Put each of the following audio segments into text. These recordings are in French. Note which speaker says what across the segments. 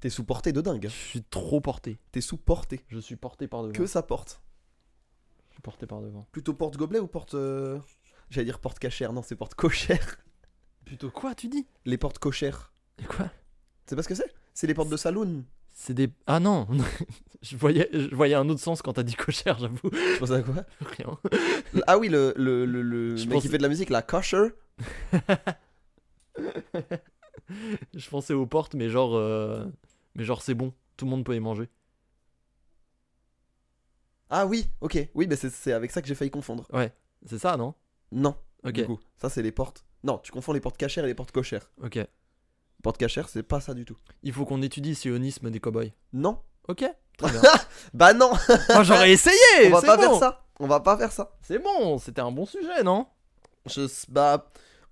Speaker 1: T'es sous portée de dingue.
Speaker 2: Je suis trop porté.
Speaker 1: T'es sous portée.
Speaker 2: Je suis porté par devant.
Speaker 1: Que ça porte.
Speaker 2: Je suis porté par devant.
Speaker 1: Plutôt porte gobelet ou porte. euh, J'allais dire porte cachère. Non, c'est porte cochère.
Speaker 2: Plutôt quoi, tu dis
Speaker 1: Les portes cochères.
Speaker 2: Quoi
Speaker 1: C'est pas ce que c'est C'est les portes de saloon.
Speaker 2: C'est des. Ah non je, voyais, je voyais un autre sens quand t'as dit cochère, j'avoue.
Speaker 1: Tu penses à quoi
Speaker 2: Rien.
Speaker 1: Ah oui, le, le, le, le mec
Speaker 2: Je
Speaker 1: qui
Speaker 2: pensais-
Speaker 1: fait de la musique, la kosher.
Speaker 2: Je pensais aux portes, mais genre. euh, Mais genre, c'est bon. Tout le monde peut y manger.
Speaker 1: Ah oui, ok. Oui, mais c'est- c'est avec ça que j'ai failli confondre.
Speaker 2: C'est ça, non
Speaker 1: Non,
Speaker 2: Ok.
Speaker 1: du coup, ça c'est les portes. Non, tu confonds les portes cachères et les portes cochères.
Speaker 2: Ok.
Speaker 1: Porte cachère, c'est pas ça du tout.
Speaker 2: Il faut qu'on étudie le sionisme des cowboys.
Speaker 1: Non.
Speaker 2: Ok. Très bien.
Speaker 1: Bah non,
Speaker 2: Oh, j'aurais essayé
Speaker 1: on va
Speaker 2: c'est
Speaker 1: pas
Speaker 2: bon.
Speaker 1: faire ça. On va pas faire ça.
Speaker 2: C'est bon, c'était un bon sujet, non
Speaker 1: Je s- bah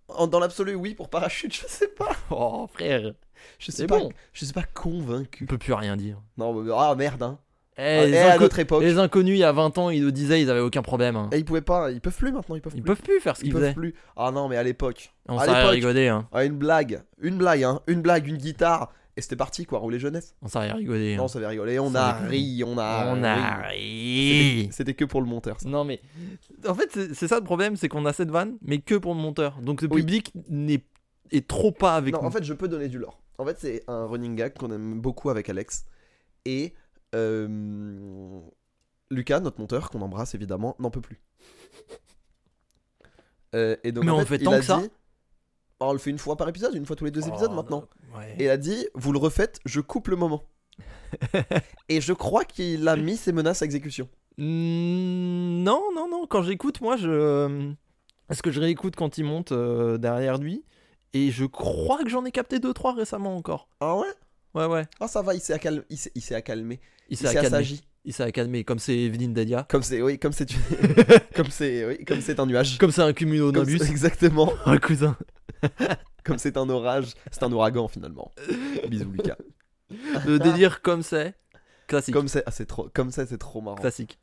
Speaker 1: en- dans l'absolu oui pour parachute, je sais pas.
Speaker 2: Oh, frère.
Speaker 1: Je sais
Speaker 2: C'est
Speaker 1: pas.
Speaker 2: bon.
Speaker 1: Je suis pas
Speaker 2: On
Speaker 1: convaincu.
Speaker 2: peut plus rien dire.
Speaker 1: Non, mais- ah merde hein.
Speaker 2: Eh,
Speaker 1: Ah,
Speaker 2: les,
Speaker 1: eh, à
Speaker 2: inco-
Speaker 1: notre époque,
Speaker 2: les inconnus, il y a 20 ans, ils nous disaient ils avaient aucun problème. hein.
Speaker 1: Eh, ils pouvaient pas, ils peuvent plus maintenant, ils peuvent
Speaker 2: Ils
Speaker 1: plus.
Speaker 2: peuvent plus faire ce
Speaker 1: Eh, Ils
Speaker 2: qu'ils
Speaker 1: peuvent
Speaker 2: faisaient.
Speaker 1: plus. Ah non, mais à l'époque,
Speaker 2: On
Speaker 1: À
Speaker 2: s'arrête à
Speaker 1: l'époque.
Speaker 2: rigoler, hein.
Speaker 1: ah, une blague, une blague hein, une blague, une guitare et c'était parti quoi, rouler jeunesse.
Speaker 2: On s'arrête à rigoler.
Speaker 1: Non, ça avait rigolé, on
Speaker 2: Ça
Speaker 1: a
Speaker 2: déconne.
Speaker 1: ri, on a
Speaker 2: hein. On a
Speaker 1: ri.
Speaker 2: ri.
Speaker 1: C'était que pour le monteur. ça.
Speaker 2: Ah, Non mais en fait c'est- c'est ça le problème c'est qu'on a cette vanne mais que pour le monteur donc le
Speaker 1: Oui.
Speaker 2: public n'est est trop pas avec
Speaker 1: Non,
Speaker 2: nous.
Speaker 1: en fait, je peux donner du lore. En fait, c'est un running gag qu'on aime beaucoup avec Alex. Et euh, Lucas, notre monteur, qu'on embrasse évidemment, n'en peut plus. Euh, et donc,
Speaker 2: Mais
Speaker 1: en
Speaker 2: on
Speaker 1: fait,
Speaker 2: fait
Speaker 1: il
Speaker 2: tant
Speaker 1: a
Speaker 2: que ça
Speaker 1: dit- Oh, on le fait une fois par épisode, une fois tous les deux
Speaker 2: Oh,
Speaker 1: épisodes maintenant.
Speaker 2: non, ouais.
Speaker 1: Et il a dit Vous le refaites, je coupe le moment. et je crois qu'il a mis ses menaces à exécution.
Speaker 2: Mm, Non, non, non. Quand j'écoute, moi, je. Est-ce que je réécoute quand il monte euh, derrière lui Et je crois que j'en ai capté 2-3 récemment encore.
Speaker 1: Ah ouais
Speaker 2: Ouais, ouais.
Speaker 1: Ah, ça va, il s'est accalmé. Il s'est- il s'est accalmé.
Speaker 2: Il
Speaker 1: Il
Speaker 2: s'est
Speaker 1: s'est
Speaker 2: accalmé.
Speaker 1: assagi.
Speaker 2: Il s'est accalmé, comme c'est Evelyne Dadia.
Speaker 1: Comme c'est oui, comme c'est comme c'est oui, comme c'est un nuage.
Speaker 2: Comme c'est un
Speaker 1: Comme c'est-
Speaker 2: cumulonimbus.
Speaker 1: exactement.
Speaker 2: Un cousin.
Speaker 1: Comme c'est un orage, c'est un ouragan finalement.
Speaker 2: Euh,
Speaker 1: Bisous Lucas.
Speaker 2: Le délire comme c'est. Classique.
Speaker 1: Comme c'est, ah, c'est trop, comme ça c'est trop marrant.
Speaker 2: Classique.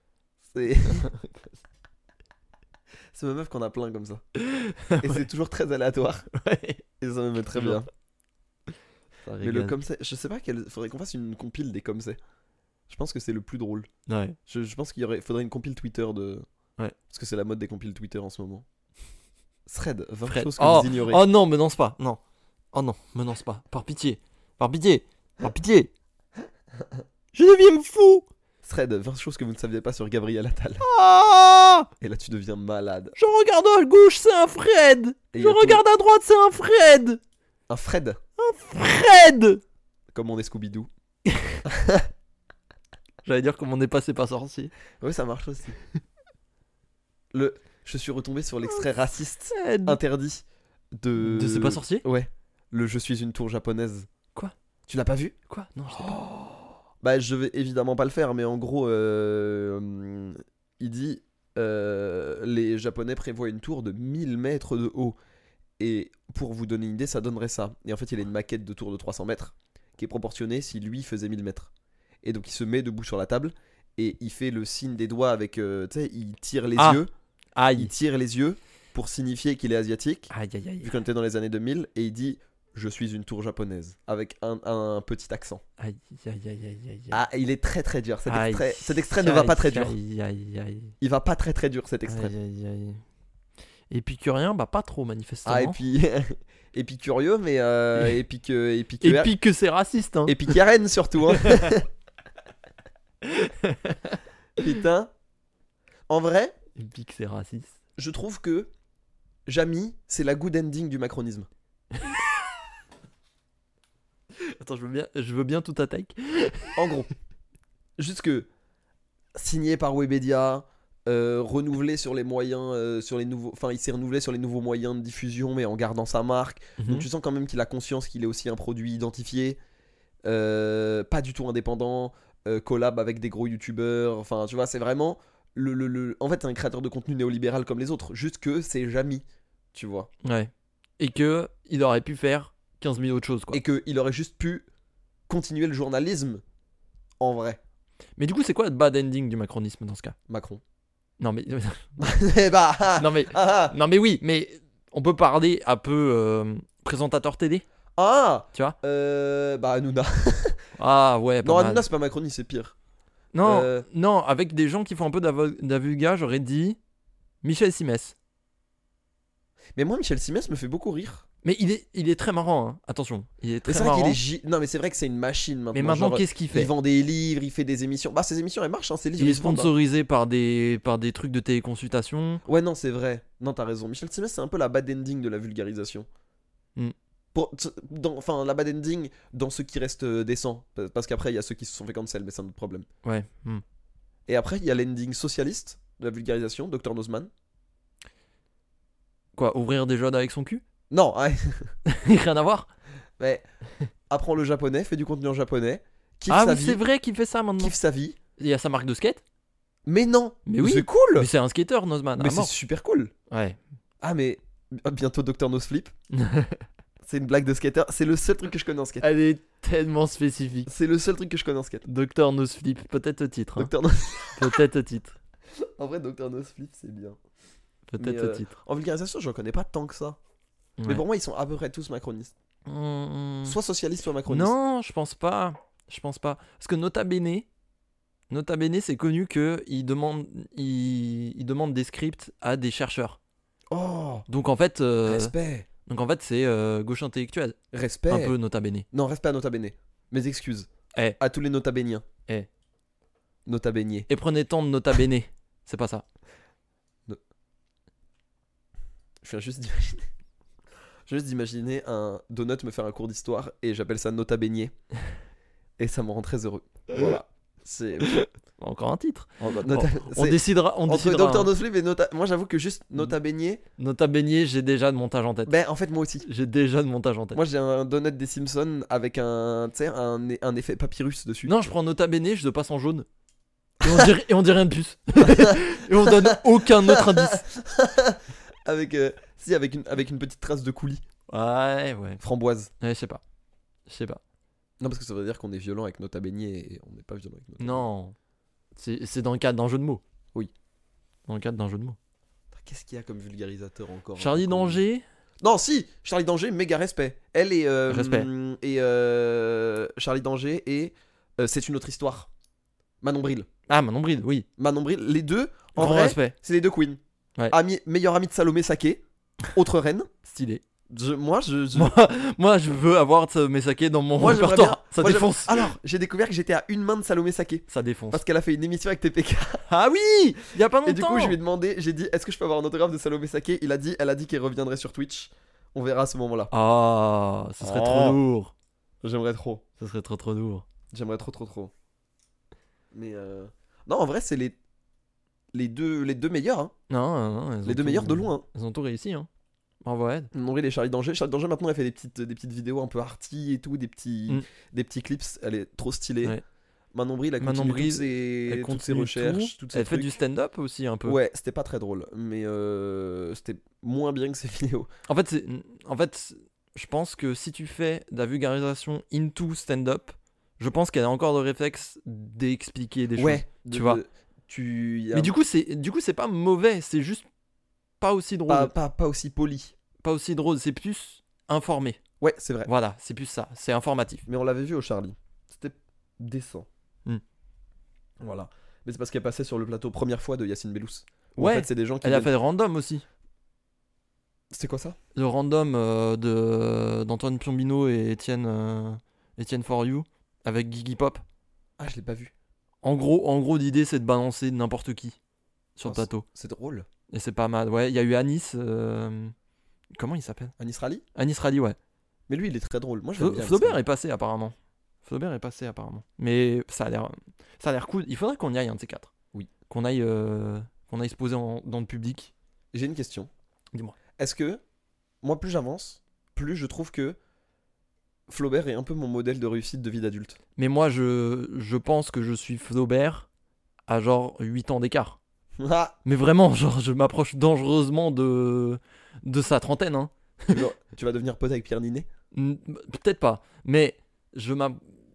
Speaker 1: C'est, c'est ma meuf qu'on a plein comme ça. Et c'est toujours très aléatoire.
Speaker 2: Ouais.
Speaker 1: Et ça me met très
Speaker 2: Toujours.
Speaker 1: bien. Mais le comme c'est, je sais pas quel, faudrait qu'on fasse une compile des comme c'est. Je pense que c'est le plus drôle.
Speaker 2: Ouais.
Speaker 1: Je, je pense qu'il y aurait, faudrait une compile Twitter de.
Speaker 2: Ouais.
Speaker 1: Parce que c'est la mode des compiles Twitter en ce moment. Thread, 20
Speaker 2: Fred.
Speaker 1: choses que
Speaker 2: Oh,
Speaker 1: vous ignorez.
Speaker 2: oh non, menance pas. Non. Oh non, menance pas. Par pitié. Par pitié. Par pitié. Je deviens fou.
Speaker 1: Thread, 20 choses que vous ne saviez pas sur Gabriel Attal.
Speaker 2: Ah
Speaker 1: Et là tu deviens malade.
Speaker 2: Je regarde à gauche, c'est un Fred.
Speaker 1: Et il y
Speaker 2: Je
Speaker 1: a tout-
Speaker 2: regarde à droite, c'est un Fred.
Speaker 1: Un Fred.
Speaker 2: Fred
Speaker 1: comme on est Scooby-Doo.
Speaker 2: J'allais dire comme on est passé pas sorcier.
Speaker 1: Oui, ça marche aussi. Le, je suis retombé sur l'extrait raciste
Speaker 2: Fred.
Speaker 1: interdit de.
Speaker 2: Oh, De c'est pas sorcier
Speaker 1: Ouais. Le je suis une tour japonaise.
Speaker 2: Quoi
Speaker 1: Tu l'as pas vu
Speaker 2: Quoi Non, je sais pas.
Speaker 1: Bah, je vais évidemment pas le faire, mais en gros, euh, il dit euh, les Japonais prévoient une tour de 1000 mètres de haut. Et pour vous donner une idée, ça donnerait ça. Et en fait, il a une maquette de tour de 300 mètres qui est proportionnée si lui faisait 1000 mètres. Et donc, il se met debout sur la table et il fait le signe des doigts avec. euh, tu sais, il tire les
Speaker 2: Ah.
Speaker 1: yeux. Il
Speaker 2: Aïe.
Speaker 1: tire les yeux pour signifier qu'il est asiatique
Speaker 2: Aïe, aïe,
Speaker 1: vu
Speaker 2: aïe.
Speaker 1: qu'on était dans les années 2000, et il dit Je suis une tour japonaise, avec un, un petit accent.
Speaker 2: Aïe, aïe, aïe, aïe, aïe.
Speaker 1: Ah, il est très très dur. Cet
Speaker 2: Aïe,
Speaker 1: extrait, cet extrait ne va
Speaker 2: aïe,
Speaker 1: pas très dur.
Speaker 2: Aïe, aïe, aïe.
Speaker 1: Il va pas très très dur cet extrait.
Speaker 2: Aïe, aïe, aïe. Épicurien, bah pas trop manifestement.
Speaker 1: Ah, et puis, et puis curieux, mais euh, et puis que. Et puis que.
Speaker 2: Et puis que c'est raciste, hein.
Speaker 1: et puis Karen surtout. hein. Putain. En vrai,
Speaker 2: Et puis que c'est raciste.
Speaker 1: je trouve que Jamy, c'est la good ending du macronisme.
Speaker 2: Attends, je veux bien, je veux bien tout attaque.
Speaker 1: En gros, juste que signé par Webedia, euh, renouvelé sur les moyens, euh, sur les nouveaux, enfin il s'est renouvelé sur les nouveaux moyens de diffusion, mais en gardant sa marque.
Speaker 2: Mhm.
Speaker 1: Donc tu sens quand même qu'il a conscience qu'il est aussi un produit identifié, euh, pas du tout indépendant, euh, collab avec des gros youtubeurs. Enfin, tu vois, c'est vraiment le, le- le- en fait un créateur de contenu néolibéral comme les autres, juste que c'est Jamy, tu vois.
Speaker 2: Ouais. Et que il aurait pu faire 15 000 autres choses, quoi.
Speaker 1: Et qu'il aurait juste pu continuer le journalisme en vrai,
Speaker 2: Mais du coup, c'est quoi le bad ending du macronisme dans ce cas
Speaker 1: Macron.
Speaker 2: Non, mais
Speaker 1: Eh bah, ah,
Speaker 2: non mais
Speaker 1: ah, ah.
Speaker 2: non mais oui, mais on peut parler un peu euh, présentateur TD.
Speaker 1: Ah
Speaker 2: Tu vois
Speaker 1: Euh. Bah, Hanouna.
Speaker 2: Ah ouais, pas
Speaker 1: Non,
Speaker 2: mal.
Speaker 1: Hanouna, c'est pas Macronie, c'est pire.
Speaker 2: Non,
Speaker 1: Euh,
Speaker 2: non, avec des gens qui font un peu d'avo- d'avocat, j'aurais dit Michel Simès.
Speaker 1: Mais moi, Michel Simès me fait beaucoup rire.
Speaker 2: Mais il est, il est très marrant, hein. attention. Il est
Speaker 1: Mais
Speaker 2: très
Speaker 1: C'est vrai
Speaker 2: marrant.
Speaker 1: qu'il est. gi- Non, mais c'est vrai que c'est une machine maintenant.
Speaker 2: Mais maintenant,
Speaker 1: genre,
Speaker 2: qu'est-ce qu'il fait
Speaker 1: il vend des livres, il fait des émissions. Bah, ses émissions, elles marchent, hein, ses livres.
Speaker 2: Il est
Speaker 1: ils se vendent, hein.
Speaker 2: sponsorisé par des, par des trucs de téléconsultation.
Speaker 1: bah. Ouais, non, c'est vrai. Non, t'as raison. Michel Simès, c'est un peu la bad ending de la vulgarisation.
Speaker 2: Mm.
Speaker 1: Pour- t- dans- Enfin, la bad ending dans ce qui reste euh, décent. Pa- Parce qu'après, il y a ceux qui se sont fait cancel, mais c'est un autre problème.
Speaker 2: Ouais. hmm.
Speaker 1: Et après, il y a l'ending socialiste de la vulgarisation, Dr. Nozman.
Speaker 2: Quoi, ouvrir des jeunes avec son cul
Speaker 1: Non, ah, ouais,
Speaker 2: Rien à voir.
Speaker 1: mais apprends le japonais, fais du contenu en japonais, kiffe
Speaker 2: ah
Speaker 1: sa
Speaker 2: oui,
Speaker 1: vie,
Speaker 2: c'est vrai qu'il fait ça maintenant.
Speaker 1: kiffe sa vie.
Speaker 2: Il y a sa marque de skate.
Speaker 1: Mais non,
Speaker 2: Mais oui.
Speaker 1: c'est cool,
Speaker 2: Mais c'est un skater, Nozman.
Speaker 1: mais
Speaker 2: à
Speaker 1: c'est
Speaker 2: mort.
Speaker 1: super cool.
Speaker 2: Ouais.
Speaker 1: Ah, mais b- bientôt Dr. Nosflip. c'est une blague de skater. C'est le seul truc que je connais en skate.
Speaker 2: Elle est tellement spécifique.
Speaker 1: C'est le seul truc que je connais en skate.
Speaker 2: Docteur Nosflip, peut-être au titre. hein.
Speaker 1: Dr.
Speaker 2: Peut-être au titre.
Speaker 1: En vrai, Dr. Nosflip, c'est bien.
Speaker 2: Peut-être
Speaker 1: Mais,
Speaker 2: au
Speaker 1: euh,
Speaker 2: titre.
Speaker 1: En vulgarisation, je connais pas tant que ça.
Speaker 2: Ouais.
Speaker 1: Mais pour moi, ils sont à peu près tous macronistes.
Speaker 2: Hmm, hmm.
Speaker 1: Soit socialistes, soit macronistes.
Speaker 2: Non, je pense pas. Je pense pas. Parce que Nota Bene, Nota Bene, c'est connu que il demande, il, il demande des scripts à des chercheurs.
Speaker 1: Oh,
Speaker 2: Donc en fait, euh,
Speaker 1: respect.
Speaker 2: donc en fait, c'est euh, gauche intellectuelle,
Speaker 1: Respect.
Speaker 2: un peu Nota Bene.
Speaker 1: Non, respect à Nota Bene. Mes excuses.
Speaker 2: Eh.
Speaker 1: À tous les Nota Béniens.
Speaker 2: Eh.
Speaker 1: Nota Béniers.
Speaker 2: Et prenez tant de Nota Bene. C'est pas ça.
Speaker 1: Je viens juste d'imaginer. Je viens juste d'imaginer un Donut me faire un cours d'histoire et j'appelle ça Nota Bénier. et ça me rend très heureux. Voilà. C'est.
Speaker 2: Encore un titre.
Speaker 1: Oh, bah, Nota-
Speaker 2: On
Speaker 1: c'est-
Speaker 2: décidera. On
Speaker 1: Entre
Speaker 2: décidera.
Speaker 1: Docteur
Speaker 2: hein. Mm.
Speaker 1: Nosflip et Nota. Moi, j'avoue que juste Nota Beignet.
Speaker 2: Nota Bene, j'ai déjà de montage en tête.
Speaker 1: Ben, en fait, moi aussi.
Speaker 2: J'ai déjà de montage en tête.
Speaker 1: Moi, j'ai un Donut des Simpsons avec un, tu sais, un, un effet papyrus dessus.
Speaker 2: Non, je prends Nota Bene, je le passe en jaune. Et on dit, et on dit rien de plus. et on donne aucun autre indice.
Speaker 1: avec, euh, si, avec une, avec une petite trace de coulis.
Speaker 2: Ouais, ouais.
Speaker 1: Framboise.
Speaker 2: Ouais, je sais pas. Je sais pas.
Speaker 1: Non, parce que ça veut dire qu'on est violent avec Nota Beignet et on n'est pas violent avec Nota
Speaker 2: Non. C'est c'est dans le cadre d'un jeu de mots.
Speaker 1: Oui.
Speaker 2: Dans le cadre d'un jeu de mots.
Speaker 1: Beignet. Qu'est-ce qu'il y a comme vulgarisateur encore
Speaker 2: Charlie
Speaker 1: encore-
Speaker 2: Danger.
Speaker 1: Non, si Charlie Danger, méga respect. Elle et. euh,
Speaker 2: Respect.
Speaker 1: mm, Et. euh, Charlie Danger et. euh, C'est une autre histoire. Manon Bril.
Speaker 2: Ah, Manon Bride, oui.
Speaker 1: Manon Bril, les deux, en
Speaker 2: Grand
Speaker 1: vrai,
Speaker 2: respect.
Speaker 1: c'est les deux queens.
Speaker 2: Ouais.
Speaker 1: Ami, meilleur ami de Salomé Saké, autre reine.
Speaker 2: Stylé.
Speaker 1: Je- moi, je. je-
Speaker 2: Moi, moi, je veux avoir ce- mes sakés dans mon
Speaker 1: Moi, j'aimerais
Speaker 2: répertoire.
Speaker 1: bien-
Speaker 2: Ça
Speaker 1: moi, j'aimerais-
Speaker 2: défonce.
Speaker 1: Alors, j'ai découvert que j'étais à une main de Salomé Saké.
Speaker 2: Ça défonce.
Speaker 1: Parce qu'elle a fait une émission avec TPK.
Speaker 2: Ah oui Il y a pas longtemps.
Speaker 1: Et du coup, je lui ai demandé, j'ai dit, est-ce que je peux avoir un autographe de Salomé Saké Il a dit, elle a dit qu'elle reviendrait sur Twitch. On verra à ce moment-là.
Speaker 2: Ah, ce serait
Speaker 1: Oh.
Speaker 2: trop lourd.
Speaker 1: J'aimerais trop.
Speaker 2: Ce serait trop trop lourd.
Speaker 1: J'aimerais trop, trop, trop. Mais. euh, Non, en vrai, c'est les. Les deux, les deux meilleurs, hein.
Speaker 2: Non, non, non, elles ont
Speaker 1: les deux
Speaker 2: tout-
Speaker 1: meilleurs de loin.
Speaker 2: Elles ont tout réussi, hein. Bravo à elles.
Speaker 1: Mon et Charlie Danger. Charlie Danger, maintenant, elle fait des petites, des petites vidéos un peu arty et tout, des petits,
Speaker 2: Mm.
Speaker 1: des petits clips. Elle est trop stylée.
Speaker 2: Ouais.
Speaker 1: Manon Bril, elle
Speaker 2: Manon
Speaker 1: continue
Speaker 2: Bril,
Speaker 1: toutes ses,
Speaker 2: Elle
Speaker 1: toutes ses
Speaker 2: continue
Speaker 1: recherches.
Speaker 2: tout.
Speaker 1: toutes ses
Speaker 2: Elle fait
Speaker 1: trucs.
Speaker 2: du stand-up aussi un peu.
Speaker 1: Ouais, c'était pas très drôle, mais euh, c'était moins bien que ses vidéos.
Speaker 2: En fait, c'est- en fait, c'est- je pense que si tu fais de la vulgarisation into stand-up, je pense qu'elle a encore le réflexe d'expliquer des choses.
Speaker 1: ouais, de-
Speaker 2: tu vois.
Speaker 1: de- Tu, y a
Speaker 2: Mais du coup, c'est du coup, c'est pas mauvais, c'est juste pas aussi drôle,
Speaker 1: pas, pas,
Speaker 2: pas,
Speaker 1: pas aussi poli.
Speaker 2: aussi drôle, c'est plus informé.
Speaker 1: Ouais, c'est vrai.
Speaker 2: Voilà, c'est plus ça, c'est informatif.
Speaker 1: Mais on l'avait vu au Charlie. C'était décent.
Speaker 2: Hmm.
Speaker 1: Voilà. Mais c'est parce qu'elle passait sur le plateau première fois de Yacine Bellous. Où
Speaker 2: Ouais.
Speaker 1: En fait, c'est des gens qui.
Speaker 2: Elle a
Speaker 1: viennent-
Speaker 2: fait le random aussi,
Speaker 1: C'était quoi ça
Speaker 2: le random euh, de d'Antoine Piombino et Étienne euh, Étienne For You avec Gigi Pop.
Speaker 1: Ah, je l'ai pas vu.
Speaker 2: En gros, en gros, l'idée c'est de balancer n'importe qui sur le
Speaker 1: Oh, c'est-
Speaker 2: plateau.
Speaker 1: C'est drôle.
Speaker 2: Et c'est pas mal. Ouais, il y a eu Anis. euh, Comment il s'appelle
Speaker 1: Un Israeli
Speaker 2: Anis Rally, ouais.
Speaker 1: Mais lui, il est très drôle. Moi, je l'aime
Speaker 2: Flau-
Speaker 1: bien.
Speaker 2: Flaubert
Speaker 1: Anis
Speaker 2: est passé apparemment. Flaubert est passé apparemment. Mais ça a l'air, ça a l'air cool. Il faudrait qu'on y aille un de ces quatre.
Speaker 1: Oui.
Speaker 2: Qu'on aille, euh, qu'on aille se poser en- dans le public.
Speaker 1: Rally. J'ai une question.
Speaker 2: Dis-moi.
Speaker 1: Est-ce que. Moi, plus j'avance, plus je trouve que. Flaubert est un peu mon modèle de réussite de vie d'adulte.
Speaker 2: Mais moi, je, je pense que je suis Flaubert à genre 8 ans d'écart.
Speaker 1: Ah
Speaker 2: Mais vraiment, genre, je m'approche dangereusement de, de sa trentaine. Hein.
Speaker 1: Tu vas- tu vas devenir pote avec Pierre Ninet
Speaker 2: N- Peut-être pas, mais je m'a-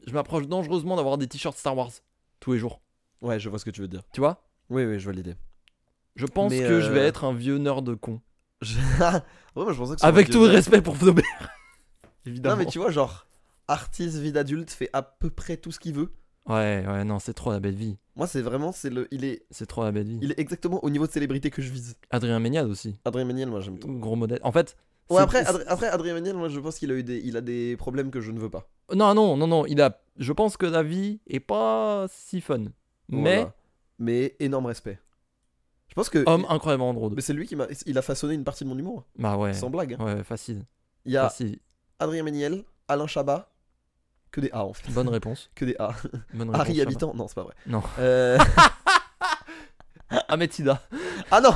Speaker 2: je m'approche dangereusement d'avoir des t-shirts Star Wars tous les jours.
Speaker 1: Ouais, je vois ce que tu veux dire.
Speaker 2: Tu vois
Speaker 1: Oui, oui, je vois l'idée.
Speaker 2: Je pense
Speaker 1: Mais,
Speaker 2: que je vais
Speaker 1: euh,
Speaker 2: être un vieux nerd de con.
Speaker 1: ouais, moi, je pensais que ça
Speaker 2: Avec
Speaker 1: aurait
Speaker 2: tout le
Speaker 1: été-
Speaker 2: respect pour Flaubert. Évidemment.
Speaker 1: Non, mais tu vois, genre, artiste vie d'adulte fait à peu près tout ce qu'il veut.
Speaker 2: Ouais, ouais, non, c'est trop la belle vie.
Speaker 1: Moi, c'est vraiment, c'est le, il est,
Speaker 2: C'est trop la belle vie.
Speaker 1: il est exactement au niveau de célébrité que je vise.
Speaker 2: Adrien Méniel aussi.
Speaker 1: Adrien Méniel, moi, j'aime trop.
Speaker 2: Gros modèle. En fait.
Speaker 1: Ouais,
Speaker 2: c'est-
Speaker 1: après,
Speaker 2: c'est-
Speaker 1: Adrien- après Adrien Méniel, moi, je pense qu'il a eu des, il a des problèmes que je ne veux pas.
Speaker 2: Non, non, non, non. Il a. Je pense que la vie est pas si fun. Mais
Speaker 1: Voilà. Euh, mais énorme respect. Je pense que
Speaker 2: homme incroyablement drôle.
Speaker 1: mais c'est lui qui m'a, il a façonné une partie de mon humour,
Speaker 2: Bah ouais.
Speaker 1: sans blague. hein.
Speaker 2: Ouais, facile.
Speaker 1: Il y a
Speaker 2: Facile.
Speaker 1: Adrien Méniel, Alain Chabat, que des A en fait,
Speaker 2: Bonne réponse.
Speaker 1: que des A.
Speaker 2: Bonne réponse.
Speaker 1: Harry
Speaker 2: Chabat.
Speaker 1: Habitant, non, c'est pas vrai.
Speaker 2: Non.
Speaker 1: Euh,
Speaker 2: Ahmed Sida.
Speaker 1: ah non,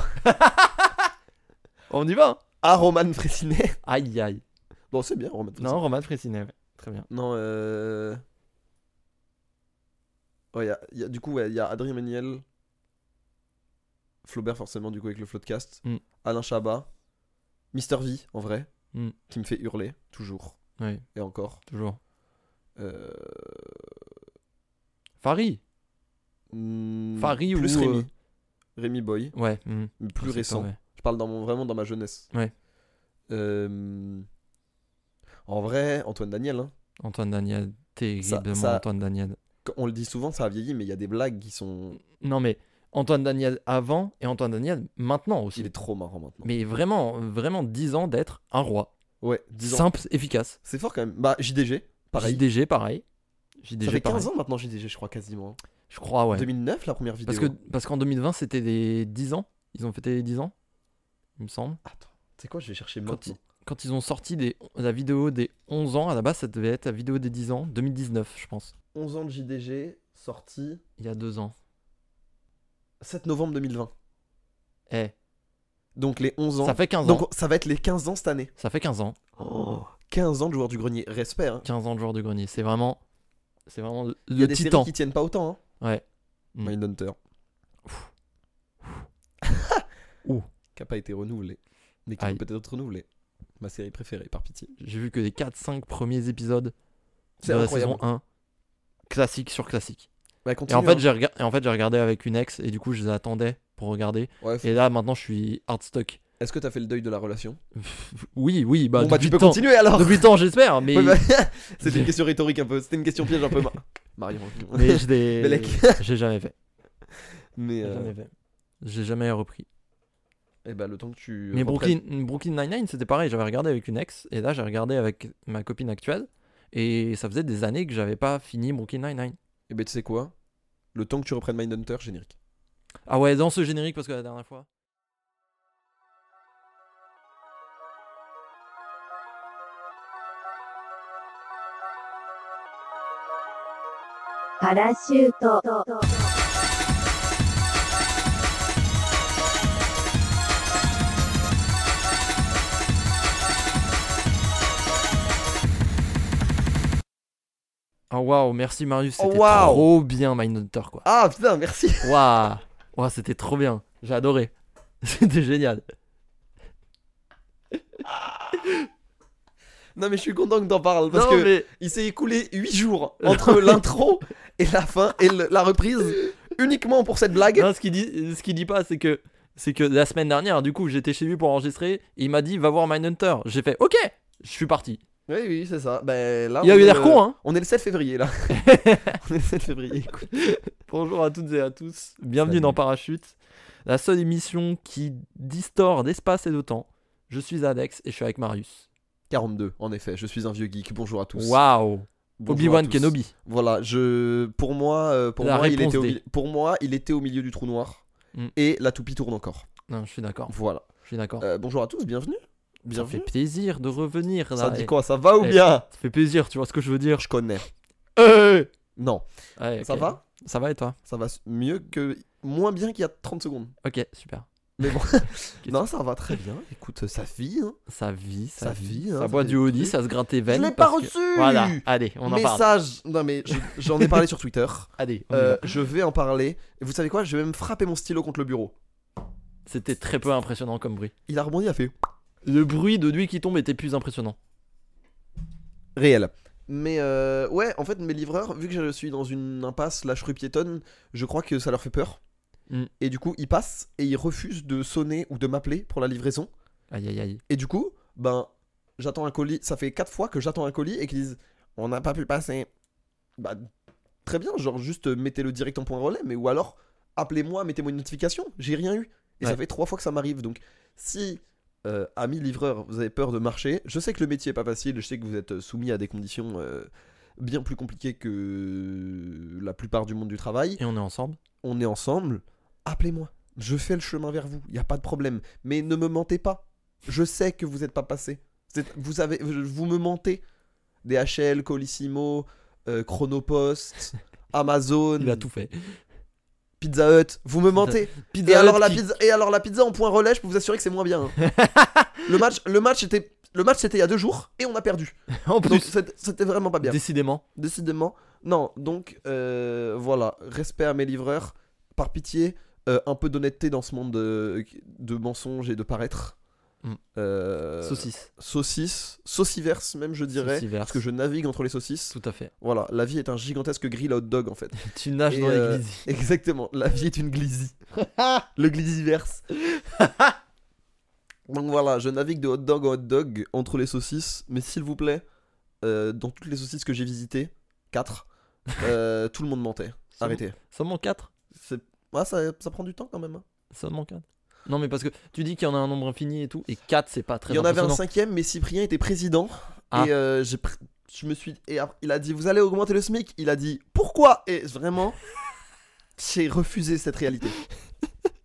Speaker 2: On y va.
Speaker 1: Ah Roman Frécinet.
Speaker 2: Aïe aïe.
Speaker 1: Bon, c'est bien Roman Frécinet.
Speaker 2: Non, Roman Frécinet. ouais. Très bien.
Speaker 1: Non, euh... ouais, y a- y a- du coup, il y a Adrien Méniel, Flaubert forcément, du coup, avec le Floodcast,
Speaker 2: Mm.
Speaker 1: Alain Chabat, Mister V, en vrai,
Speaker 2: Mm.
Speaker 1: qui me fait hurler, toujours,
Speaker 2: Oui,
Speaker 1: et encore.
Speaker 2: toujours.
Speaker 1: Euh...
Speaker 2: Farid.
Speaker 1: mm,
Speaker 2: Farid
Speaker 1: plus
Speaker 2: ou,
Speaker 1: Rémi. Rémi Boy,
Speaker 2: Ouais. hmm.
Speaker 1: mais plus
Speaker 2: C'est pas
Speaker 1: récent.
Speaker 2: vrai.
Speaker 1: Je parle dans mon- vraiment dans ma jeunesse.
Speaker 2: Ouais.
Speaker 1: Euh, En vrai, Antoine Daniel, hein.
Speaker 2: Antoine Daniel. Terriblement
Speaker 1: ça-
Speaker 2: Antoine Daniel.
Speaker 1: on le dit souvent, ça a vieilli, mais il y a des blagues qui sont...
Speaker 2: Non mais Antoine Daniel avant et Antoine Daniel maintenant aussi.
Speaker 1: Il est trop marrant maintenant.
Speaker 2: Mais vraiment, vraiment 10 ans d'être un roi.
Speaker 1: Ouais, disons.
Speaker 2: Simple, efficace.
Speaker 1: C'est fort quand même. Bah, JDG, pareil.
Speaker 2: JDG, pareil. JDG,
Speaker 1: ça fait 15
Speaker 2: pareil.
Speaker 1: ans maintenant, JDG, je crois, quasiment. hein.
Speaker 2: Je crois, ouais.
Speaker 1: 2009, la première vidéo.
Speaker 2: Parce que parce qu'en 2020, c'était les 10 ans. Ils ont fêté les 10 ans, il me semble.
Speaker 1: Attends, c'est quoi, je vais chercher
Speaker 2: Quand
Speaker 1: maintenant.
Speaker 2: ils, quand ils ont sorti des- la vidéo des 11 ans, à la base, ça devait être la vidéo des 10 ans, 2019, je pense.
Speaker 1: 11 ans de JDG, sorti
Speaker 2: Il y a deux ans.
Speaker 1: 7 novembre 2020.
Speaker 2: Eh,
Speaker 1: Donc les 11 ans.
Speaker 2: ça fait 15 ans. Oh.
Speaker 1: Donc ça va être les 15 ans cette année.
Speaker 2: Ça fait 15 ans.
Speaker 1: 15 ans de joueur du grenier. Respect, hein.
Speaker 2: 15 ans de joueur de grenier. C'est vraiment. C'est vraiment le,
Speaker 1: Il y a des
Speaker 2: titan.
Speaker 1: séries qui tiennent pas autant, hein.
Speaker 2: Ouais. Mm.
Speaker 1: Mindhunter.
Speaker 2: Ouf.
Speaker 1: Ouh. Qui a pas été renouvelé. Mais qui
Speaker 2: Aïe.
Speaker 1: peut peut-être renouvelé. Ma série préférée, par pitié.
Speaker 2: J'ai vu que les 4-5 premiers épisodes
Speaker 1: C'est
Speaker 2: de la
Speaker 1: incroyable.
Speaker 2: saison 1. Classique sur classique.
Speaker 1: Bah,
Speaker 2: Et
Speaker 1: continue,
Speaker 2: en, fait,
Speaker 1: hein.
Speaker 2: j'ai rega- et en fait, j'ai regardé avec une ex et du coup, je les attendais pour regarder.
Speaker 1: Ouais,
Speaker 2: Et là, maintenant, je suis hard stuck.
Speaker 1: Est-ce que t'as fait le deuil de la relation
Speaker 2: Oui, oui, bah,
Speaker 1: Bon, bah,
Speaker 2: depuis
Speaker 1: tu
Speaker 2: le
Speaker 1: peux
Speaker 2: temps,
Speaker 1: continuer alors
Speaker 2: depuis le temps, j'espère, mais,
Speaker 1: Ouais, bah, C'était
Speaker 2: j'ai-
Speaker 1: une question rhétorique un peu, c'était une question piège un peu. mar- Marion.
Speaker 2: mais je l'ai-
Speaker 1: Belek.
Speaker 2: j'ai jamais fait.
Speaker 1: Mais
Speaker 2: J'ai
Speaker 1: euh,
Speaker 2: jamais fait. J'ai jamais repris.
Speaker 1: eh ben, le temps que tu.
Speaker 2: Mais
Speaker 1: reprennes-
Speaker 2: Brooklyn, Brooklyn Nine-Nine, c'était pareil. J'avais regardé avec une ex et là, j'ai regardé avec ma copine actuelle. Et ça faisait des années que j'avais pas fini Brooklyn Nine-Nine.
Speaker 1: Eh ben tu sais quoi Le temps que tu reprennes Mindhunter, générique.
Speaker 2: Ah ouais, dans ce générique, parce que la dernière fois.
Speaker 3: Parachute.
Speaker 2: Ah waouh, merci Marius,
Speaker 1: Oh,
Speaker 2: c'était
Speaker 1: waouh.
Speaker 2: trop bien Mindhunter quoi.
Speaker 1: Ah putain, merci
Speaker 2: Waouh, Waouh, c'était trop bien, j'ai adoré, c'était génial.
Speaker 1: Non mais je suis content que t'en parles parce
Speaker 2: Non,
Speaker 1: que
Speaker 2: mais
Speaker 1: il s'est écoulé 8 jours entre l'intro et la fin et le- la reprise uniquement pour cette blague.
Speaker 2: non, ce qu'il dit, ce qu'il dit pas, c'est que c'est que la semaine dernière, du coup, j'étais chez lui pour enregistrer, et il m'a dit va voir Mindhunter. J'ai fait ok, je suis parti.
Speaker 1: Oui, oui, c'est ça. Ben, là,
Speaker 2: Il
Speaker 1: on
Speaker 2: a eu
Speaker 1: est
Speaker 2: l'air
Speaker 1: le-
Speaker 2: con hein.
Speaker 1: On est le 7 février là. on est le 7 février, écoute.
Speaker 2: Bonjour à toutes et à tous, bienvenue
Speaker 1: Salut.
Speaker 2: dans Parachute, la seule émission qui distord d'espace et de temps. Je suis Alex et je suis avec Marius.
Speaker 1: 42, en effet, je suis un vieux geek. Bonjour à tous.
Speaker 2: Waouh,
Speaker 1: Bonjour à
Speaker 2: Obi-Wan
Speaker 1: tous.
Speaker 2: Kenobi.
Speaker 1: Voilà, je pour moi euh, pour
Speaker 2: La
Speaker 1: moi il
Speaker 2: réponse
Speaker 1: était au,
Speaker 2: D.
Speaker 1: mi- pour moi il était au milieu du trou noir
Speaker 2: Mm.
Speaker 1: et la toupie tourne encore.
Speaker 2: Non, je suis d'accord,
Speaker 1: Voilà.
Speaker 2: je suis d'accord.
Speaker 1: Euh, bonjour à tous, bienvenue.
Speaker 2: ça fait
Speaker 1: Bienvenue.
Speaker 2: plaisir de revenir là.
Speaker 1: Ça
Speaker 2: et-
Speaker 1: dit quoi Ça va ou
Speaker 2: eh.
Speaker 1: bien
Speaker 2: Ça fait plaisir, tu vois ce que je veux dire
Speaker 1: Je connais.
Speaker 2: Ouais,
Speaker 1: Non. Ça
Speaker 2: ok.
Speaker 1: va
Speaker 2: Ça va et toi
Speaker 1: Ça va s- mieux que moins bien qu'il y a 30 secondes.
Speaker 2: Ok, super.
Speaker 1: Mais bon. non, ça va très bien. Écoute, ça vit hein.
Speaker 2: Ça vit, ça,
Speaker 1: Ça
Speaker 2: vit.
Speaker 1: vit, hein,
Speaker 2: ça
Speaker 1: ça
Speaker 2: boit
Speaker 1: fait
Speaker 2: du
Speaker 1: des
Speaker 2: Audi,
Speaker 1: trucs.
Speaker 2: ça se gratte les
Speaker 1: Je
Speaker 2: veines.
Speaker 1: l'ai pas
Speaker 2: parce que-
Speaker 1: reçu.
Speaker 2: Voilà, allez, on en parle.
Speaker 1: Message. Non mais je- j'en ai parlé sur Twitter.
Speaker 2: Allez, on y
Speaker 1: Euh,
Speaker 2: va.
Speaker 1: je vais en parler. Et vous savez quoi Je vais même frapper mon stylo contre le bureau.
Speaker 2: c'était très peu impressionnant comme bruit.
Speaker 1: Il a rebondi, il a fait
Speaker 2: Le bruit de lui qui tombe était plus impressionnant.
Speaker 1: réel. Mais euh, ouais, en fait, mes livreurs, vu que je suis dans une impasse, slash rue piétonne, je crois que ça leur fait peur.
Speaker 2: Mm.
Speaker 1: Et du coup, ils passent et ils refusent de sonner ou de m'appeler pour la livraison.
Speaker 2: Aïe aïe aïe.
Speaker 1: Et du coup, ben, j'attends un colis. Ça fait 4 fois que j'attends un colis et qu'ils disent on n'a pas pu passer. Bah, très bien, genre juste euh, mettez-le direct en point relais, mais ou alors appelez-moi, mettez-moi une notification, j'ai rien eu. Et ça
Speaker 2: Ouais.
Speaker 1: fait trois fois que ça m'arrive. Donc, si, euh, amis livreurs, vous avez peur de marcher, je sais que le métier est pas facile, je sais que vous êtes euh, soumis à des conditions euh, bien plus compliquées que la plupart du monde du travail
Speaker 2: Et on est ensemble.
Speaker 1: on est ensemble, appelez-moi. Je fais le chemin vers vous, il n'y a pas de problème. Mais ne me mentez pas. Je sais que vous n'êtes pas passé. Vous, êtes- vous avez, vous me mentez. DHL, Colissimo, euh, Chronopost, Amazon,
Speaker 2: Il a tout fait.
Speaker 1: Pizza Hut, vous me mentez. Et
Speaker 2: Pizza Hut
Speaker 1: alors, la
Speaker 2: qui-
Speaker 1: pizza, et alors la pizza en point relais, je peux vous assurer que c'est moins bien. hein. le match, le match était, le match c'était il y a deux jours et on a perdu.
Speaker 2: En
Speaker 1: Donc
Speaker 2: plus,
Speaker 1: c'était c'était vraiment pas bien.
Speaker 2: décidément.
Speaker 1: Décidément. Non, donc euh, voilà, respect à mes livreurs. Par pitié, euh, un peu d'honnêteté dans ce monde de, de mensonges et de paraître.
Speaker 2: Mm.
Speaker 1: Euh,
Speaker 2: Saucisse.
Speaker 1: Saucisse. Sauciverse même, je dirais.
Speaker 2: Sauciverse.
Speaker 1: Parce que je navigue entre les saucisses.
Speaker 2: Tout à fait.
Speaker 1: Voilà, la vie est un gigantesque grill à hot dog en fait.
Speaker 2: Tu nages
Speaker 1: Et,
Speaker 2: dans
Speaker 1: euh,
Speaker 2: l'église.
Speaker 1: Exactement, la vie est une glizzy. Le glizzyverse. Donc voilà, je navigue de hot dog en hot dog entre les saucisses, mais s'il vous plaît, euh, dans toutes les saucisses que j'ai visitées, 4, tout le monde mentait.
Speaker 2: Ça
Speaker 1: Arrêtez.
Speaker 2: Seulement 4
Speaker 1: C'est... Ouais, ça, ça prend du temps quand même. hein.
Speaker 2: Seulement 4 Non, mais parce que tu dis qu'il y en a un nombre infini et tout, et 4 c'est pas très
Speaker 1: Il y en avait un
Speaker 2: impressionnant.
Speaker 1: cinquième, mais Cyprien était président.
Speaker 2: Ah.
Speaker 1: Et euh, j'ai pr- je me suis. Et après, il a dit Vous allez augmenter le SMIC Il a dit Pourquoi Et vraiment, j'ai refusé cette réalité.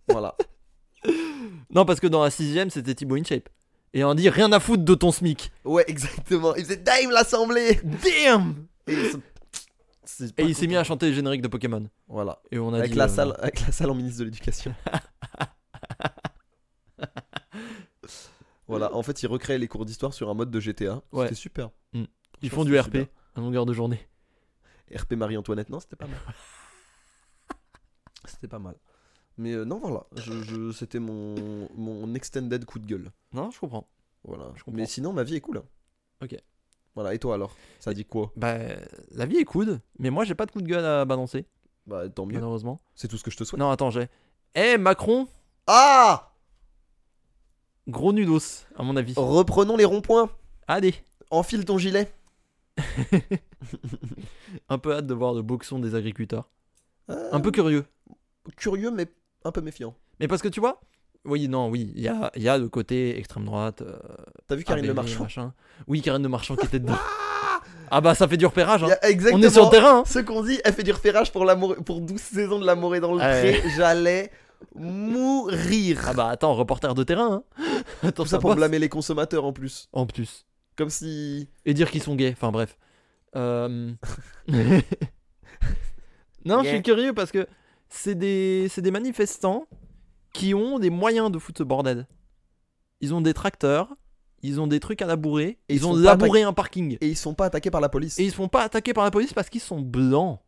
Speaker 1: voilà.
Speaker 2: Non, parce que dans la 6ème c'était Thibaut InShape. Et on dit rien à foutre de ton SMIC.
Speaker 1: Ouais, exactement. Il faisait Dame l'Assemblée
Speaker 2: Damn
Speaker 1: Et, il se- c'est pas
Speaker 2: Et il s'est
Speaker 1: content.
Speaker 2: mis à chanter le générique de Pokémon.
Speaker 1: Voilà.
Speaker 2: Et on a
Speaker 1: Avec
Speaker 2: dit.
Speaker 1: la,
Speaker 2: euh,
Speaker 1: salle, avec la salle en ministre de l'Éducation. voilà. En fait, il recrée les cours d'histoire sur un mode de GTA.
Speaker 2: Ouais.
Speaker 1: C'était super.
Speaker 2: Ils
Speaker 1: Je
Speaker 2: font
Speaker 1: pense
Speaker 2: du
Speaker 1: que
Speaker 2: RP
Speaker 1: c'est
Speaker 2: à longueur de journée.
Speaker 1: RP Marie-Antoinette, non, c'était pas mal. c'était pas mal. Mais euh, non, voilà. Je, je- c'était mon, mon extended coup de gueule.
Speaker 2: Non, je comprends.
Speaker 1: Voilà.
Speaker 2: Je comprends.
Speaker 1: Mais sinon, ma vie est cool. hein.
Speaker 2: Ok.
Speaker 1: Voilà. Et toi alors Ça dit quoi
Speaker 2: Bah, la vie est coude, mais moi j'ai pas de coup de gueule à balancer,
Speaker 1: Bah, tant mieux.
Speaker 2: malheureusement.
Speaker 1: C'est tout ce que je te souhaite.
Speaker 2: Non, attends, j'ai. Eh, Macron,
Speaker 1: Ah
Speaker 2: gros nudos, à mon
Speaker 1: Oh.
Speaker 2: avis.
Speaker 1: Reprenons les ronds-points.
Speaker 2: Allez,
Speaker 1: Enfile ton gilet.
Speaker 2: un peu hâte de voir le boxon des agriculteurs.
Speaker 1: Euh,
Speaker 2: Un peu curieux.
Speaker 1: curieux, mais un peu méfiant.
Speaker 2: Mais parce que tu vois, oui, non, oui, il y a, il y a le côté extrême droite. euh,
Speaker 1: T'as vu Karine
Speaker 2: ABV,
Speaker 1: Le Marchand
Speaker 2: machin. Oui, Karine Le Marchand qui était dedans. ah bah, ça fait du repérage, hein.
Speaker 1: Il y a
Speaker 2: On est sur le
Speaker 1: Exactement.
Speaker 2: terrain, hein.
Speaker 1: Ce qu'on dit, elle fait du repérage pour, la morée- pour 12 saisons de la morée dans le
Speaker 2: Ah, Ouais.
Speaker 1: pré. J'allais mourir.
Speaker 2: Ah bah, attends, reporter de terrain, hein. Attends,
Speaker 1: Tout ça pour blâmer les consommateurs en plus.
Speaker 2: En plus.
Speaker 1: Comme si.
Speaker 2: Et dire qu'ils sont gays, enfin bref. Euh, non, je
Speaker 1: Yeah.
Speaker 2: suis curieux parce que c'est des, c'est des manifestants qui ont des moyens de foutre ce bordel. Ils ont des tracteurs, ils ont des trucs à labourer,
Speaker 1: Et
Speaker 2: ils,
Speaker 1: ils
Speaker 2: ont
Speaker 1: sont pas
Speaker 2: labouré un parking.
Speaker 1: Et ils sont pas attaqués par la police.
Speaker 2: Et ils se font pas attaquer par la police parce qu'ils sont blancs.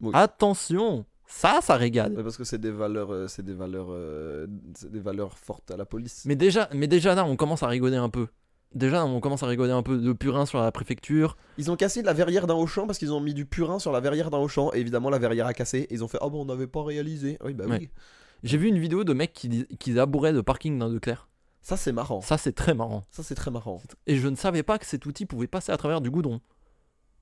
Speaker 1: Oui.
Speaker 2: Attention, ça, ça régale.
Speaker 1: Ouais, Parce que c'est des valeurs, euh, c'est des valeurs, euh, c'est des valeurs fortes à la police.
Speaker 2: Mais déjà, mais déjà là, on commence à rigoler un peu. Déjà, on commence à rigoler un peu de purin sur la préfecture.
Speaker 1: Ils ont cassé la verrière d'un Auchan parce qu'ils ont mis du purin sur la verrière d'un Auchan. Et évidemment, la verrière a cassé. Et ils ont fait Oh, bon, on n'avait pas réalisé. Oui, bah
Speaker 2: Ouais.
Speaker 1: oui.
Speaker 2: J'ai vu une vidéo de mecs qui, dis- qui labouraient le parking d'un Leclerc.
Speaker 1: Ça, c'est marrant.
Speaker 2: Ça, c'est très marrant.
Speaker 1: Ça, c'est très marrant.
Speaker 2: Et je ne savais pas que cet outil pouvait passer à travers du goudron.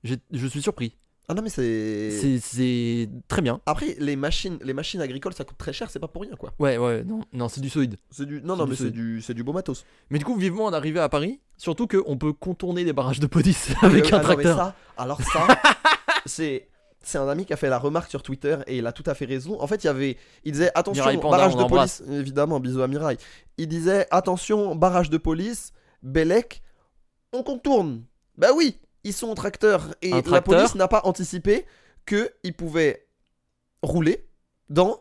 Speaker 2: J'ai- Je suis surpris.
Speaker 1: Ah non, mais c'est.
Speaker 2: C'est- C'est très bien.
Speaker 1: Après, les machines, les machines agricoles, ça coûte très cher, c'est pas pour rien, quoi.
Speaker 2: Ouais, ouais, non, non c'est du solide.
Speaker 1: C'est du... Non,
Speaker 2: C'est
Speaker 1: non,
Speaker 2: du
Speaker 1: mais c'est
Speaker 2: solide.
Speaker 1: du, c'est du beau matos.
Speaker 2: Mais du coup, vivement en arrivée à Paris, surtout qu'on peut contourner des barrages de police avec
Speaker 1: Euh,
Speaker 2: un
Speaker 1: ah non, mais
Speaker 2: tracteur.
Speaker 1: ça, alors ça, c'est... C'est un ami qui a fait la remarque sur Twitter et il a tout à fait raison. En fait, il y avait, il disait attention
Speaker 2: Mireille Panda,
Speaker 1: barrage
Speaker 2: on
Speaker 1: de
Speaker 2: l'embrasse.
Speaker 1: police. Évidemment, bisous à Mirail. Il disait attention barrage de police, Bellec, on contourne. Bah oui, ils sont au tracteur et
Speaker 2: Un
Speaker 1: la
Speaker 2: tracteur
Speaker 1: police n'a pas anticipé que ils pouvaient rouler dans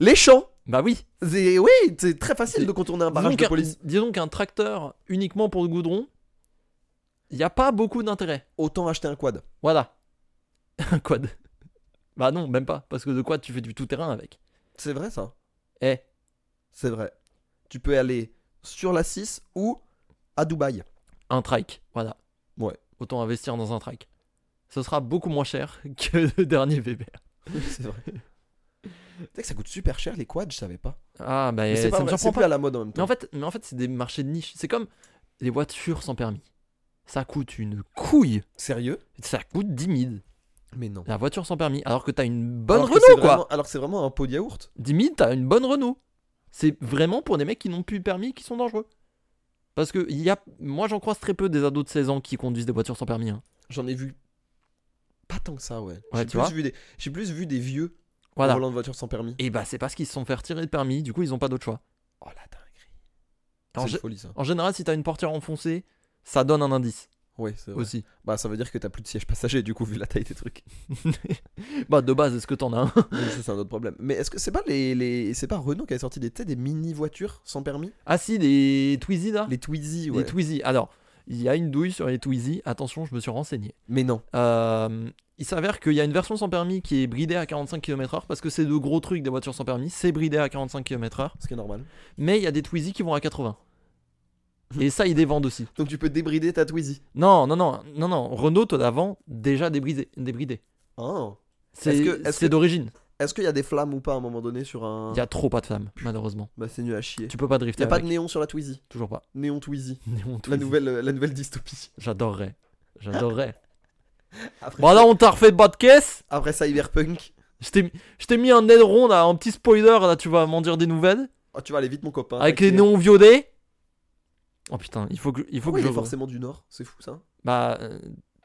Speaker 1: les champs.
Speaker 2: Bah oui.
Speaker 1: C'est- oui, c'est très facile de contourner un barrage
Speaker 2: Disons
Speaker 1: de
Speaker 2: qu'un-
Speaker 1: police.
Speaker 2: Disons qu'un tracteur uniquement pour le goudron, il n'y a pas beaucoup d'intérêt.
Speaker 1: Autant acheter un quad.
Speaker 2: Voilà. Un quad. Bah non, même pas. Parce que de quad, tu fais du tout-terrain avec.
Speaker 1: C'est vrai ça.
Speaker 2: Eh,
Speaker 1: C'est vrai. Tu peux aller sur la 6 ou à Dubaï.
Speaker 2: un trike, voilà.
Speaker 1: Ouais.
Speaker 2: Autant investir dans un trike. Ce sera beaucoup moins cher que le dernier Weber.
Speaker 1: c'est vrai. tu sais que ça coûte super cher les quads, je savais pas.
Speaker 2: Ah bah
Speaker 1: Mais
Speaker 2: ça
Speaker 1: c'est pas
Speaker 2: me
Speaker 1: vrai,
Speaker 2: surprend
Speaker 1: c'est
Speaker 2: pas.
Speaker 1: plus à la mode en même
Speaker 2: Mais
Speaker 1: temps.
Speaker 2: en fait, mais en fait c'est des marchés de niche. C'est comme les voitures sans permis. ça coûte une couille.
Speaker 1: Sérieux
Speaker 2: Ça coûte 10 000.
Speaker 1: Mais non.
Speaker 2: La voiture sans permis. Alors que t'as une bonne
Speaker 1: alors que
Speaker 2: Renault,
Speaker 1: c'est
Speaker 2: quoi.
Speaker 1: vraiment- Alors que c'est vraiment un pot de yaourt.
Speaker 2: 10 000, t'as une bonne Renault. C'est vraiment pour des mecs qui n'ont plus de permis qui sont dangereux. Parce que il y a... moi, j'en croise très peu des ados de 16 ans qui conduisent des voitures sans permis. hein.
Speaker 1: J'en ai vu pas tant que ça, ouais.
Speaker 2: Ouais,
Speaker 1: J'ai
Speaker 2: tu
Speaker 1: plus
Speaker 2: vois.
Speaker 1: vu des, j'ai plus vu des vieux
Speaker 2: Voilà.
Speaker 1: volant de voiture sans permis.
Speaker 2: Et bah, c'est parce qu'ils se sont fait retirer le permis, du coup, ils n'ont pas d'autre choix.
Speaker 1: Oh la dinguerie.
Speaker 2: En,
Speaker 1: C'est
Speaker 2: gé-
Speaker 1: une folie ça.
Speaker 2: en général, si t'as une portière enfoncée, ça donne un indice
Speaker 1: Ouais, c'est vrai.
Speaker 2: aussi.
Speaker 1: Bah ça veut dire que t'as plus de siège passager du coup vu la taille des trucs.
Speaker 2: bah, de base, est-ce que t'en as un
Speaker 1: Mais ça c'est un autre problème. Mais est-ce que c'est pas les, les- c'est pas Renault qui a sorti des tu sais, des mini voitures sans permis
Speaker 2: Ah, si, des Twizy là
Speaker 1: Les Twizy
Speaker 2: Des
Speaker 1: ouais.
Speaker 2: Twizy. Alors, il y a une douille sur les Twizy. Attention, je me suis renseigné.
Speaker 1: Mais non.
Speaker 2: Euh, il s'avère qu'il y a une version sans permis qui est bridée à 45 km/h parce que c'est de gros trucs des voitures sans permis, c'est bridé à 45 km/h.
Speaker 1: Ce qui est normal.
Speaker 2: Mais il y a des Twizy qui vont à 80.
Speaker 1: Mhm.
Speaker 2: Et ça, ils dévendent aussi.
Speaker 1: Donc tu peux débrider ta Twizy.
Speaker 2: Non, non, non, non, non. Renault, toi d'avant, déjà débridé. débridé.
Speaker 1: Hein
Speaker 2: C'est
Speaker 1: Est-ce que- est-ce
Speaker 2: c'est
Speaker 1: que-
Speaker 2: d'origine.
Speaker 1: Est-ce qu'il y a des flammes ou pas à un moment donné sur un
Speaker 2: Il y a trop pas de femmes, malheureusement.
Speaker 1: Bah c'est nul à chier.
Speaker 2: Tu peux pas
Speaker 1: Y
Speaker 2: drifter.
Speaker 1: a pas
Speaker 2: avec.
Speaker 1: de néon sur la Twizy.
Speaker 2: Toujours pas.
Speaker 1: Néon Twizy.
Speaker 2: Néon
Speaker 1: La
Speaker 2: Twizy.
Speaker 1: nouvelle, euh, la nouvelle dystopie.
Speaker 2: J'adorerais. J'adorerais.
Speaker 1: Après,
Speaker 2: bon, là, on t'a refait bas de caisse.
Speaker 1: après Cyberpunk.
Speaker 2: Je t'ai- je t'ai mis un aileron, là, un petit spoiler, là, tu vas m'en dire des nouvelles.
Speaker 1: Oh, tu vas aller vite mon copain.
Speaker 2: Avec les
Speaker 1: t'inquiète.
Speaker 2: noms viodés. Oh putain, il faut que, il faut
Speaker 1: Pourquoi
Speaker 2: que
Speaker 1: il
Speaker 2: je.
Speaker 1: est forcément du Nord C'est fou ça.
Speaker 2: Bah, euh,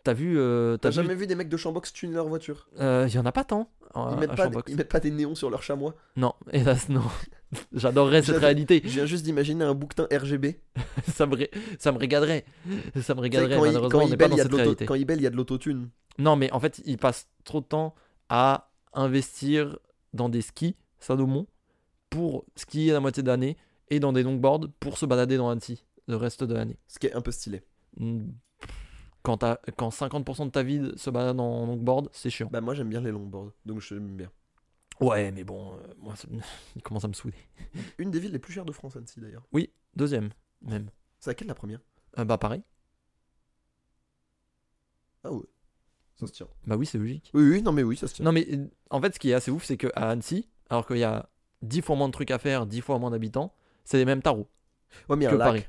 Speaker 2: t'as vu. euh,
Speaker 1: T'as
Speaker 2: t'as
Speaker 1: jamais
Speaker 2: jamais.
Speaker 1: vu des mecs de Chambox tuner leur voiture
Speaker 2: Il y en a pas tant. euh,
Speaker 1: ils, mettent pas
Speaker 2: à
Speaker 1: des,
Speaker 2: Chambox.
Speaker 1: ils mettent pas des néons sur leur chamois.
Speaker 2: Non, hélas, non. J'adorerais cette
Speaker 1: J'avais-
Speaker 2: réalité.
Speaker 1: Je viens juste d'imaginer un bouquetin RGB.
Speaker 2: ça, me ré- ça me régaderait. Ça me
Speaker 1: Tu sais,
Speaker 2: régaderait,
Speaker 1: quand, il,
Speaker 2: malheureusement,
Speaker 1: quand
Speaker 2: on
Speaker 1: il
Speaker 2: n'est pas
Speaker 1: belle,
Speaker 2: dans
Speaker 1: il y a de
Speaker 2: cette
Speaker 1: l'auto-
Speaker 2: réalité.
Speaker 1: quand il belle, il y a de l'autotune.
Speaker 2: Non, mais en fait, ils passent trop de temps à investir dans des skis, Salomon, pour skier la moitié de l'année, et dans des longboards pour se balader dans Annecy le reste de l'année.
Speaker 1: Ce qui est un peu stylé.
Speaker 2: Mm. Quand, t'as- quand 50% de ta vie se balade en longboard, c'est chiant.
Speaker 1: Bah moi j'aime bien les longboards, donc je l'aime bien.
Speaker 2: Ouais, mais bon, euh, moi, ça- il commence à me saouler.
Speaker 1: Une des villes les plus chères de France, Annecy d'ailleurs.
Speaker 2: Deuxième, même.
Speaker 1: C'est laquelle la première
Speaker 2: Ah bah pareil.
Speaker 1: Ça se tient.
Speaker 2: Bah oui, c'est logique.
Speaker 1: Oui, oui, non mais oui, ça se tient.
Speaker 2: Non, mais euh, en fait, ce qui est assez ouf, c'est que à Annecy, alors qu'il y a 10 fois moins de trucs à faire, 10 fois moins d'habitants, c'est les mêmes tarots
Speaker 1: Ouais, mais il y a
Speaker 2: Mm. que
Speaker 1: un lac.
Speaker 2: Paris.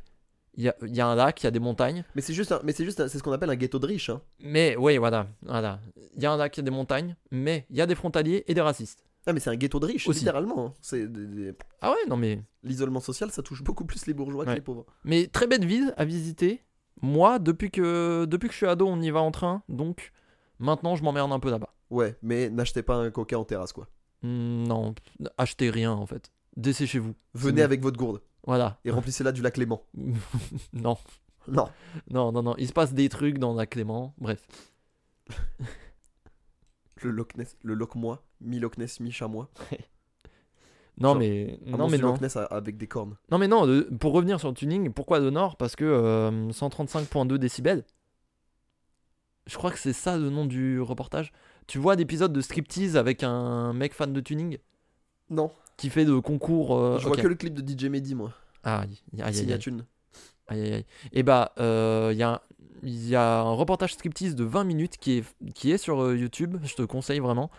Speaker 2: Il y a, il y a un lac, il y a des montagnes.
Speaker 1: Mais c'est juste, un- mais c'est juste, un- c'est ce qu'on appelle un ghetto de riches. hein.
Speaker 2: Mais ouais, voilà, voilà. Il y a un lac, il y a des montagnes, mais il y a des frontaliers et des racistes.
Speaker 1: Ah mais c'est un ghetto de riches,
Speaker 2: Aussi.
Speaker 1: littéralement. hein. C'est des- des-
Speaker 2: Ah ouais, non mais...
Speaker 1: l'isolement social, ça touche beaucoup plus les bourgeois
Speaker 2: Ouais.
Speaker 1: que les pauvres.
Speaker 2: Mais très belle ville à visiter. Moi, depuis que, depuis que je suis ado, on y va en train, donc maintenant, je m'emmerde un peu là-bas.
Speaker 1: Ouais, mais n'achetez pas un coca en terrasse quoi.
Speaker 2: Hmm, Non, achetez rien en fait. Desséchez-vous.
Speaker 1: Venez
Speaker 2: mieux.
Speaker 1: avec votre gourde
Speaker 2: Voilà.
Speaker 1: et remplissez-la du lac Léman.
Speaker 2: non,
Speaker 1: Non.
Speaker 2: non, non, non. Il se passe des trucs dans la Clément. Bref.
Speaker 1: Le Loch Ness, le Loch moi, mi Loch Ness, mi chamois. Ah,
Speaker 2: Non,
Speaker 1: Genre,
Speaker 2: mais
Speaker 1: Un
Speaker 2: non,
Speaker 1: monstre
Speaker 2: mais
Speaker 1: du
Speaker 2: non.
Speaker 1: Loch Ness a- avec des cornes.
Speaker 2: Non, mais non. le- Pour revenir sur le tuning, pourquoi le Nord Parce que euh, 135.2 décibels. Je crois que c'est ça le nom du reportage. Tu vois d'épisodes de striptease avec un mec fan de tuning
Speaker 1: Non,
Speaker 2: qui fait de concours. euh,
Speaker 1: je vois
Speaker 2: ok.
Speaker 1: que le clip de DJ Mehdi moi.
Speaker 2: Ah, aïe, aïe, aïe, aïe.
Speaker 1: Signatune.
Speaker 2: Aïe aïe aïe. Et bah, euh, il y, a un- il y a un reportage striptease de 20 minutes qui est, qui est sur euh, YouTube, je te conseille vraiment,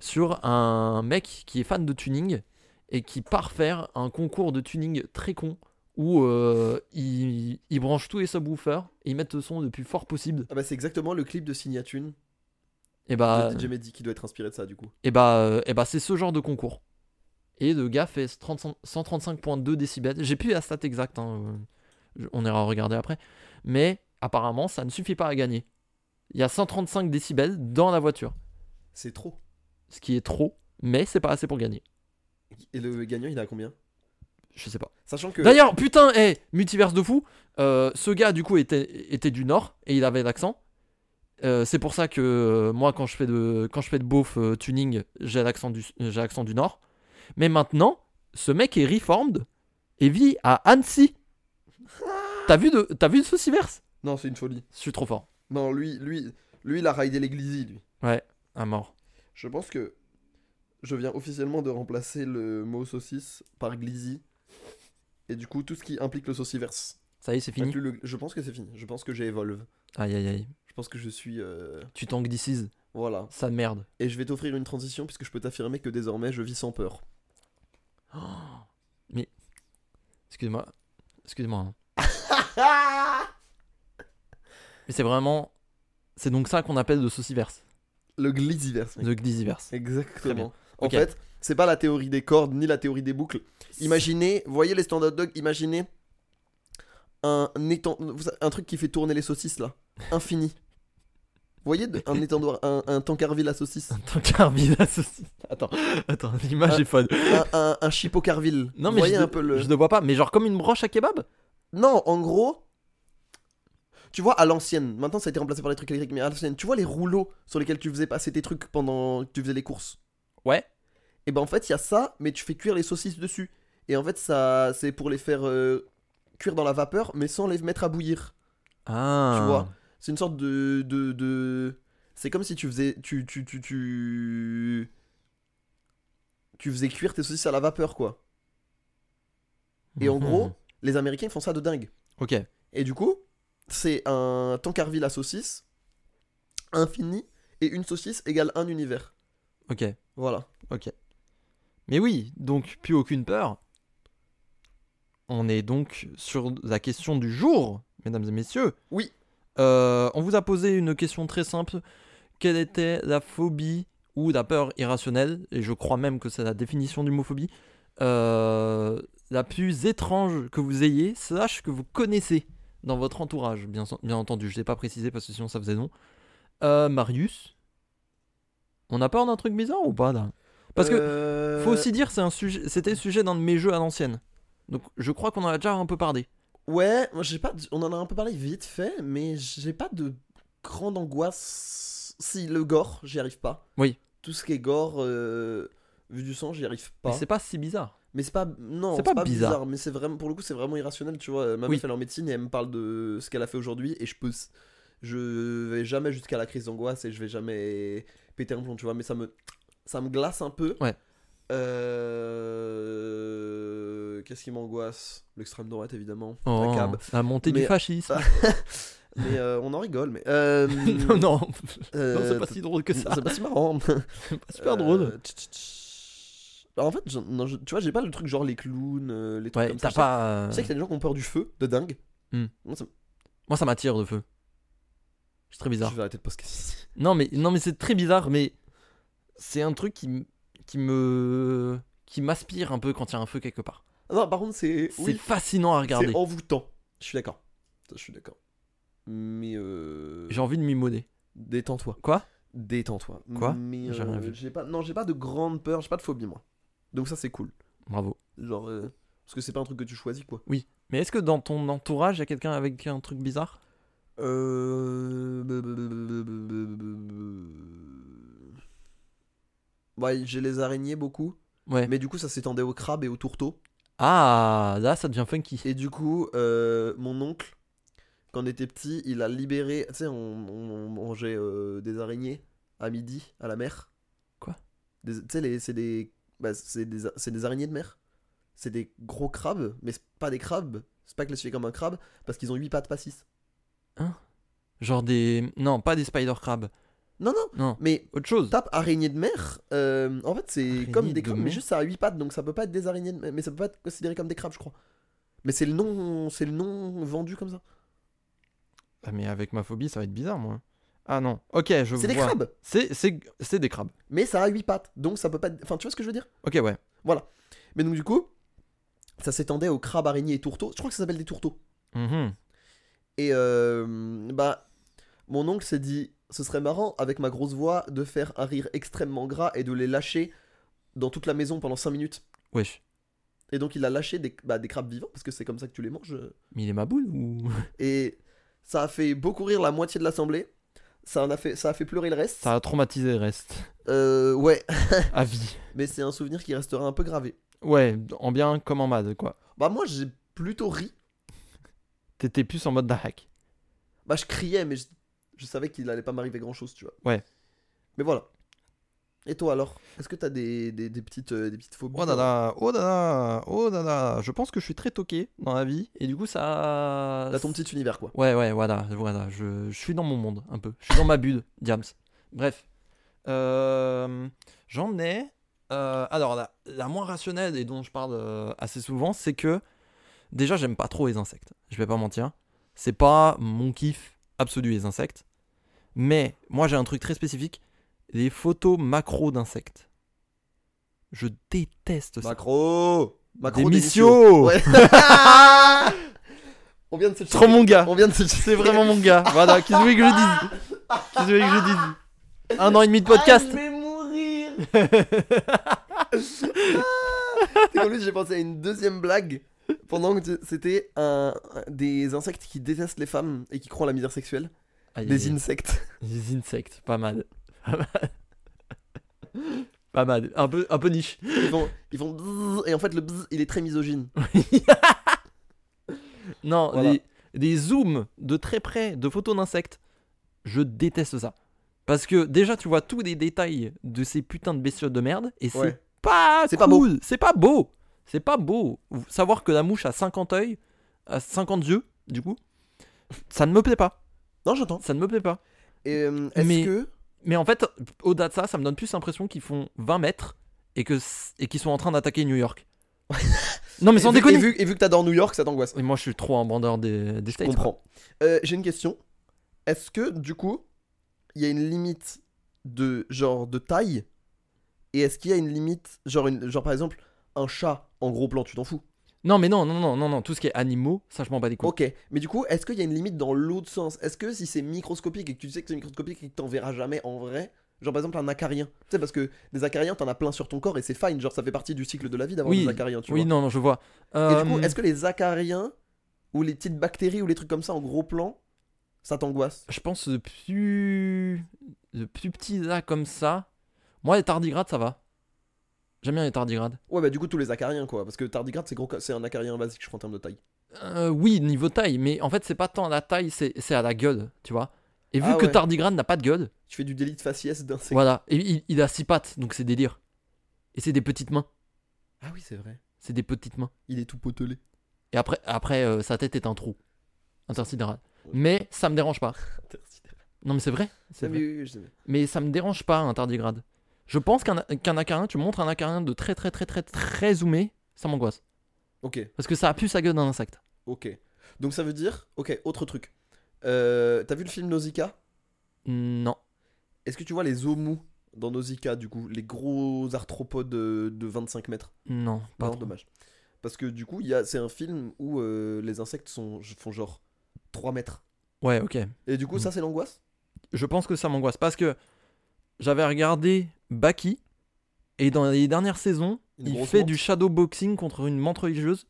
Speaker 2: sur un mec qui est fan de tuning et qui part faire un concours de tuning très con où euh, il, il branche tous les subwoofers et ils mettent le son le plus fort possible.
Speaker 1: Ah bah c'est exactement le clip de Signatune
Speaker 2: Et bah,
Speaker 1: de DJ Mehdi qui doit être inspiré de ça du coup.
Speaker 2: et bah, euh, et bah c'est ce genre de concours. Et le gars fait 30 135.2 décibels. J'ai plus la stat exacte, hein, euh, je- on ira regarder après. Mais apparemment, ça ne suffit pas à gagner. Il y a 135 décibels dans la voiture,
Speaker 1: C'est trop.
Speaker 2: ce qui est trop, mais c'est pas assez pour gagner.
Speaker 1: Et le gagnant il a combien
Speaker 2: Je sais pas.
Speaker 1: Sachant que.
Speaker 2: D'ailleurs, putain, hé, multiverse de fou, euh, ce gars du coup était, était du nord et il avait l'accent. Euh, c'est pour ça que euh, moi, quand je fais de, quand je fais de beauf euh, tuning, j'ai l'accent du, j'ai l'accent du nord. Mais maintenant, ce mec est reformed et vit à Annecy. T'as vu de, t'as vu de souciverse
Speaker 1: Non, c'est une folie.
Speaker 2: Je suis trop fort.
Speaker 1: Non, lui, lui, lui il a raidé l'église lui.
Speaker 2: À mort.
Speaker 1: Je pense que je viens officiellement de remplacer le mot saucisse par glizzy. Et du coup, tout ce qui implique le sauciverse.
Speaker 2: Ça y est, c'est fini.
Speaker 1: Inclut le- Je pense que c'est fini. Je pense que j'ai évolve.
Speaker 2: Aïe aïe aïe.
Speaker 1: Je pense que je suis. euh,
Speaker 2: Tu t'anglicises.
Speaker 1: Voilà.
Speaker 2: Ça de merde.
Speaker 1: Et je vais t'offrir une transition puisque je peux t'affirmer que désormais je vis sans peur.
Speaker 2: Excuse-moi. Excuse-moi. hein. Mais c'est vraiment. C'est donc ça qu'on appelle le sauciverse,
Speaker 1: Le Glizzyverse. mec.
Speaker 2: le glizzyverse. Très bien.
Speaker 1: Exactement. En
Speaker 2: Ok.
Speaker 1: fait, c'est pas la théorie des cordes ni la théorie des boucles. Imaginez, voyez les stand-up dogs, imaginez un, étend- vous savez, un truc qui fait tourner les saucisses là, infini. voyez de- un étendoir, un, un Tancarville à saucisse,
Speaker 2: Tant qu'Arville la saucisse. Attends, attends, l'image est folle.
Speaker 1: un, un, un chipot Carville.
Speaker 2: Non,
Speaker 1: Ah, Vous
Speaker 2: mais
Speaker 1: voyez
Speaker 2: je,
Speaker 1: un peu le.
Speaker 2: je ne vois pas, mais genre comme une broche à kebab
Speaker 1: Non, en gros, tu vois, à l'ancienne, maintenant ça a été remplacé par des trucs électriques, mais à l'ancienne, tu vois les rouleaux sur lesquels tu faisais passer tes trucs pendant que tu faisais les courses
Speaker 2: Ouais.
Speaker 1: Et ben en fait, il y a ça, mais tu fais cuire les saucisses dessus. Et en fait, ça c'est pour les faire euh, cuire dans la vapeur, mais sans les mettre à bouillir.
Speaker 2: Ah.
Speaker 1: Tu vois C'est une sorte de. de, de... C'est comme si tu faisais. Tu, tu, tu, tu. Tu faisais cuire tes saucisses à la vapeur, quoi. Et en
Speaker 2: Mhm.
Speaker 1: gros, les Américains font ça de dingue.
Speaker 2: Ok.
Speaker 1: Et du coup, c'est un Tancarville à saucisse, infini, et une saucisse égale un univers.
Speaker 2: Ok.
Speaker 1: Voilà.
Speaker 2: Mais oui, donc plus aucune peur. On est donc sur la question du jour, mesdames et messieurs.
Speaker 1: Oui.
Speaker 2: Euh, on vous a posé une question très simple. Quelle était la phobie ou la peur irrationnelle Et je crois même que c'est la définition d'humophobie. euh, la plus étrange que vous ayez, slash que vous connaissez dans votre entourage, bien, bien entendu. Je ne l'ai pas précisé parce que sinon ça faisait non. Euh, Marius, on a peur d'un truc bizarre ou pas là Parce que
Speaker 1: Euh,
Speaker 2: faut aussi dire, c'est un sujet, c'était le sujet d'un de mes jeux à l'ancienne. Donc je crois qu'on en a déjà un peu parlé.
Speaker 1: Ouais, moi j'ai pas. de- On en a un peu parlé vite fait, mais j'ai pas de grande angoisse. Si, le gore, j'y arrive pas.
Speaker 2: Oui.
Speaker 1: Tout ce qui est gore, euh, vu du sang, j'y arrive pas.
Speaker 2: Mais c'est pas si bizarre.
Speaker 1: Mais c'est pas. Non,
Speaker 2: C'est pas bizarre.
Speaker 1: Mais c'est vraiment. Pour le coup, c'est vraiment irrationnel, tu vois. Ma
Speaker 2: Oui.
Speaker 1: meuf, elle est en médecine et elle me parle de ce qu'elle a fait aujourd'hui et je peux. Je vais jamais jusqu'à la crise d'angoisse et je vais jamais péter un plomb, tu vois. Mais ça me. Ça me glace un peu.
Speaker 2: Ouais.
Speaker 1: Euh, Qu'est-ce qui m'angoisse L'extrême droite, évidemment.
Speaker 2: Oh,
Speaker 1: La cab.
Speaker 2: la montée
Speaker 1: Mais-
Speaker 2: du fascisme.
Speaker 1: Mais euh, on en rigole, mais. euh,
Speaker 2: non, non, non,
Speaker 1: euh,
Speaker 2: c'est pas si drôle que ça.
Speaker 1: c'est pas si marrant.
Speaker 2: C'est pas super
Speaker 1: Euh,
Speaker 2: drôle.
Speaker 1: tch, tch, tch. Alors, en fait, je- non, je- tu vois, j'ai pas le truc genre les clowns, euh, les trucs
Speaker 2: Ouais,
Speaker 1: comme
Speaker 2: t'as
Speaker 1: ça.
Speaker 2: pas. euh,
Speaker 1: Tu sais qu'il y a des gens qui ont peur du feu, de dingue.
Speaker 2: Hmm.
Speaker 1: Moi, ça me-
Speaker 2: Moi, ça m'attire de feu. C'est très bizarre.
Speaker 1: Je vais arrêter de podcast.
Speaker 2: Non, mais non, mais c'est très bizarre. Mais c'est un truc qui, m- qui me, qui m'aspire un peu quand il y a un feu quelque part.
Speaker 1: Ah Non, par contre, c'est.
Speaker 2: C'est
Speaker 1: Oui,
Speaker 2: fascinant à regarder.
Speaker 1: c'est envoûtant. Je suis d'accord. Ça, Je suis d'accord. Mais. Euh...
Speaker 2: J'ai envie de m'immoder.
Speaker 1: Détends-toi.
Speaker 2: Quoi
Speaker 1: Détends-toi.
Speaker 2: Quoi
Speaker 1: Mais.
Speaker 2: J'ai rien
Speaker 1: euh,
Speaker 2: vu.
Speaker 1: J'ai pas... Non, j'ai pas de grande peur, j'ai pas de phobie, moi. Donc, ça, c'est cool.
Speaker 2: Bravo.
Speaker 1: Genre. euh, Parce que c'est pas un truc que tu choisis, quoi.
Speaker 2: Mais est-ce que dans ton entourage, il y a quelqu'un avec un truc bizarre
Speaker 1: Euh... Ouais, j'ai les araignées beaucoup.
Speaker 2: Ouais.
Speaker 1: Mais du coup, ça s'étendait aux crabes et aux tourteaux.
Speaker 2: Ah, là, ça devient funky.
Speaker 1: Et du coup, euh, mon oncle, quand on était petit, il a libéré. Tu sais, on, on- on mangeait euh, des araignées à midi à la mer.
Speaker 2: Quoi
Speaker 1: Des- Tu sais, les- c'est des, bah, c'est des, c'est des araignées de mer. C'est des gros crabes, mais c'est pas des crabes. C'est pas classifié comme un crabe parce qu'ils ont 8 pattes, pas 6.
Speaker 2: Genre des. Non, pas des spider crabs.
Speaker 1: Non, non,
Speaker 2: Non,
Speaker 1: mais
Speaker 2: autre chose.
Speaker 1: tape araignée de mer. euh, en fait, c'est
Speaker 2: Araignée
Speaker 1: comme des
Speaker 2: de
Speaker 1: crabes, mais
Speaker 2: mer.
Speaker 1: juste ça a 8 pattes, donc ça peut pas être des araignées de mer. Mais ça peut pas être considéré comme des crabes, je crois. Mais c'est le nom, c'est le nom vendu comme ça.
Speaker 2: Ah, mais avec ma phobie, ça va être bizarre, moi. Ah non. Ok, je
Speaker 1: C'est des
Speaker 2: vois.
Speaker 1: crabes
Speaker 2: C'est c'est c'est des crabes.
Speaker 1: mais ça a 8 pattes, donc ça peut pas. être- Enfin, tu vois ce que je veux dire
Speaker 2: Ok, ouais.
Speaker 1: Mais donc, du coup, ça s'étendait aux crabes, araignées et tourteaux. Je crois que ça s'appelle des tourteaux.
Speaker 2: Mhm.
Speaker 1: Et euh, bah, mon oncle s'est dit ce serait marrant, avec ma grosse voix, de faire un rire extrêmement gras et de les lâcher dans toute la maison pendant 5 minutes.
Speaker 2: Wesh.
Speaker 1: Et donc, il a lâché des, bah, des crabes vivants, parce que c'est comme ça que tu les manges.
Speaker 2: Mais il est ma boule ou.
Speaker 1: Et ça a fait beaucoup rire la moitié de l'assemblée. Ça, en a fait, ça a fait pleurer le reste.
Speaker 2: Ça a traumatisé le reste.
Speaker 1: Euh, ouais,
Speaker 2: à vie.
Speaker 1: mais c'est un souvenir qui restera un peu gravé.
Speaker 2: Ouais, en bien comme en mal, quoi.
Speaker 1: Bah, moi, j'ai plutôt ri.
Speaker 2: T'étais plus en mode hack.
Speaker 1: Bah, je criais, mais je, je savais qu'il allait pas m'arriver grand chose, tu vois.
Speaker 2: Ouais.
Speaker 1: Mais voilà. Et toi alors Est-ce que t'as des, des, des petites, euh, des petites phobies
Speaker 2: Oh là là, oh là là, oh là là. Je pense que je suis très toqué dans la vie. Et du coup, ça.
Speaker 1: T'as ton petit univers, quoi.
Speaker 2: Ouais, ouais, voilà, voilà. Je, je suis dans mon monde, un peu. Je suis dans ma bulle, Diams. Bref. Euh, J'en ai. euh, alors, la, la moins rationnelle et dont je parle euh, assez souvent, c'est que. Déjà, j'aime pas trop les insectes. Je vais pas mentir. C'est pas mon kiff. absolue les insectes. Mais moi, j'ai un truc très spécifique les photos macro d'insectes. Je déteste
Speaker 1: Bah,
Speaker 2: ça.
Speaker 1: Macro Macro
Speaker 2: des
Speaker 1: missions
Speaker 2: missios
Speaker 1: Ouais. On vient de se
Speaker 2: Trop mon gars
Speaker 1: On vient de se
Speaker 2: C'est vraiment mon gars Voilà, qu'est-ce que vous voulez que je dise Qu'est-ce que vous voulez que je dise Un an et demi de podcast
Speaker 1: je vais mourir T'es comme lui, j'ai pensé à une deuxième blague. Pendant que tu- c'était un, des insectes qui détestent les femmes et qui croient à la misère sexuelle.
Speaker 2: Aïe,
Speaker 1: Des
Speaker 2: aïe, aïe.
Speaker 1: insectes.
Speaker 2: Des insectes, pas mal. Pas mal. Pas mal. Un peu, un peu niche.
Speaker 1: Ils font, ils font bzzz, et en fait le bzzz il est très misogyne.
Speaker 2: Non,
Speaker 1: Voilà.
Speaker 2: des, des zooms de très près de photos d'insectes. Je déteste ça. Parce que déjà, tu vois tous les détails de ces putains de bestioles de merde et c'est
Speaker 1: Ouais.
Speaker 2: pas
Speaker 1: C'est pas beau.
Speaker 2: cool. C'est pas beau. C'est pas beau. Savoir que la mouche a 50 yeux, a 50 yeux, du coup, ça ne me plaît pas.
Speaker 1: Non j'entends.
Speaker 2: Ça ne me plaît pas.
Speaker 1: Et, euh, Est-ce
Speaker 2: Mais-
Speaker 1: que
Speaker 2: Mais en fait, au-delà de ça, ça me donne plus l'impression qu'ils font 20 mètres et que c- et qu'ils sont en train d'attaquer New York. non, mais sans
Speaker 1: et vu-
Speaker 2: déconner.
Speaker 1: Et vu, et vu que t'adores New York ça t'angoisse.
Speaker 2: Et moi, je suis trop un bandeur des, des
Speaker 1: Je
Speaker 2: States. quoi.
Speaker 1: comprends. Euh, J'ai une question. Est-ce que du coup il y a une limite de genre de taille et est-ce qu'il y a une limite genre une, genre par exemple un chat en gros plan tu t'en fous.
Speaker 2: Non, mais non, non, non, non, non. Tout ce qui est animaux, ça, je m'en bats les couilles.
Speaker 1: Ok, mais du coup, est-ce qu'il y a une limite dans l'autre sens Est-ce que si c'est microscopique et que tu sais que c'est microscopique et que t'en verras jamais en vrai, genre par exemple un acarien, tu sais, parce que des acariens t'en as plein sur ton corps et c'est fine, genre ça fait partie du cycle de la vie d'avoir
Speaker 2: Oui,
Speaker 1: des acariens, tu
Speaker 2: oui,
Speaker 1: vois.
Speaker 2: non, non, je vois.
Speaker 1: Et
Speaker 2: Euh,
Speaker 1: du coup, est-ce que les acariens ou les petites bactéries ou les trucs comme ça en gros plan, ça t'angoisse
Speaker 2: Je pense de plus. de plus petits là comme ça. Moi, les tardigrades, ça va. J'aime bien les tardigrades.
Speaker 1: Ouais, bah du coup, tous les acariens quoi, parce que tardigrade c'est gros, c'est un acarien basique, je crois, en termes de taille.
Speaker 2: Euh, oui, niveau taille, mais en fait, c'est pas tant à la taille, c'est c'est à la gueule, tu vois. Et vu
Speaker 1: Ah
Speaker 2: que
Speaker 1: ouais.
Speaker 2: tardigrade n'a pas de gueule,
Speaker 1: Tu fais du délit de faciès d'un
Speaker 2: Voilà, et il, il a six pattes, donc c'est délire. Et c'est des petites mains,
Speaker 1: Ah oui, c'est vrai.
Speaker 2: c'est des petites mains.
Speaker 1: Il est tout potelé.
Speaker 2: Et après, après euh, sa tête est un trou intersidéral. Mais ça me dérange pas. Non mais c'est vrai. c'est
Speaker 1: Ah,
Speaker 2: vrai.
Speaker 1: mais oui, oui, je sais bien.
Speaker 2: Mais ça me dérange pas un tardigrade. Je pense qu'un qu'un acarien, tu montres un acarien de très très très très très zoomé, ça m'angoisse.
Speaker 1: Ok.
Speaker 2: Parce que ça a plus sa gueule d'un insecte.
Speaker 1: Ok. Donc ça veut dire. Ok, autre truc. Euh, T'as vu le film Nausicaa
Speaker 2: Non.
Speaker 1: Est-ce que tu vois les os mous dans Nausicaa, du coup Les gros arthropodes euh, de 25 mètres
Speaker 2: Non, pas
Speaker 1: Non,
Speaker 2: trop.
Speaker 1: dommage. Parce que du coup, il y a- c'est un film où euh, les insectes sont, font genre 3 mètres.
Speaker 2: Ouais, ok.
Speaker 1: Et du coup,
Speaker 2: Mhm.
Speaker 1: ça, c'est l'angoisse
Speaker 2: Je pense que ça m'angoisse parce que j'avais regardé Baki et dans les dernières saisons,
Speaker 1: Une
Speaker 2: il
Speaker 1: grosse
Speaker 2: fait
Speaker 1: menthe.
Speaker 2: du shadow boxing contre une menthe religieuse.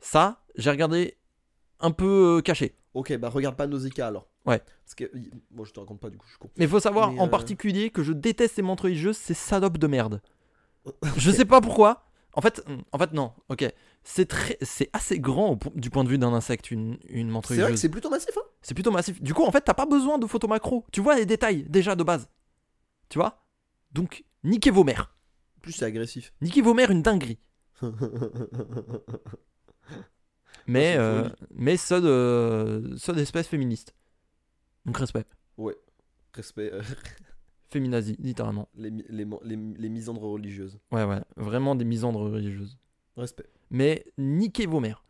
Speaker 2: Ça, j'ai regardé un peu euh, caché.
Speaker 1: Ok, bah regarde pas Nausicaa alors.
Speaker 2: Ouais.
Speaker 1: Parce que. y- Moi, je te raconte pas, du coup, je suis con.
Speaker 2: Mais faut savoir
Speaker 1: Mais,
Speaker 2: en
Speaker 1: euh,
Speaker 2: particulier que je déteste ces montres religieuses, ces salopes de merde. Je sais pas pourquoi. En fait, mm, en fait non. Ok, c'est très, c'est assez grand au po- du point de vue d'un insecte une une menthe
Speaker 1: C'est vrai que
Speaker 2: religieuse.
Speaker 1: c'est plutôt massif, hein
Speaker 2: C'est plutôt massif. Du coup, en fait, t'as pas besoin de photos macro. Tu vois les détails déjà de base. Tu vois. Donc, niquez vos mères.
Speaker 1: En plus, c'est agressif.
Speaker 2: Niquez vos mères une dinguerie. Mais,
Speaker 1: c'est une
Speaker 2: euh,
Speaker 1: folie.
Speaker 2: mais seule, euh, seule espèce féministe. Donc respect.
Speaker 1: Respect, euh,
Speaker 2: Féminazie, littéralement.
Speaker 1: les, mi- les, man- les, les misandres religieuses.
Speaker 2: Ouais, ouais. Vraiment des misandres religieuses.
Speaker 1: Respect.
Speaker 2: Mais niquez vos mères.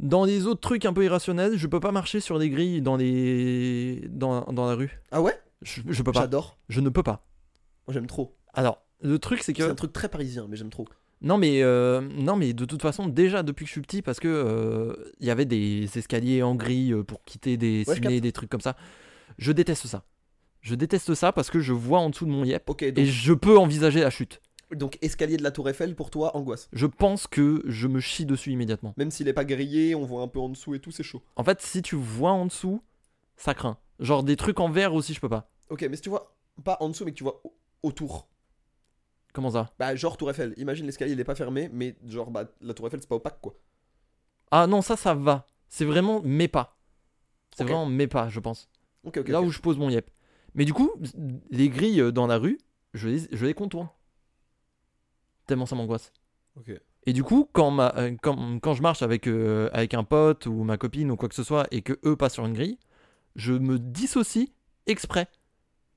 Speaker 2: Dans les autres trucs un peu irrationnels, je peux pas marcher sur des grilles dans les dans, dans la rue.
Speaker 1: Ah ouais
Speaker 2: Je, je peux pas.
Speaker 1: J'adore.
Speaker 2: Je ne peux pas.
Speaker 1: Moi, j'aime trop.
Speaker 2: Alors, le truc c'est
Speaker 1: C'est
Speaker 2: que
Speaker 1: un truc très parisien, mais j'aime trop.
Speaker 2: non mais euh, non mais de toute façon déjà depuis que je suis petit parce que euh, il y avait des escaliers en grille euh, pour quitter des
Speaker 1: Ouais, je
Speaker 2: ciné, des trucs comme ça. Je déteste ça. Je déteste ça parce que je vois en dessous de mon yep
Speaker 1: Ok,
Speaker 2: et
Speaker 1: donc,
Speaker 2: je peux envisager la chute.
Speaker 1: donc escalier de la Tour Eiffel pour toi, angoisse.
Speaker 2: Je pense que je me chie dessus immédiatement.
Speaker 1: Même s'il est pas grillé, on voit un peu en dessous et tout, c'est chaud.
Speaker 2: En fait, si tu vois en dessous, ça craint. Genre des trucs en verre aussi, je peux pas.
Speaker 1: Ok, mais si tu vois pas en dessous, mais que tu vois au- autour.
Speaker 2: Comment ça
Speaker 1: Bah, genre Tour Eiffel. Imagine l'escalier, il est pas fermé, mais genre, bah, la Tour Eiffel, c'est pas opaque quoi.
Speaker 2: Ah non, ça, ça va. C'est vraiment mes pas. C'est
Speaker 1: Ok.
Speaker 2: vraiment mes pas, je pense.
Speaker 1: Ok, ok.
Speaker 2: Là
Speaker 1: ok.
Speaker 2: où je pose mon yep. Mais du coup, les grilles euh, dans la rue, je les, je les contourne. Tellement ça m'angoisse.
Speaker 1: Ok.
Speaker 2: Et du coup, quand, ma- euh, quand, quand je marche avec, euh, avec un pote ou ma copine ou quoi que ce soit et que eux passent sur une grille, je me dissocie exprès.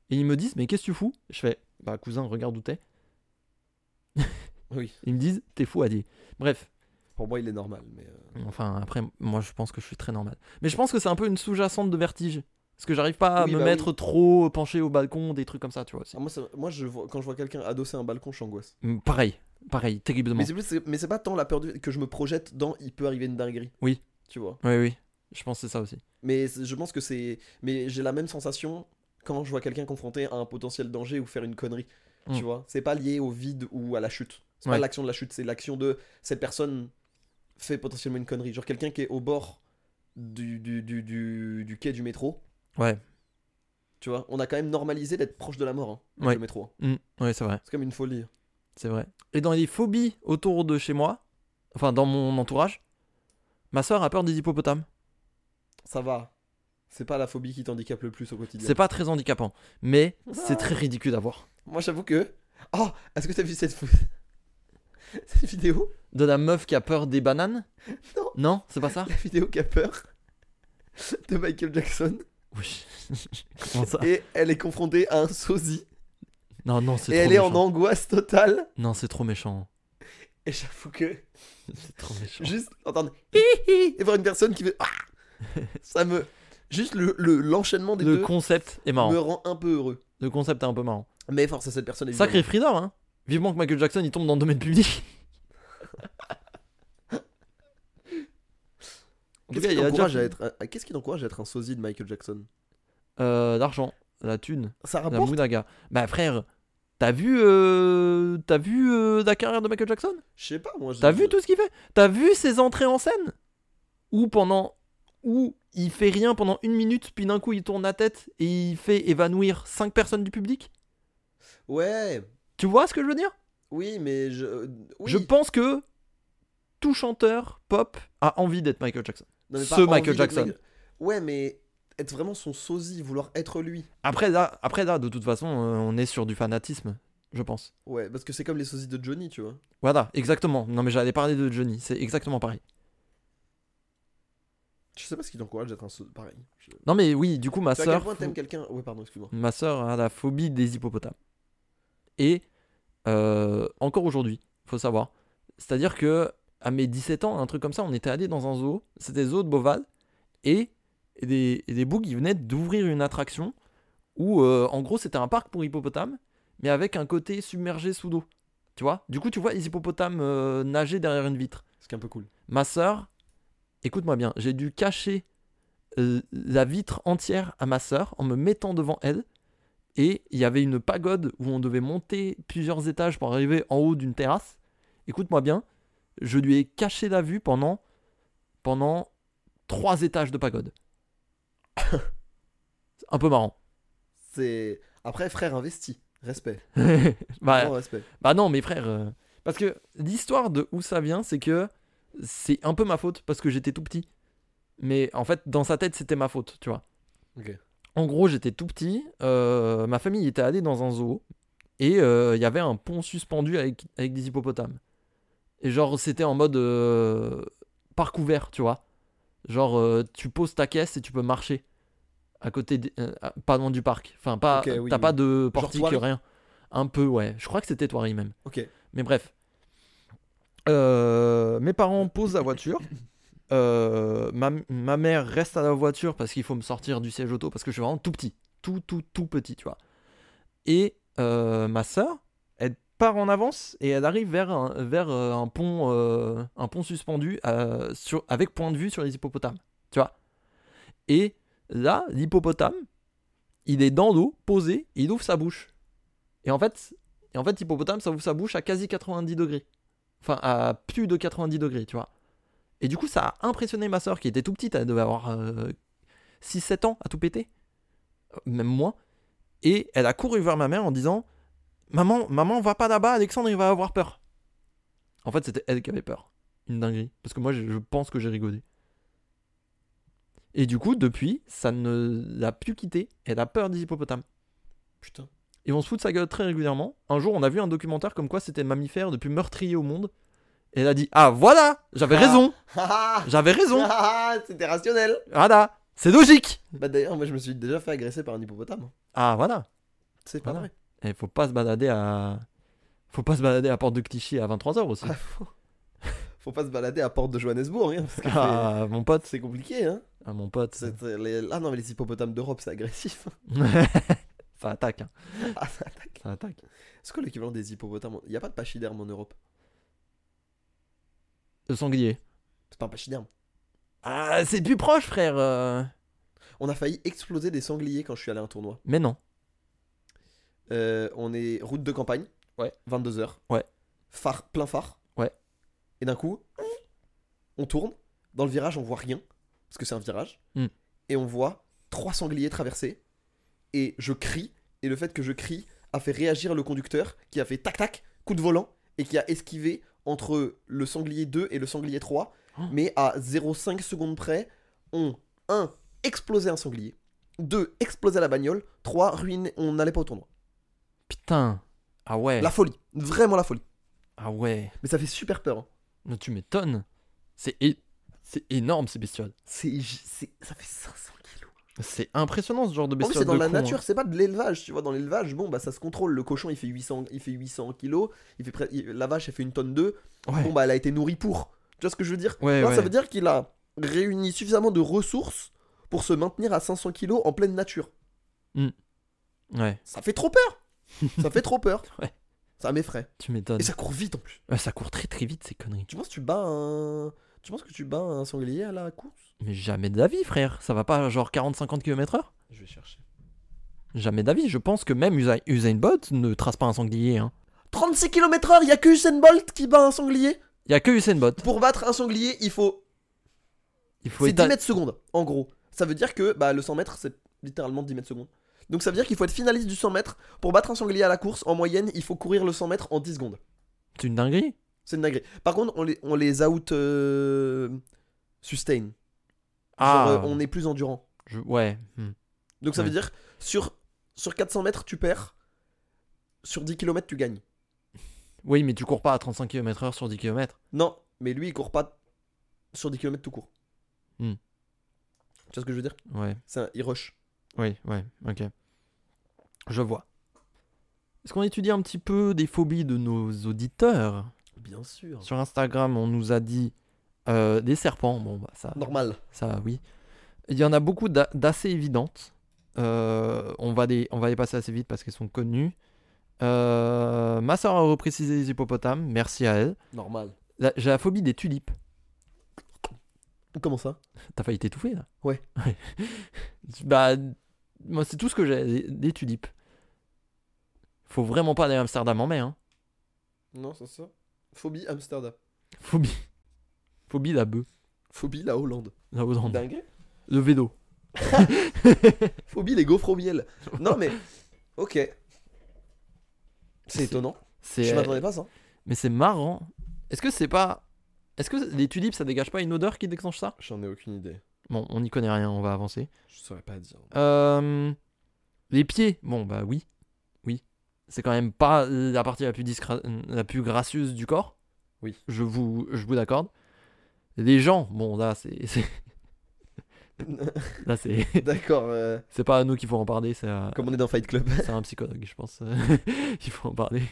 Speaker 2: Et ils me disent, mais qu'est-ce que tu fous Je fais, bah cousin, regarde où t'es.
Speaker 1: Oui.
Speaker 2: Ils me disent, t'es fou, Adi. Bref.
Speaker 1: Pour moi, il est normal. Mais euh,
Speaker 2: Enfin, après, moi je pense que je suis très normal. Mais je pense que c'est un peu une sous-jacente de vertige. Parce que j'arrive pas à
Speaker 1: Oui,
Speaker 2: me
Speaker 1: bah
Speaker 2: mettre trop penché au balcon, des trucs comme ça, tu vois. aussi.
Speaker 1: ah, moi, ça- moi je vois- quand je vois quelqu'un adosser un balcon, je angoisse.
Speaker 2: Mm, Pareil, pareil, terriblement.
Speaker 1: Mais c'est plus, c'est- mais c'est pas tant la peur du- que je me projette dans il peut arriver une dinguerie.
Speaker 2: Oui.
Speaker 1: Tu vois.
Speaker 2: Oui, oui, je pense que c'est ça aussi.
Speaker 1: Mais c'est- je pense que c'est. Mais j'ai la même sensation quand je vois quelqu'un confronté à un potentiel danger ou faire une connerie.
Speaker 2: Mm.
Speaker 1: Tu vois. C'est pas lié au vide ou à la chute. C'est
Speaker 2: Ouais.
Speaker 1: pas l'action de la chute, c'est l'action de cette personne fait potentiellement une connerie. Genre quelqu'un qui est au bord du, du, du, du, du quai du métro.
Speaker 2: Ouais,
Speaker 1: Tu vois. On a quand même normalisé d'être proche de la mort. hein, avec
Speaker 2: Ouais.
Speaker 1: Le métro. hein.
Speaker 2: Mm, ouais, c'est vrai,
Speaker 1: C'est comme une folie.
Speaker 2: c'est vrai. Et dans les phobies autour de chez moi, enfin dans mon entourage, ma soeur a peur des hippopotames.
Speaker 1: Ça va. C'est pas la phobie qui t'handicape le plus au quotidien.
Speaker 2: C'est pas très handicapant, mais c'est
Speaker 1: Ah.
Speaker 2: très ridicule à voir.
Speaker 1: Moi, j'avoue que. Oh, est-ce que t'as vu cette fou- cette vidéo
Speaker 2: De la meuf qui a peur des bananes
Speaker 1: Non.
Speaker 2: Non, c'est pas ça
Speaker 1: La vidéo qui a peur de Michael Jackson.
Speaker 2: Oui. Comment ça
Speaker 1: Et elle est confrontée à un sosie.
Speaker 2: Non, non, c'est
Speaker 1: Et
Speaker 2: trop
Speaker 1: elle est
Speaker 2: méchant.
Speaker 1: en angoisse totale.
Speaker 2: Non, c'est trop méchant.
Speaker 1: Et j'avoue que
Speaker 2: C'est trop méchant.
Speaker 1: juste entendre hi hi et voir une personne qui fait ah ça me juste le le- l'enchaînement des
Speaker 2: Le
Speaker 1: deux
Speaker 2: concept est marrant.
Speaker 1: me rend un peu heureux.
Speaker 2: Le concept est un peu marrant.
Speaker 1: Mais force à cette personne évidemment.
Speaker 2: Sacré Frida, hein Vivement que Michael Jackson il tombe dans le domaine public. En
Speaker 1: Qu'est-ce
Speaker 2: tout cas,
Speaker 1: qui
Speaker 2: il y a
Speaker 1: t'encourage à
Speaker 2: déjà-
Speaker 1: être un- qu'est-ce qui t'encourage à être un sosie de Michael Jackson
Speaker 2: Euh, L'argent, la thune,
Speaker 1: Ça
Speaker 2: la
Speaker 1: rapporte
Speaker 2: moudaga. Bah frère, t'as vu, euh, t'as vu euh, la carrière de Michael Jackson
Speaker 1: Je sais pas moi. je-
Speaker 2: T'as vu tout ce qu'il fait T'as vu ses entrées en scène Où pendant. Où il fait rien pendant une minute, puis d'un coup il tourne la tête et il fait évanouir cinq personnes du public
Speaker 1: Ouais.
Speaker 2: Tu vois ce que je veux dire
Speaker 1: Oui, mais je euh, oui.
Speaker 2: Je pense que tout chanteur pop a envie d'être Michael Jackson.
Speaker 1: Non, mais
Speaker 2: Ce
Speaker 1: pas
Speaker 2: Michael
Speaker 1: envie d'être
Speaker 2: Jackson.
Speaker 1: Michael- Ouais, mais être vraiment son sosie, vouloir être lui.
Speaker 2: Après là, après là de toute façon, euh, on est sur du fanatisme, je pense.
Speaker 1: Ouais, parce que c'est comme les sosies de Johnny, tu vois.
Speaker 2: Voilà, exactement. Non mais j'allais parler de Johnny, c'est exactement pareil.
Speaker 1: Je sais pas ce qui t'encourage d'être un sosie. Pareil. Je-
Speaker 2: Non mais oui, du coup ma
Speaker 1: Tu vois à quel
Speaker 2: sœur,
Speaker 1: point t'aimes quelqu'un. Ouais, pardon, excuse-moi.
Speaker 2: ma sœur a la phobie des hippopotames. Et euh, encore aujourd'hui, faut savoir. C'est-à-dire que à mes 17 ans, un truc comme ça, on était allé dans un zoo, c'était zoo de Beauval, et et des, et des bougs, ils venaient d'ouvrir une attraction où, euh, en gros, c'était un parc pour hippopotames, mais avec un côté submergé sous l'eau. Tu vois Du coup, tu vois les hippopotames euh, nager derrière une vitre.
Speaker 1: Ce qui est un peu cool.
Speaker 2: Ma sœur, écoute-moi bien, j'ai dû cacher euh, la vitre entière à ma sœur en me mettant devant elle. Et il y avait une pagode où on devait monter plusieurs étages pour arriver en haut d'une terrasse. Écoute-moi bien, je lui ai caché la vue pendant pendant trois étages de pagode. C'est un peu marrant.
Speaker 1: C'est. Après, frère investi. Respect.
Speaker 2: bah,
Speaker 1: Vraiment respect.
Speaker 2: bah non, mais frère. euh, Parce que l'histoire de où ça vient, c'est que c'est un peu ma faute parce que j'étais tout petit. Mais en fait, dans sa tête, c'était ma faute, tu vois.
Speaker 1: Ok.
Speaker 2: En gros, j'étais tout petit. euh, ma famille était allée dans un zoo et euh, il y avait un pont suspendu avec, avec des hippopotames. Et genre, c'était en mode euh, parc ouvert, tu vois. Genre, euh, tu poses ta caisse et tu peux marcher à côté, des- euh, à- pas loin du parc. Enfin, pas,
Speaker 1: Ok, oui,
Speaker 2: t'as
Speaker 1: oui.
Speaker 2: pas de portique,
Speaker 1: Thoiry.
Speaker 2: rien. Un peu, ouais. Je crois que c'était Toiri même.
Speaker 1: Ok.
Speaker 2: Mais bref. Euh, mes parents posent la voiture. Euh, ma, ma mère reste à la voiture parce qu'il faut me sortir du siège auto parce que je suis vraiment tout petit. Tout, tout, tout petit, tu vois. Et euh, ma soeur, elle part en avance et elle arrive vers un, vers euh, un pont, euh, un pont suspendu euh, sur, avec point de vue sur les hippopotames, tu vois. Et là, l'hippopotame, il est dans l'eau, posé, et il ouvre sa bouche. Et en fait, et en fait, hippopotame, ça ouvre sa bouche à quasi 90 degrés. Enfin, à plus de 90 degrés, tu vois. Et du coup, ça a impressionné ma soeur qui était tout petite, elle devait avoir euh, 6-7 ans à tout péter. Euh, Même moins. Et elle a couru vers ma mère en disant Maman, maman, va pas là-bas, Alexandre, il va avoir peur. En fait, c'était elle qui avait peur. Une dinguerie. Parce que moi, je, je pense que j'ai rigolé. Et du coup, depuis, ça ne l'a plus quitté. Elle a peur des hippopotames.
Speaker 1: Putain.
Speaker 2: Et on se fout de sa gueule très régulièrement. Un jour, on a vu un documentaire comme quoi c'était le mammifère le plus meurtrier au monde. Et elle a dit Ah voilà J'avais
Speaker 1: Ah.
Speaker 2: raison
Speaker 1: Ah,
Speaker 2: J'avais raison
Speaker 1: ah, C'était rationnel.
Speaker 2: Voilà C'est logique
Speaker 1: Bah d'ailleurs, moi, je me suis déjà fait agresser par un hippopotame. hein.
Speaker 2: Ah voilà
Speaker 1: C'est pas
Speaker 2: Voilà.
Speaker 1: vrai.
Speaker 2: Et faut pas se balader à. Faut pas se balader à Porte de Clichy à 23h aussi.
Speaker 1: Ah, faut... Faut pas se balader à Porte de Johannesburg, hein, parce que c'est-
Speaker 2: Ah, mon pote.
Speaker 1: c'est compliqué. Hein.
Speaker 2: Ah, mon pote.
Speaker 1: C'est- c'est les- Ah non, mais les hippopotames d'Europe, c'est agressif.
Speaker 2: ça attaque, hein.
Speaker 1: Ah, ça attaque.
Speaker 2: ça attaque.
Speaker 1: C'est quoi l'équivalent des hippopotames Il y a pas de pachyderme en Europe.
Speaker 2: Le sanglier.
Speaker 1: C'est pas un pachyderme.
Speaker 2: Ah, c'est plus proche, frère. euh.
Speaker 1: On a failli exploser des sangliers quand je suis allé à un tournoi.
Speaker 2: Mais non.
Speaker 1: Euh, on est route de campagne.
Speaker 2: Ouais.
Speaker 1: 22h.
Speaker 2: Ouais.
Speaker 1: Phare, plein phare.
Speaker 2: Ouais.
Speaker 1: Et d'un coup, on tourne. Dans le virage, on voit rien. Parce que c'est un virage.
Speaker 2: Hmm.
Speaker 1: Et on voit trois sangliers traverser. Et je crie. Et le fait que je crie a fait réagir le conducteur qui a fait tac-tac, coup de volant. Et qui a esquivé entre le sanglier 2 et le sanglier 3.
Speaker 2: Oh.
Speaker 1: Mais à 0,5 secondes près, on 1. explosé un sanglier. 2. explosé la bagnole. 3. Ruiné, on n'allait pas au tournoi.
Speaker 2: Putain. Ah ouais.
Speaker 1: La folie, vraiment la folie.
Speaker 2: Ah ouais.
Speaker 1: Mais ça fait super peur. hein.
Speaker 2: Mais tu m'étonnes. C'est é- c'est énorme ces bestioles.
Speaker 1: C'est, gi- c'est- ça fait 500 kilos.
Speaker 2: C'est impressionnant ce genre de
Speaker 1: En plus,
Speaker 2: bestioles.
Speaker 1: c'est dans
Speaker 2: de
Speaker 1: la
Speaker 2: con, hein.
Speaker 1: nature, c'est pas de l'élevage. Tu vois, dans l'élevage, bon, bah ça se contrôle. Le cochon, il fait 800, il fait 800 kilos. Il fait près- il- la vache, elle fait une tonne d'œufs.
Speaker 2: Ouais.
Speaker 1: Bon, bah elle a été nourrie pour. Tu vois ce que je veux dire
Speaker 2: Ouais,
Speaker 1: Là,
Speaker 2: ouais.
Speaker 1: ça veut dire qu'il a réuni suffisamment de ressources pour se maintenir à 500 kilos en pleine nature.
Speaker 2: Ouais,
Speaker 1: Ça fait trop peur. ça fait trop peur.
Speaker 2: Ouais.
Speaker 1: Ça m'effraie.
Speaker 2: tu m'étonnes.
Speaker 1: Et
Speaker 2: Ouais,
Speaker 1: ça court vite en plus.
Speaker 2: Ça... court très très vite ces conneries.
Speaker 1: Tu penses que tu bats un, tu penses que tu bats un sanglier à la course
Speaker 2: Mais jamais de la vie, frère. Ça va pas genre 40-50 km/h
Speaker 1: Je vais chercher.
Speaker 2: Jamais d'avis, je pense que même Usa- Usain Bolt ne trace pas un sanglier. Hein.
Speaker 1: 36 km/h, il y a que Usain Bolt qui bat un sanglier.
Speaker 2: Y a que Usain Bolt.
Speaker 1: Pour battre un sanglier, il faut.
Speaker 2: Il faut
Speaker 1: C'est 10
Speaker 2: éta-
Speaker 1: mètres secondes, en gros. Ça veut dire que bah, le 100 mètres, c'est littéralement 10 mètres secondes. Donc ça veut dire qu'il faut être finaliste du 100 mètres. Pour battre un sanglier à la course, en moyenne, il faut courir le 100 mètres en 10 secondes.
Speaker 2: C'est une dinguerie.
Speaker 1: C'est une dinguerie. Par contre, on les, on les out. euh, sustain. Genre,
Speaker 2: Ah,
Speaker 1: euh, on est plus endurant.
Speaker 2: je- ouais. hmm.
Speaker 1: Donc ça
Speaker 2: Ouais.
Speaker 1: veut dire, sur, sur 400 mètres, tu perds. Sur 10 km, tu gagnes.
Speaker 2: Oui, mais tu cours pas à 35 km/h sur 10 km.
Speaker 1: Non, mais lui, il court pas sur 10 km tout court.
Speaker 2: Hmm.
Speaker 1: Tu vois ce que je veux dire
Speaker 2: Ouais,
Speaker 1: C'est un, Il rush.
Speaker 2: oui, ouais, ok. Je vois. Est-ce qu'on étudie un petit peu des phobies de nos auditeurs
Speaker 1: Bien sûr.
Speaker 2: Sur Instagram, on nous a dit euh, des serpents. Bon, bah ça.
Speaker 1: Normal.
Speaker 2: Ça, oui. Il y en a beaucoup d'a- d'assez évidentes. Euh, on, va les, on va les passer assez vite parce qu'elles sont connues. Euh, ma soeur a reprécisé les hippopotames. Merci à elle.
Speaker 1: Normal.
Speaker 2: La- J'ai la phobie des tulipes.
Speaker 1: Comment ça
Speaker 2: T'as failli t'étouffer là
Speaker 1: Ouais.
Speaker 2: bah, moi, c'est tout ce que j'ai des, des tulipes. Faut vraiment pas aller à Amsterdam en mai. Hein.
Speaker 1: Non, c'est ça. Phobie Amsterdam.
Speaker 2: Phobie. Phobie la bœuf.
Speaker 1: Phobie la Hollande.
Speaker 2: La Hollande.
Speaker 1: Dingue.
Speaker 2: Le vélo.
Speaker 1: Phobie les gaufres au miel. non mais, ok. C'est étonnant. Je
Speaker 2: C'est.
Speaker 1: m'attendais pas à ça.
Speaker 2: Mais c'est marrant. Est-ce que c'est pas. Est-ce que les tulipes, ça dégage pas une odeur qui déclenche ça
Speaker 1: J'en ai aucune idée.
Speaker 2: Bon, on n'y connaît rien, on va avancer.
Speaker 1: Je saurais pas dire.
Speaker 2: Euh, Les pieds, bon, bah oui. Oui. C'est quand même pas la partie la plus, discra- la plus gracieuse du corps.
Speaker 1: Oui.
Speaker 2: Je vous, je vous l'accorde. Les gens, bon, là, c'est. c'est- Là, c'est.
Speaker 1: D'accord. euh,
Speaker 2: C'est pas à nous qu'il faut en parler, c'est à,
Speaker 1: comme on est dans Fight Club.
Speaker 2: c'est à un psychologue, je pense. Il faut en parler.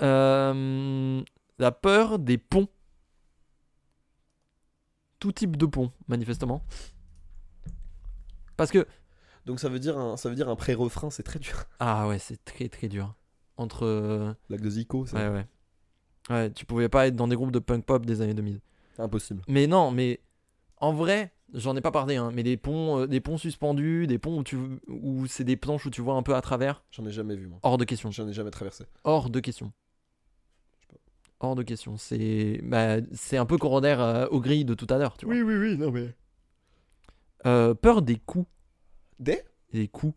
Speaker 2: Euh, La peur des ponts. Tout type de pont, manifestement. Parce que
Speaker 1: Donc ça veut dire un, ça veut dire un pré-refrain, c'est très dur.
Speaker 2: Ah ouais, c'est très très dur. Entre. euh,
Speaker 1: Lac de Zico, c'est
Speaker 2: Ouais, ouais. Ouais, tu pouvais pas être dans des groupes de punk pop des années 2000.
Speaker 1: impossible.
Speaker 2: Mais non, mais en vrai, j'en ai pas parlé, hein, mais des ponts, euh, des ponts suspendus, des ponts où, tu, où c'est des planches où tu vois un peu à travers,
Speaker 1: J'en ai jamais vu moi.
Speaker 2: hors de question.
Speaker 1: J'en ai jamais traversé.
Speaker 2: Hors de question. Hors de question. C'est bah, c'est un peu corollaire euh, aux grilles de tout à l'heure, tu vois.
Speaker 1: oui, oui, non mais.
Speaker 2: Euh, peur des coups.
Speaker 1: Des
Speaker 2: Des coups.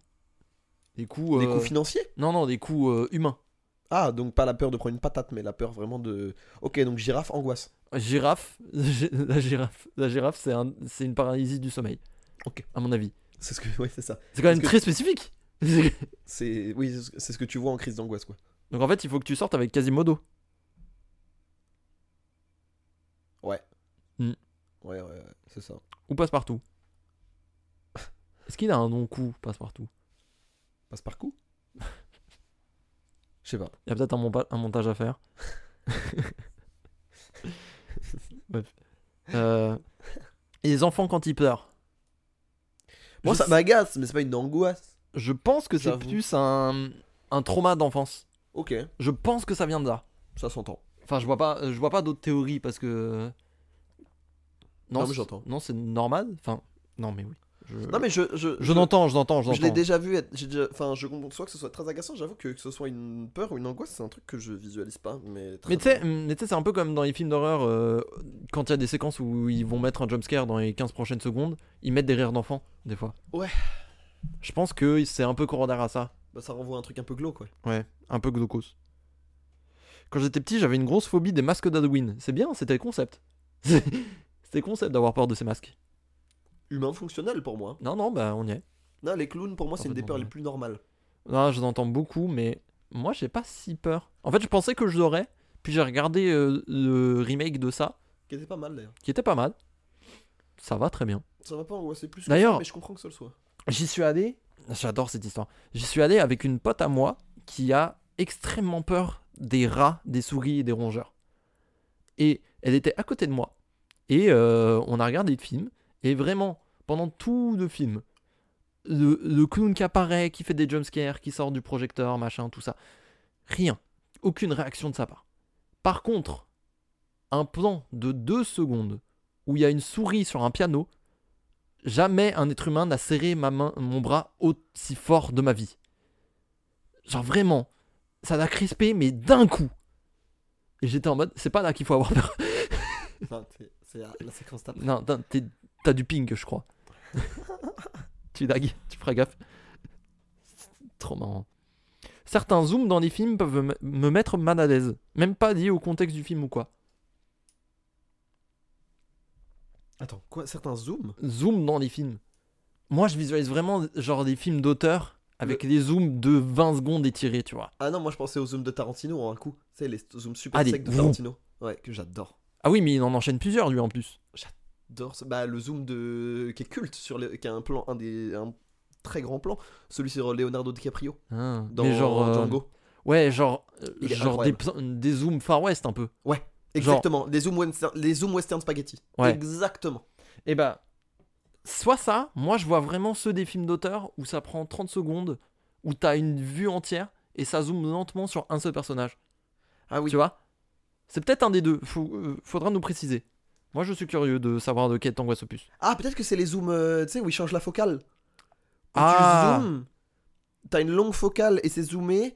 Speaker 2: Des coups.
Speaker 1: Des
Speaker 2: euh,
Speaker 1: coups financiers
Speaker 2: Non, non, des coups euh, humains.
Speaker 1: Ah, donc pas la peur de prendre une patate, mais la peur vraiment de. Ok, donc girafe, angoisse.
Speaker 2: Girafe, la girafe, la girafe, c'est un- c'est une paralysie du sommeil.
Speaker 1: Ok.
Speaker 2: À mon avis.
Speaker 1: C'est ce que. Ouais, c'est ça.
Speaker 2: C'est quand même
Speaker 1: Parce que-
Speaker 2: très spécifique. Donc
Speaker 1: C'est. Oui, c'est ce- c'est ce que tu vois en crise d'angoisse, quoi.
Speaker 2: en fait, il faut que tu sortes avec Quasimodo.
Speaker 1: Ouais, ouais, ouais, c'est ça.
Speaker 2: Ou passe-partout. Est-ce qu'il a un nom coup, passe-partout
Speaker 1: Passe par coup Je sais pas.
Speaker 2: Il y a peut-être un, monpa- un montage à faire. Bref. Euh, et les enfants quand ils pleurent.
Speaker 1: Moi,
Speaker 2: Je
Speaker 1: ça
Speaker 2: sais-
Speaker 1: m'agace, mais c'est pas une angoisse.
Speaker 2: Je pense que c'est
Speaker 1: J'avoue.
Speaker 2: plus un, un trauma d'enfance.
Speaker 1: Ok,
Speaker 2: Je pense que ça vient de là.
Speaker 1: ça s'entend.
Speaker 2: Enfin, je vois pas, je vois pas d'autres théories parce que.
Speaker 1: Non, mais
Speaker 2: c'est-
Speaker 1: j'entends.
Speaker 2: Non, c'est normal. Enfin, non, mais oui. Je,
Speaker 1: Non, mais je. Je,
Speaker 2: je n'entends, je n'entends, je
Speaker 1: Je l'ai
Speaker 2: n'entends.
Speaker 1: déjà vu être. j'ai déjà- Enfin, je conçois que ce soit très agaçant. J'avoue que que ce soit une peur ou une angoisse, c'est un truc que je visualise pas. Mais, très
Speaker 2: Mais tu sais,
Speaker 1: bien.
Speaker 2: mais tu sais, c'est un peu comme dans les films d'horreur, euh, quand il y a des séquences où ils vont mettre un jumpscare dans les 15 prochaines secondes, ils mettent des rires d'enfants, des fois.
Speaker 1: Ouais.
Speaker 2: Je pense que c'est un peu corollaire à ça.
Speaker 1: Bah, ça renvoie à un truc un peu glauque, ouais.
Speaker 2: Ouais, un peu glaucos. Quand j'étais petit, j'avais une grosse phobie des masques d'Halloween. C'est bien, c'était le concept. c'était le concept d'avoir peur de ces masques.
Speaker 1: Humain fonctionnel pour moi.
Speaker 2: Non, non, bah on y est.
Speaker 1: Non, les clowns, pour moi, c'est une des
Speaker 2: Parfaitement
Speaker 1: peurs les
Speaker 2: vrai.
Speaker 1: plus normales.
Speaker 2: Non, je l'entends beaucoup, mais moi, j'ai pas si peur. En fait, je pensais que je l'aurais, puis j'ai regardé euh, le remake de ça,
Speaker 1: Qui était pas mal d'ailleurs.
Speaker 2: qui était pas mal. Ça va très bien.
Speaker 1: Ça va pas angoisser plus que
Speaker 2: D'ailleurs-
Speaker 1: ça, mais je comprends que ça le soit.
Speaker 2: J'y suis allé. J'adore cette histoire. J'y suis allé avec une pote à moi qui a extrêmement peur des rats, des souris et des rongeurs. Et elle était à côté de moi. Et euh, on a regardé le film. Et vraiment, pendant tout le film, le, le clown qui apparaît, qui fait des jumpscares, qui sort du projecteur, machin, tout ça. Rien. Aucune réaction de sa part. Par contre, un plan de deux secondes où il y a une souris sur un piano, jamais un être humain n'a serré ma main, mon bras aussi fort de ma vie. Genre vraiment, ça l'a crispé, mais d'un coup. Et j'étais en mode, c'est pas là qu'il faut avoir peur.
Speaker 1: Enfin, c'est- c'est la, la séquence d'après.
Speaker 2: Non, t'as- t'es- t'as du ping, je crois. tu lagues, tu feras gaffe. C'est Trop marrant. Certains zooms dans les films peuvent me- me mettre mal à l'aise, même pas liés au contexte du film ou quoi.
Speaker 1: Attends, quoi Certains zooms
Speaker 2: zoom dans les films. Moi, je visualise vraiment genre des films d'auteur avec des zooms de 20 secondes étirés, tu vois.
Speaker 1: Ah non, moi je pensais aux zooms de Tarantino en un coup. Tu sais, les zooms super
Speaker 2: Ah, des
Speaker 1: secs de
Speaker 2: vroom.
Speaker 1: Tarantino. Ouais, que j'adore.
Speaker 2: Ah oui, mais il en enchaîne plusieurs, lui, en plus.
Speaker 1: J'adore ce- Bah, le zoom de... qui est culte, sur les- qui a un plan, un des. Un très grand plan, celui sur Leonardo DiCaprio
Speaker 2: Hein,
Speaker 1: dans
Speaker 2: mais genre, euh,
Speaker 1: Django.
Speaker 2: Ouais, genre, euh,
Speaker 1: Il est
Speaker 2: genre des, des zooms Far West, un peu.
Speaker 1: Exactement, les zooms western, les zooms western spaghetti.
Speaker 2: Ouais.
Speaker 1: Exactement.
Speaker 2: Et bah, soit ça, moi, je vois vraiment ceux des films d'auteur où ça prend 30 secondes, où t'as une vue entière et ça zoome lentement sur un seul personnage.
Speaker 1: Ah oui.
Speaker 2: Tu vois C'est peut-être un des deux. Faut- euh, faudra nous préciser. Moi, je suis curieux de savoir de quelle t'angoisse au plus.
Speaker 1: Ah, peut-être que c'est les zooms, euh, tu sais, où ils changent la focale. Où
Speaker 2: Ah.
Speaker 1: Tu zoomes, t'as une longue focale et c'est zoomé,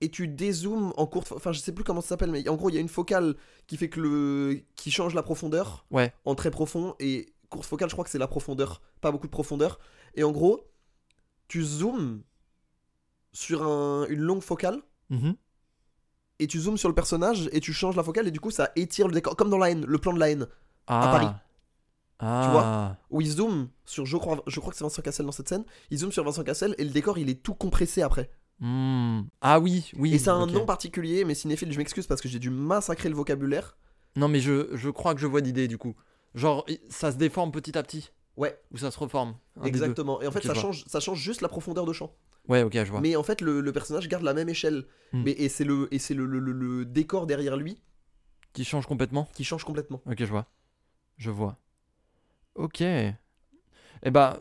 Speaker 1: et tu dézoomes en courte. fo- Enfin, je sais plus comment ça s'appelle, mais en gros, il y a une focale qui fait que le. qui change la profondeur
Speaker 2: Ouais.
Speaker 1: en très profond, et courte focale, je crois que c'est la profondeur, pas beaucoup de profondeur. Et en gros, tu zoomes sur un- une longue focale.
Speaker 2: Mhm.
Speaker 1: Et tu zoomes sur le personnage et tu changes la focale et du coup ça étire le décor comme dans la haine, le plan de la haine.
Speaker 2: Ah.
Speaker 1: Paris.
Speaker 2: Ah.
Speaker 1: vois où il zoome sur, je crois, je crois que c'est Vincent Cassel dans cette scène, il zoome sur Vincent Cassel et le décor il est tout compressé après.
Speaker 2: Hmm. Ah oui, oui.
Speaker 1: et ça a un
Speaker 2: ok.
Speaker 1: nom particulier, mais cinéphile, je m'excuse parce que j'ai dû massacrer le vocabulaire.
Speaker 2: Non, mais je, je crois que je vois l'idée du coup. Genre, i- ça se déforme petit à petit.
Speaker 1: Ouais.
Speaker 2: Ou ça se reforme. un des deux.
Speaker 1: Exactement. Et en fait,
Speaker 2: Ok,
Speaker 1: ça,
Speaker 2: je vois.
Speaker 1: change, ça change juste la profondeur de champ.
Speaker 2: Ouais, ok, je vois.
Speaker 1: Mais en fait, le, le personnage garde la même échelle.
Speaker 2: Hmm.
Speaker 1: Mais, et c'est le, et c'est le, le- le- le décor derrière lui
Speaker 2: Qui change complètement.
Speaker 1: qui change complètement.
Speaker 2: Ok, je vois. Je vois. Ok. Eh bah,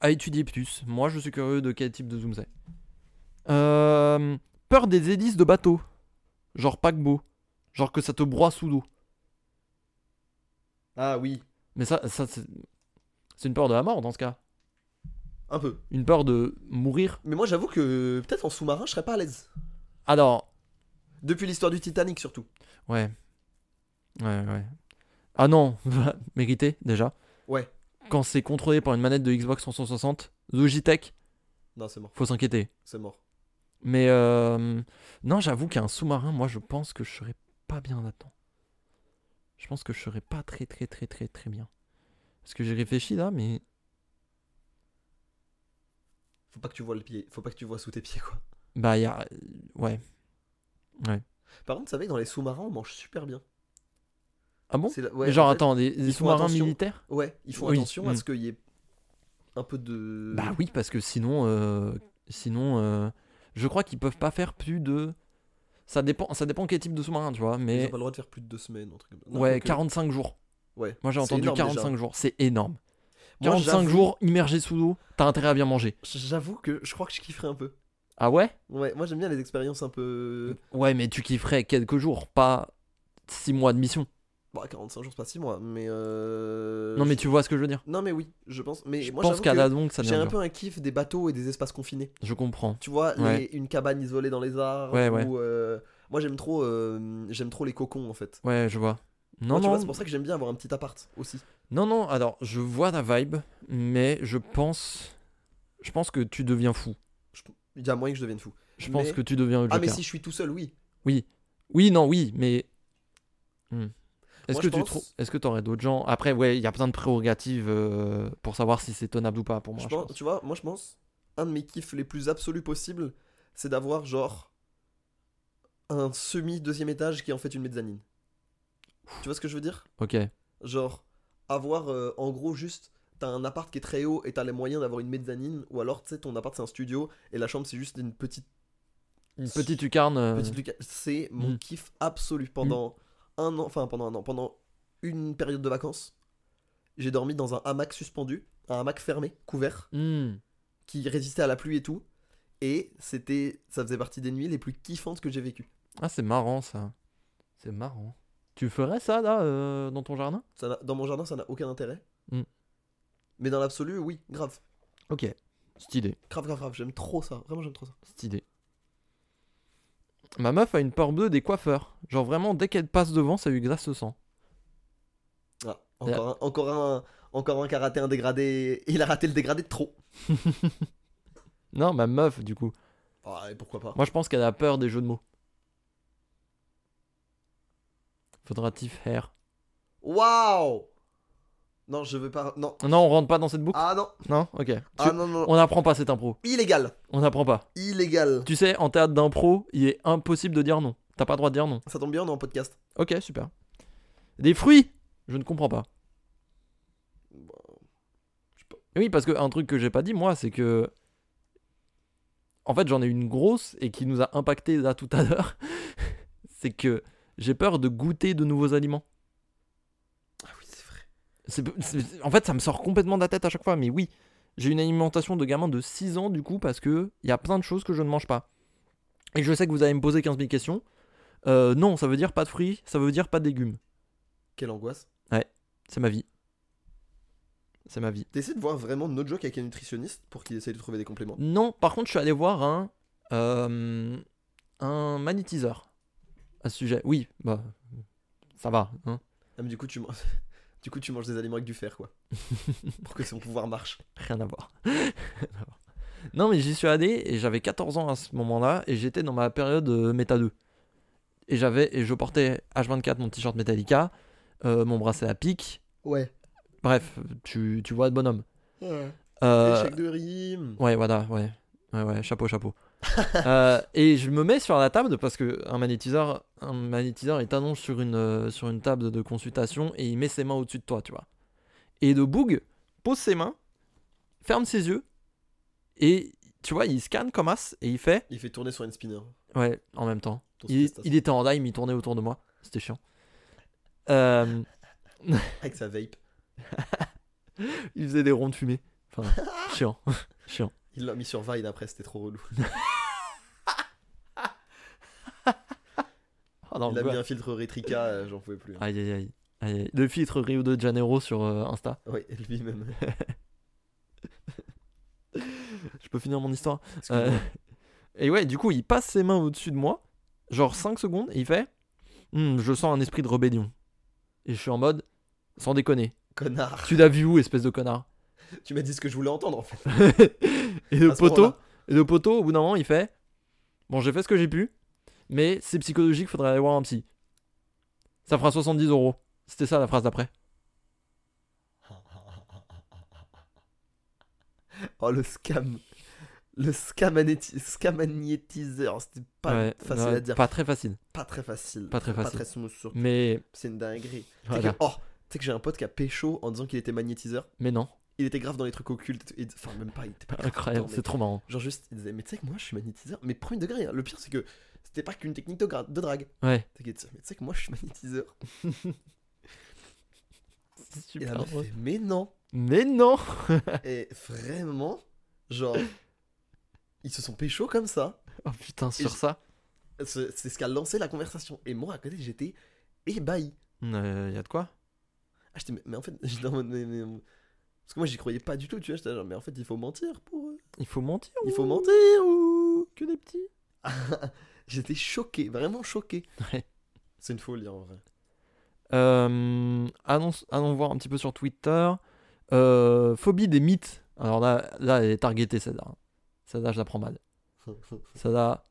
Speaker 2: à étudier plus. Moi, je suis curieux de quel type de zoom c'est. Euh, peur des hélices de bateau. Genre paquebot. Genre que ça te broie sous l'eau.
Speaker 1: Ah oui,
Speaker 2: Mais ça, ça c'est c'est une peur de la mort dans ce cas.
Speaker 1: un peu.
Speaker 2: Une peur de mourir
Speaker 1: Mais moi, j'avoue que peut-être en sous-marin, je serais pas à l'aise.
Speaker 2: Alors,
Speaker 1: Depuis l'histoire du Titanic, surtout.
Speaker 2: ouais. Ouais, ouais. Ah non, mérité déjà.
Speaker 1: Ouais.
Speaker 2: Quand c'est contrôlé par une manette de Xbox 360, Logitech,
Speaker 1: Non, c'est mort.
Speaker 2: faut s'inquiéter.
Speaker 1: C'est mort.
Speaker 2: Mais euh, non, j'avoue qu'un sous-marin, moi je pense que je serais pas bien là-dedans. Je pense que je serais pas très très très très très bien. Parce que j'ai réfléchi là, mais
Speaker 1: Faut pas que tu vois le pied. Faut pas que tu vois sous tes pieds, quoi.
Speaker 2: bah y a... ouais.
Speaker 1: Par contre, tu savais que dans les sous-marins, on mange super bien.
Speaker 2: Ah bon
Speaker 1: C'est la-
Speaker 2: Mais
Speaker 1: ouais,
Speaker 2: Genre
Speaker 1: en fait,
Speaker 2: attends, des, des
Speaker 1: ils font
Speaker 2: sous-marins
Speaker 1: attention.
Speaker 2: militaires
Speaker 1: Ouais, ils font
Speaker 2: Oui,
Speaker 1: attention à
Speaker 2: mm.
Speaker 1: ce qu'il y ait un peu de.
Speaker 2: Bah oui, parce que sinon, euh, sinon, euh, je crois qu'ils peuvent pas faire plus de. Ça dépend, ça dépend quel type de sous-marin, tu vois.
Speaker 1: Ils
Speaker 2: Mais
Speaker 1: ont pas le droit de faire plus de deux semaines, un truc comme ça. Non,
Speaker 2: ouais,
Speaker 1: quoique-
Speaker 2: 45 jours.
Speaker 1: ouais.
Speaker 2: Moi j'ai
Speaker 1: C'est
Speaker 2: entendu
Speaker 1: énorme,
Speaker 2: 45
Speaker 1: déjà.
Speaker 2: jours, c'est énorme.
Speaker 1: Moi,
Speaker 2: 45
Speaker 1: j'avoue-
Speaker 2: jours immergé sous l'eau, t'as intérêt à bien manger.
Speaker 1: J'avoue que je crois que je kifferais un peu.
Speaker 2: Ah ouais
Speaker 1: Ouais, moi j'aime bien les expériences un peu.
Speaker 2: Ouais, mais tu kifferais quelques jours, pas 6 mois de mission.
Speaker 1: Bon, 45 bah, jours, c'est pas 6 mois, mais. euh,
Speaker 2: non, mais
Speaker 1: je-
Speaker 2: tu vois ce que je veux dire.
Speaker 1: Non, mais oui, je pense. Mais
Speaker 2: je
Speaker 1: moi,
Speaker 2: pense
Speaker 1: j'avoue
Speaker 2: qu'à
Speaker 1: que
Speaker 2: la longue, ça
Speaker 1: J'ai
Speaker 2: devient
Speaker 1: un
Speaker 2: dur.
Speaker 1: peu un kiff des bateaux et des espaces confinés.
Speaker 2: Je comprends.
Speaker 1: Tu vois, les-
Speaker 2: Ouais.
Speaker 1: une cabane isolée dans les arbres.
Speaker 2: Ouais, ouais.
Speaker 1: ou, euh, Moi, j'aime trop, euh, j'aime trop les cocons en fait.
Speaker 2: Ouais, je vois. Non,
Speaker 1: Moi, tu vois,
Speaker 2: non,
Speaker 1: c'est pour ça que j'aime bien avoir un petit appart aussi.
Speaker 2: non, non, alors je vois la vibe, mais je pense. Je pense que tu deviens fou.
Speaker 1: Il y a moyen que je devienne fou.
Speaker 2: Je pense
Speaker 1: Mais-
Speaker 2: que tu deviens le
Speaker 1: Ah, mais
Speaker 2: Joker.
Speaker 1: si je suis tout seul, oui.
Speaker 2: Oui, non, oui, mais. Hmm. Est-ce
Speaker 1: Moi,
Speaker 2: que
Speaker 1: je
Speaker 2: tu
Speaker 1: pense-
Speaker 2: trou- est-ce que t'aurais d'autres gens Après, ouais, il y a plein de prérogatives euh, pour savoir si c'est tenable ou pas pour moi.
Speaker 1: je
Speaker 2: je
Speaker 1: pense,
Speaker 2: pense.
Speaker 1: Tu vois, moi, je pense, un de mes kiffs les plus absolus possibles, c'est d'avoir genre un semi-deuxième étage qui est en fait une mezzanine. Tu vois ce que je veux dire
Speaker 2: Ok.
Speaker 1: Genre, avoir euh, en gros juste. T'as un appart qui est très haut et t'as les moyens d'avoir une mezzanine, ou alors tu sais, ton appart c'est un studio et la chambre c'est juste une petite.
Speaker 2: Une petite lucarne. euh,
Speaker 1: petite lucarne. C'est mon
Speaker 2: Mm.
Speaker 1: kiff absolu. Pendant un an, enfin pendant un an, pendant une période de vacances, j'ai dormi dans un hamac suspendu, un hamac fermé, couvert,
Speaker 2: hmm.
Speaker 1: qui résistait à la pluie et tout. Et c'était, ça faisait partie des nuits les plus kiffantes que j'ai vécues.
Speaker 2: Ah, c'est marrant ça. C'est marrant. Tu ferais ça là euh, dans ton jardin
Speaker 1: Ça n'a- dans mon jardin, ça n'a aucun intérêt.
Speaker 2: Mm.
Speaker 1: Mais dans l'absolu, oui, grave.
Speaker 2: Ok. Stylé,
Speaker 1: Grave, grave, grave. J'aime trop ça. Vraiment, j'aime trop ça.
Speaker 2: stylé. Ma meuf a une peur bleue des coiffeurs. Genre vraiment, dès qu'elle passe devant, ça lui glace le sang.
Speaker 1: Ah, encore, un, encore, un, encore un qui a raté un dégradé. Il a raté le dégradé de trop.
Speaker 2: Non, ma meuf, du coup.
Speaker 1: Ah, et pourquoi pas
Speaker 2: Moi, je pense qu'elle a peur des jeux de mots. Faudra-t-il faire
Speaker 1: Waouh Non, je veux pas. Non.
Speaker 2: Non, on rentre pas dans cette boucle
Speaker 1: Ah non.
Speaker 2: Non Ok. Tu-
Speaker 1: Ah non, non.
Speaker 2: On n'apprend pas cette impro.
Speaker 1: Illégal.
Speaker 2: On n'apprend pas.
Speaker 1: Illégal.
Speaker 2: Tu sais, en théâtre d'impro, il est impossible de dire non. T'as pas le droit de dire non.
Speaker 1: Ça tombe bien, on est en podcast.
Speaker 2: Ok, super. Des fruits Je ne comprends pas.
Speaker 1: Bah, je sais pas.
Speaker 2: Oui, parce que un truc que j'ai pas dit moi, c'est que en fait j'en ai une grosse et qui nous a impacté là tout à l'heure, c'est que j'ai peur de goûter de nouveaux aliments.
Speaker 1: Ah oui, c'est vrai.
Speaker 2: C'est- c'est- en fait, ça me sort complètement de la tête à chaque fois, mais oui, j'ai une alimentation de gamin de 6 ans du coup parce que il y a plein de choses que je ne mange pas. Et je sais que vous allez me poser 15 000 questions. Euh, non, ça veut dire pas de fruits, ça veut dire pas de légumes.
Speaker 1: Quelle angoisse.
Speaker 2: C'est ma vie. C'est ma vie.
Speaker 1: T'essaies de voir vraiment notre joke avec un nutritionniste pour qu'il essaye de trouver des compléments.
Speaker 2: Non, par contre, je suis allé voir un, euh, un magnétiseur à ce sujet. Oui, bah, ça va. hein.
Speaker 1: Ah, mais du coup, tu manges. Du coup, tu manges des aliments avec du fer, quoi. Pour que son pouvoir marche.
Speaker 2: Rien à voir. Rien à voir. non, mais j'y suis allé et j'avais 14 ans à ce moment-là et j'étais dans ma période euh, méta 2. Et, j'avais, et je portais H24 mon t-shirt Metallica, euh, mon bracelet à pique.
Speaker 1: Ouais.
Speaker 2: Bref, tu, tu vois de bonhomme.
Speaker 1: ouais.
Speaker 2: Euh,
Speaker 1: Échec de rime.
Speaker 2: Ouais, voilà, ouais. Ouais, ouais, chapeau, chapeau. Euh, et je me mets sur la table parce que un magnétiseur, un magnétiseur est allongé sur une, euh, sur une table de consultation et il met ses mains au-dessus de toi, tu vois. Et de Boog pose ses mains, ferme ses yeux et tu vois, il scanne comme as et il fait.
Speaker 1: Il fait tourner sur une spinner.
Speaker 2: Ouais, en même temps.
Speaker 1: Ton
Speaker 2: Il,
Speaker 1: spinner,
Speaker 2: il était en dime, il tournait autour de moi. C'était chiant. Euh,
Speaker 1: Avec sa vape.
Speaker 2: il faisait des ronds de fumée. Enfin, chiant. chiant.
Speaker 1: Il l'a mis sur Vine après, c'était trop relou.
Speaker 2: Oh, non,
Speaker 1: Il a
Speaker 2: quoi.
Speaker 1: mis un filtre Retrica, euh, j'en pouvais plus.
Speaker 2: Aïe, aïe, aïe. Aïe, aïe. Le filtre Rio de Janeiro sur euh, Insta.
Speaker 1: Oui, lui-même.
Speaker 2: Je peux finir mon histoire
Speaker 1: Excuse-moi.
Speaker 2: Euh, Et ouais, du coup, il passe ses mains au-dessus de moi, genre 5 secondes, et il fait Hmm, Je sens un esprit de rébellion. Et je suis en mode Sans déconner.
Speaker 1: Connard.
Speaker 2: Tu l'as vu où, espèce de connard
Speaker 1: Tu m'as dit ce que je voulais entendre, en fait.
Speaker 2: Et le
Speaker 1: À ce moment-là.
Speaker 2: poteau, et le poteau, au bout d'un moment, il fait Bon, j'ai fait ce que j'ai pu, mais c'est psychologique, faudrait aller voir un psy. Ça fera 70 euros. C'était ça la phrase d'après.
Speaker 1: Oh le scam. Le scamanéti- scamagnétiseur, c'était pas
Speaker 2: Ouais,
Speaker 1: facile
Speaker 2: ouais,
Speaker 1: à dire. Pas,
Speaker 2: Pas très facile.
Speaker 1: très facile.
Speaker 2: Pas très facile.
Speaker 1: Pas très smooth sur-
Speaker 2: Mais,
Speaker 1: C'est une dinguerie. Tu sais
Speaker 2: voilà.
Speaker 1: que- oh, tu sais que j'ai un pote qui a pécho en disant qu'il était magnétiseur.
Speaker 2: mais non.
Speaker 1: il était grave dans les trucs occultes. et- Enfin, même pas, il était pas grave
Speaker 2: Incroyable,
Speaker 1: dedans,
Speaker 2: c'est trop marrant.
Speaker 1: mais- Genre, juste, il disait, mais tu sais que moi, je suis magnétiseur. Mais premier degré, hein. le pire, c'est que c'était pas qu'une technique de, gra- de drague.
Speaker 2: Ouais.
Speaker 1: T'inquiète, Mais tu sais que moi, je suis magnétiseur.
Speaker 2: C'est
Speaker 1: Et
Speaker 2: super
Speaker 1: la meuf
Speaker 2: drôle.
Speaker 1: fait, mais non.
Speaker 2: Mais non
Speaker 1: Et vraiment, genre, ils se sont pécho comme ça.
Speaker 2: Oh putain, sur
Speaker 1: je-
Speaker 2: ça
Speaker 1: C'est c'est ce qui a lancé la conversation. Et moi, à côté, j'étais ébahi.
Speaker 2: Il Euh, y a de quoi
Speaker 1: Ah, j'étais, mais, mais en fait, j'étais en mode, mais- mais- Parce que moi, j'y croyais pas du tout, tu vois. J'étais genre, mais en fait, il faut mentir pour eux.
Speaker 2: Il faut mentir
Speaker 1: Il faut
Speaker 2: ou-
Speaker 1: mentir ou.
Speaker 2: Que des petits
Speaker 1: j'étais choqué, vraiment choqué.
Speaker 2: Ouais.
Speaker 1: C'est une folie en vrai.
Speaker 2: Euh, annonce, allons voir un petit peu sur Twitter. Euh, phobie des mythes. Alors là, là elle est targetée, celle-là. hein. Celle-là, je la prends mal. Celle-là.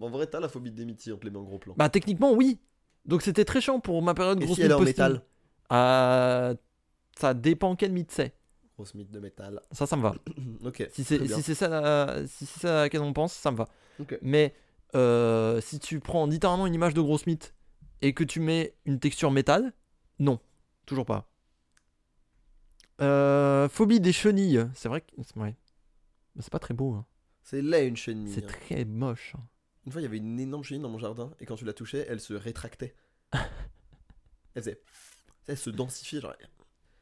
Speaker 1: Bon, en vrai, t'as la phobie des mythes, on te les met en gros plan.
Speaker 2: Bah, techniquement, oui. Donc, c'était très chiant pour ma période
Speaker 1: Et
Speaker 2: grosse
Speaker 1: si elle est en
Speaker 2: mythe posting.
Speaker 1: métal
Speaker 2: Ah, ça dépend quel mythe c'est.
Speaker 1: Grosse mythe de métal.
Speaker 2: Ça, ça me va.
Speaker 1: ok.
Speaker 2: Si c'est
Speaker 1: Très bien.
Speaker 2: si c'est ça, la- si c'est ça à laquelle on pense, ça me va.
Speaker 1: Ok.
Speaker 2: Mais euh, si tu prends littéralement une image de grosse mythe et que tu mets une texture métal, non, toujours pas. Euh, phobie des chenilles, c'est vrai que c'est ouais. Mais c'est pas très beau, hein.
Speaker 1: C'est là une chenille.
Speaker 2: c'est
Speaker 1: hein.
Speaker 2: très moche. hein.
Speaker 1: Une fois, il y avait une énorme chenille dans mon jardin, et quand tu la touchais, elle se rétractait. elle faisait. Elle se densifiait, genre.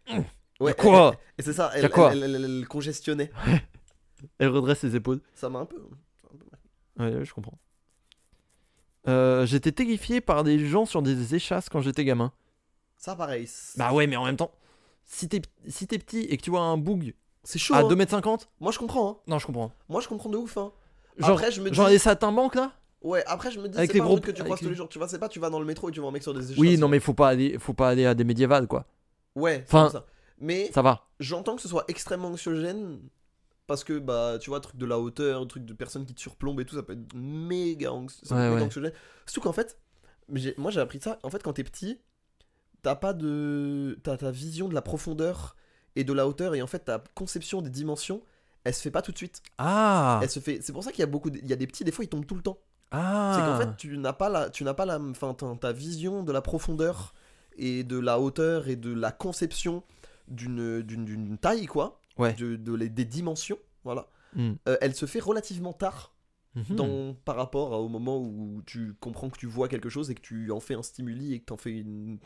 Speaker 2: Y'a quoi
Speaker 1: elle- elle- Et c'est ça,
Speaker 2: Y'a
Speaker 1: elle,
Speaker 2: quoi
Speaker 1: elle- elle- elle- elle congestionnait.
Speaker 2: Elle redresse ses épaules.
Speaker 1: Ça m'a un peu. ça m'a un peu marqué.
Speaker 2: Ouais, ouais, je comprends. Euh, j'étais terrifié par des gens sur des échasses quand j'étais gamin.
Speaker 1: Ça, pareil. c'est-
Speaker 2: Bah ouais, mais en même temps, si t'es si t'es petit et que tu vois un boug
Speaker 1: C'est chaud.
Speaker 2: à
Speaker 1: hein.
Speaker 2: 2m50,
Speaker 1: Moi, je comprends. hein.
Speaker 2: non, je comprends.
Speaker 1: Moi, je comprends de ouf. hein.
Speaker 2: Genre,
Speaker 1: après, je me dis.
Speaker 2: Genre les banques là
Speaker 1: Ouais, après, je me dis.
Speaker 2: Avec
Speaker 1: C'est
Speaker 2: les
Speaker 1: pas un
Speaker 2: gros-
Speaker 1: truc que tu
Speaker 2: avec
Speaker 1: croises
Speaker 2: les-
Speaker 1: tous les jours. Tu vois, c'est pas, tu vas dans le métro et tu vois un mec sur des échasses.
Speaker 2: Oui, non mais faut pas aller faut pas aller à des médiévales quoi.
Speaker 1: Ouais, c'est
Speaker 2: Enfin-
Speaker 1: comme ça. Mais
Speaker 2: Ça va.
Speaker 1: j'entends que ce soit extrêmement anxiogène. Parce que, bah, tu vois, truc de la hauteur, truc de personnes qui te surplombent et tout, ça peut être méga, anx- ça peut
Speaker 2: Ouais,
Speaker 1: être méga
Speaker 2: ouais.
Speaker 1: anxiogène. Surtout qu'en fait, mais j'ai- moi j'ai appris ça. En fait, quand t'es petit, t'as pas de. T'as ta vision de la profondeur et de la hauteur, et en fait, ta conception des dimensions, elle se fait pas tout de suite.
Speaker 2: Ah
Speaker 1: Elle se fait. C'est pour ça qu'il y a beaucoup. de- Il y a des petits, des fois, ils tombent tout le temps.
Speaker 2: Ah
Speaker 1: C'est qu'en fait, tu n'as pas la, tu n'as pas la, enfin, ta, ta vision de la profondeur et de la hauteur et de la conception d'une, d'une, d'une taille, quoi.
Speaker 2: Ouais.
Speaker 1: De, de les- des dimensions, voilà.
Speaker 2: Mm.
Speaker 1: Euh, elle se fait relativement tard
Speaker 2: Mhm.
Speaker 1: dans, par rapport à- au moment où tu comprends que tu vois quelque chose et que tu en fais un stimuli et que tu en fais une,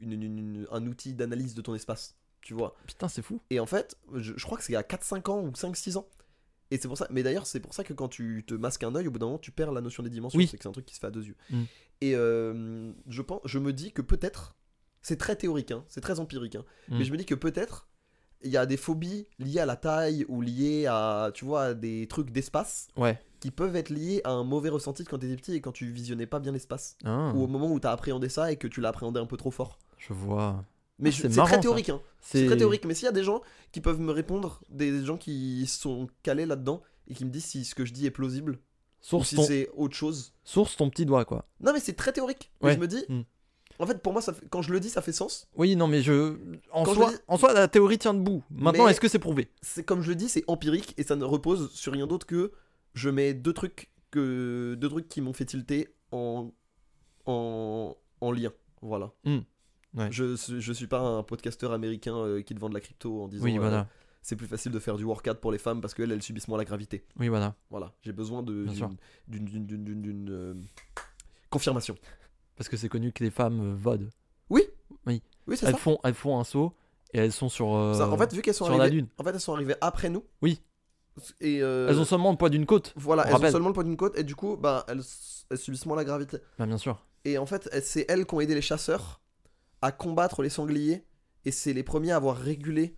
Speaker 1: une- une- une- un outil d'analyse de ton espace, tu vois.
Speaker 2: Putain, c'est fou.
Speaker 1: Et en fait, je, je crois que c'est à 4-5 ans ou 5-6 ans. Et c'est pour ça. Mais d'ailleurs, c'est pour ça que quand tu te masques un œil, au bout d'un moment, tu perds la notion des dimensions.
Speaker 2: Oui.
Speaker 1: C'est que c'est un truc qui se fait à deux yeux.
Speaker 2: Mm.
Speaker 1: Et euh, je, pense, je me dis que peut-être, c'est très théorique, hein, c'est très empirique, hein,
Speaker 2: Mm.
Speaker 1: mais je me dis que peut-être, il y a des phobies liées à la taille ou liées à, tu vois, à des trucs d'espace
Speaker 2: Ouais.
Speaker 1: qui peuvent être liées à un mauvais ressenti de quand t'étais petit et quand tu visionnais pas bien l'espace.
Speaker 2: Ah,
Speaker 1: Ou au moment où t'as appréhendé ça et que tu l'as appréhendé un peu trop fort.
Speaker 2: je vois.
Speaker 1: Mais
Speaker 2: Ah,
Speaker 1: je-
Speaker 2: c'est
Speaker 1: c'est
Speaker 2: marrant,
Speaker 1: très
Speaker 2: ça.
Speaker 1: théorique, hein. C'est très théorique, mais s'il y a des gens qui peuvent me répondre, des, des gens qui sont calés là-dedans et qui me disent si ce que je dis est plausible ou
Speaker 2: Source
Speaker 1: si
Speaker 2: ton
Speaker 1: c'est autre chose.
Speaker 2: source ton petit doigt quoi.
Speaker 1: Non, mais c'est très théorique. Mais
Speaker 2: Ouais.
Speaker 1: je me dis,
Speaker 2: Mm.
Speaker 1: en fait, pour moi, ça fait- quand je le dis, ça fait sens.
Speaker 2: Oui, non mais je en
Speaker 1: Quand je
Speaker 2: soi
Speaker 1: dis-
Speaker 2: en soi la théorie tient debout. Maintenant,
Speaker 1: Mais-
Speaker 2: est-ce que c'est prouvé
Speaker 1: C'est comme je le dis, c'est empirique et ça ne repose sur rien d'autre que je mets deux trucs que deux trucs qui m'ont fait tilter en en, en lien. Voilà.
Speaker 2: Mm. Ouais.
Speaker 1: Je, je suis pas un podcasteur américain euh, qui te vend de la crypto en disant
Speaker 2: Oui,
Speaker 1: euh,
Speaker 2: voilà.
Speaker 1: c'est plus facile de faire du workout pour les femmes parce qu'elles elles subissent moins la gravité.
Speaker 2: Oui, voilà.
Speaker 1: Voilà, j'ai besoin de
Speaker 2: Bien sûr.
Speaker 1: d'une- d'une- d'une- d'une- d'une- d'une, euh, confirmation.
Speaker 2: Parce que c'est connu que les femmes euh, vodent.
Speaker 1: Oui, c'est
Speaker 2: Elles
Speaker 1: ça.
Speaker 2: font elles font un saut et elles sont sur euh,
Speaker 1: Ça, En fait, vu qu'elles sont
Speaker 2: sur la
Speaker 1: arrivées,
Speaker 2: dune.
Speaker 1: en fait, elles sont arrivées après nous.
Speaker 2: Oui.
Speaker 1: Et euh,
Speaker 2: Elles ont seulement le poids d'une côte. on
Speaker 1: voilà, elles
Speaker 2: rappelle.
Speaker 1: ont seulement le poids d'une côte et du coup, bah, elles, elles subissent moins la gravité.
Speaker 2: Bah bien sûr.
Speaker 1: Et en fait, elles- c'est elles qui ont aidé les chasseurs à combattre les sangliers et c'est les premiers à avoir régulé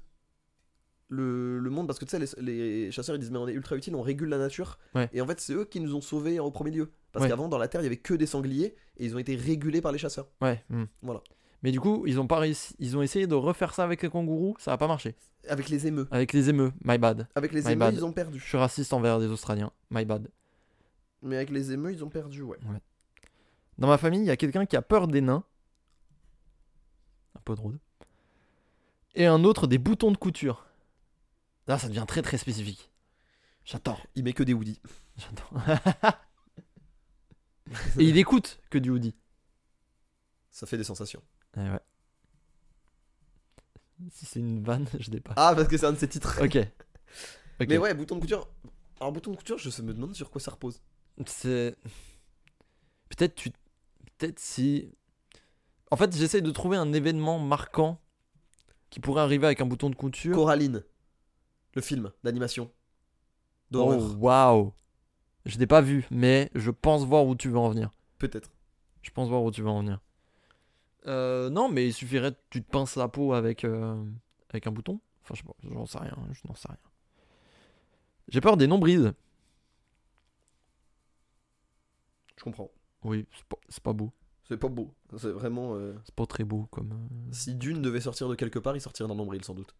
Speaker 1: le, le monde parce que tu sais, les, les chasseurs ils disent mais on est ultra utile, on régule la nature.
Speaker 2: Ouais.
Speaker 1: Et en fait, c'est eux qui nous ont sauvés au premier lieu parce
Speaker 2: Ouais.
Speaker 1: qu'avant dans la terre il y avait que des sangliers et ils ont été régulés par les chasseurs.
Speaker 2: Ouais. hmm.
Speaker 1: Voilà.
Speaker 2: Mais du coup, ils ont pas réussi, ils ont essayé de refaire ça avec les kangourous, ça a pas marché.
Speaker 1: Avec les émeux.
Speaker 2: Avec les émeux, my bad.
Speaker 1: Avec les
Speaker 2: My
Speaker 1: émeux,
Speaker 2: bad.
Speaker 1: ils ont
Speaker 2: Je
Speaker 1: perdu.
Speaker 2: suis raciste envers les Australiens, my bad.
Speaker 1: Mais avec les émeux, ils ont perdu, ouais.
Speaker 2: Dans ma famille, il y a quelqu'un qui a peur des nains. Un peu drôle. Et un autre des boutons de couture. Là, ça devient très très spécifique. J'adore,
Speaker 1: Il met que des Woody.
Speaker 2: j'adore. Et il écoute que du Woody.
Speaker 1: Ça fait des sensations.
Speaker 2: Eh ouais. Si c'est une vanne, je l'ai pas.
Speaker 1: Ah, parce que c'est un de ses titres.
Speaker 2: Ok. Ok.
Speaker 1: Mais ouais, bouton de couture. Alors, bouton de couture, je se- me demande sur quoi ça repose.
Speaker 2: C'est peut-être tu peut-être si en fait, j'essaye de trouver un événement marquant qui pourrait arriver avec un bouton de couture.
Speaker 1: Coraline, le film d'animation.
Speaker 2: Oh,
Speaker 1: D'horreur,
Speaker 2: waouh. Je l'ai pas vu, mais je pense voir où tu veux en venir.
Speaker 1: peut-être.
Speaker 2: Je pense voir où tu veux en venir. Euh, non, mais il suffirait que tu te pinces la peau avec, euh, avec un bouton. Enfin, je sais pas, j'en sais rien, je n'en sais rien. J'ai peur des nombrises.
Speaker 1: Je comprends.
Speaker 2: Oui, c'est pas, c'est pas beau.
Speaker 1: C'est pas beau. C'est vraiment. euh,
Speaker 2: C'est pas très beau comme. euh.
Speaker 1: Si Dune devait sortir de quelque part, il sortirait d'un nombril sans doute.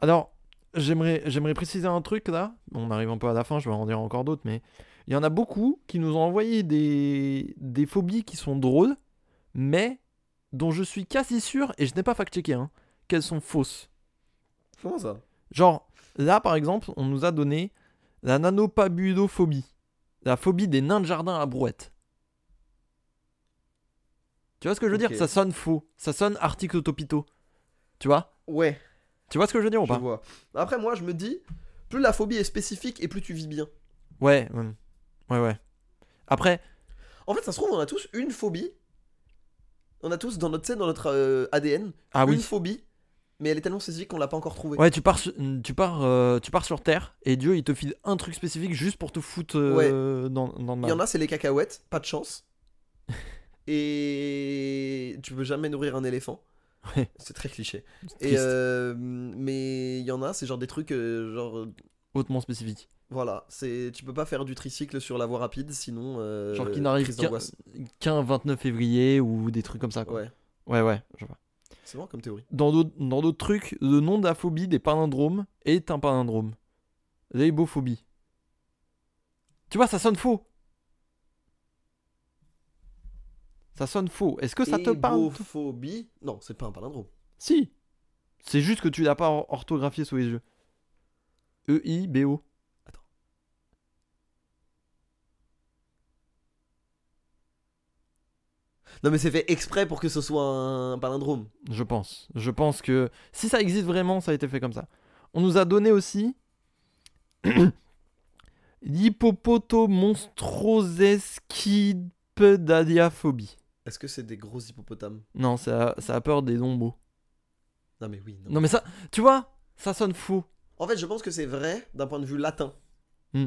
Speaker 2: Alors, j'aimerais, j'aimerais préciser un truc là. On arrive un peu à la fin, je vais en dire encore d'autres, mais il y en a beaucoup qui nous ont envoyé des, des phobies qui sont drôles, mais dont je suis quasi sûr, et je n'ai pas fact-checké, hein, qu'elles sont fausses.
Speaker 1: Comment ça
Speaker 2: Genre, là par exemple, on nous a donné la nanopabulophobie, la phobie des nains de jardin à brouette. Tu vois ce que je veux
Speaker 1: Ok.
Speaker 2: dire Ça sonne faux, ça sonne article topito. Tu vois
Speaker 1: Ouais,
Speaker 2: Tu vois ce que je veux dire ou
Speaker 1: je
Speaker 2: pas
Speaker 1: vois. Après, moi, je me dis, plus la phobie est spécifique et plus tu vis bien.
Speaker 2: Ouais, ouais, ouais, ouais. Après,
Speaker 1: En fait, ça se trouve, on a tous une phobie. On a tous dans notre, tu sais, dans notre euh, ADN
Speaker 2: ah
Speaker 1: une
Speaker 2: oui.
Speaker 1: phobie, mais elle est tellement spécifique qu'on l'a pas encore trouvée.
Speaker 2: Ouais, tu pars, sur- tu pars, euh, tu pars sur Terre et Dieu il te file un truc spécifique juste pour te foutre euh, dans, dans
Speaker 1: Il
Speaker 2: le mal.
Speaker 1: y en a, c'est les cacahuètes, pas de chance. Et tu peux jamais nourrir un éléphant.
Speaker 2: Ouais.
Speaker 1: C'est très cliché.
Speaker 2: C'est
Speaker 1: Et
Speaker 2: triste,
Speaker 1: euh, mais il y en a, c'est genre des trucs euh, genre euh,
Speaker 2: hautement spécifique.
Speaker 1: voilà, c'est tu peux pas faire du tricycle sur la voie rapide sinon euh,
Speaker 2: Genre qui n'arrive
Speaker 1: crise
Speaker 2: qu'un
Speaker 1: d'angoisse.
Speaker 2: qu'un 29 février ou des trucs comme ça. Quoi.
Speaker 1: Ouais,
Speaker 2: Ouais, ouais, je vois.
Speaker 1: c'est bon comme théorie.
Speaker 2: Dans d'autres dans d'autres trucs, le nom de la phobie des palindromes est un palindrome. Leibophobie. Tu vois, ça sonne faux. Ça sonne faux. Est-ce que ça te parle toi
Speaker 1: Ébophobie Non, c'est pas un palindrome.
Speaker 2: Si. C'est juste que tu l'as pas or- orthographié sous les yeux. E E-I-B-O.
Speaker 1: Attends. Non mais c'est fait exprès pour que ce soit un palindrome.
Speaker 2: Je pense. Je pense que si ça existe vraiment, ça a été fait comme ça. On nous a donné aussi l'hippopotomonstroseschidpedaliaphobie.
Speaker 1: Est-ce que c'est des gros hippopotames
Speaker 2: Non, ça, ça a peur des nombos.
Speaker 1: Non mais oui. Non.
Speaker 2: Non mais ça, tu vois, ça sonne faux.
Speaker 1: En fait, je pense que c'est vrai d'un point de vue latin.
Speaker 2: Hmm.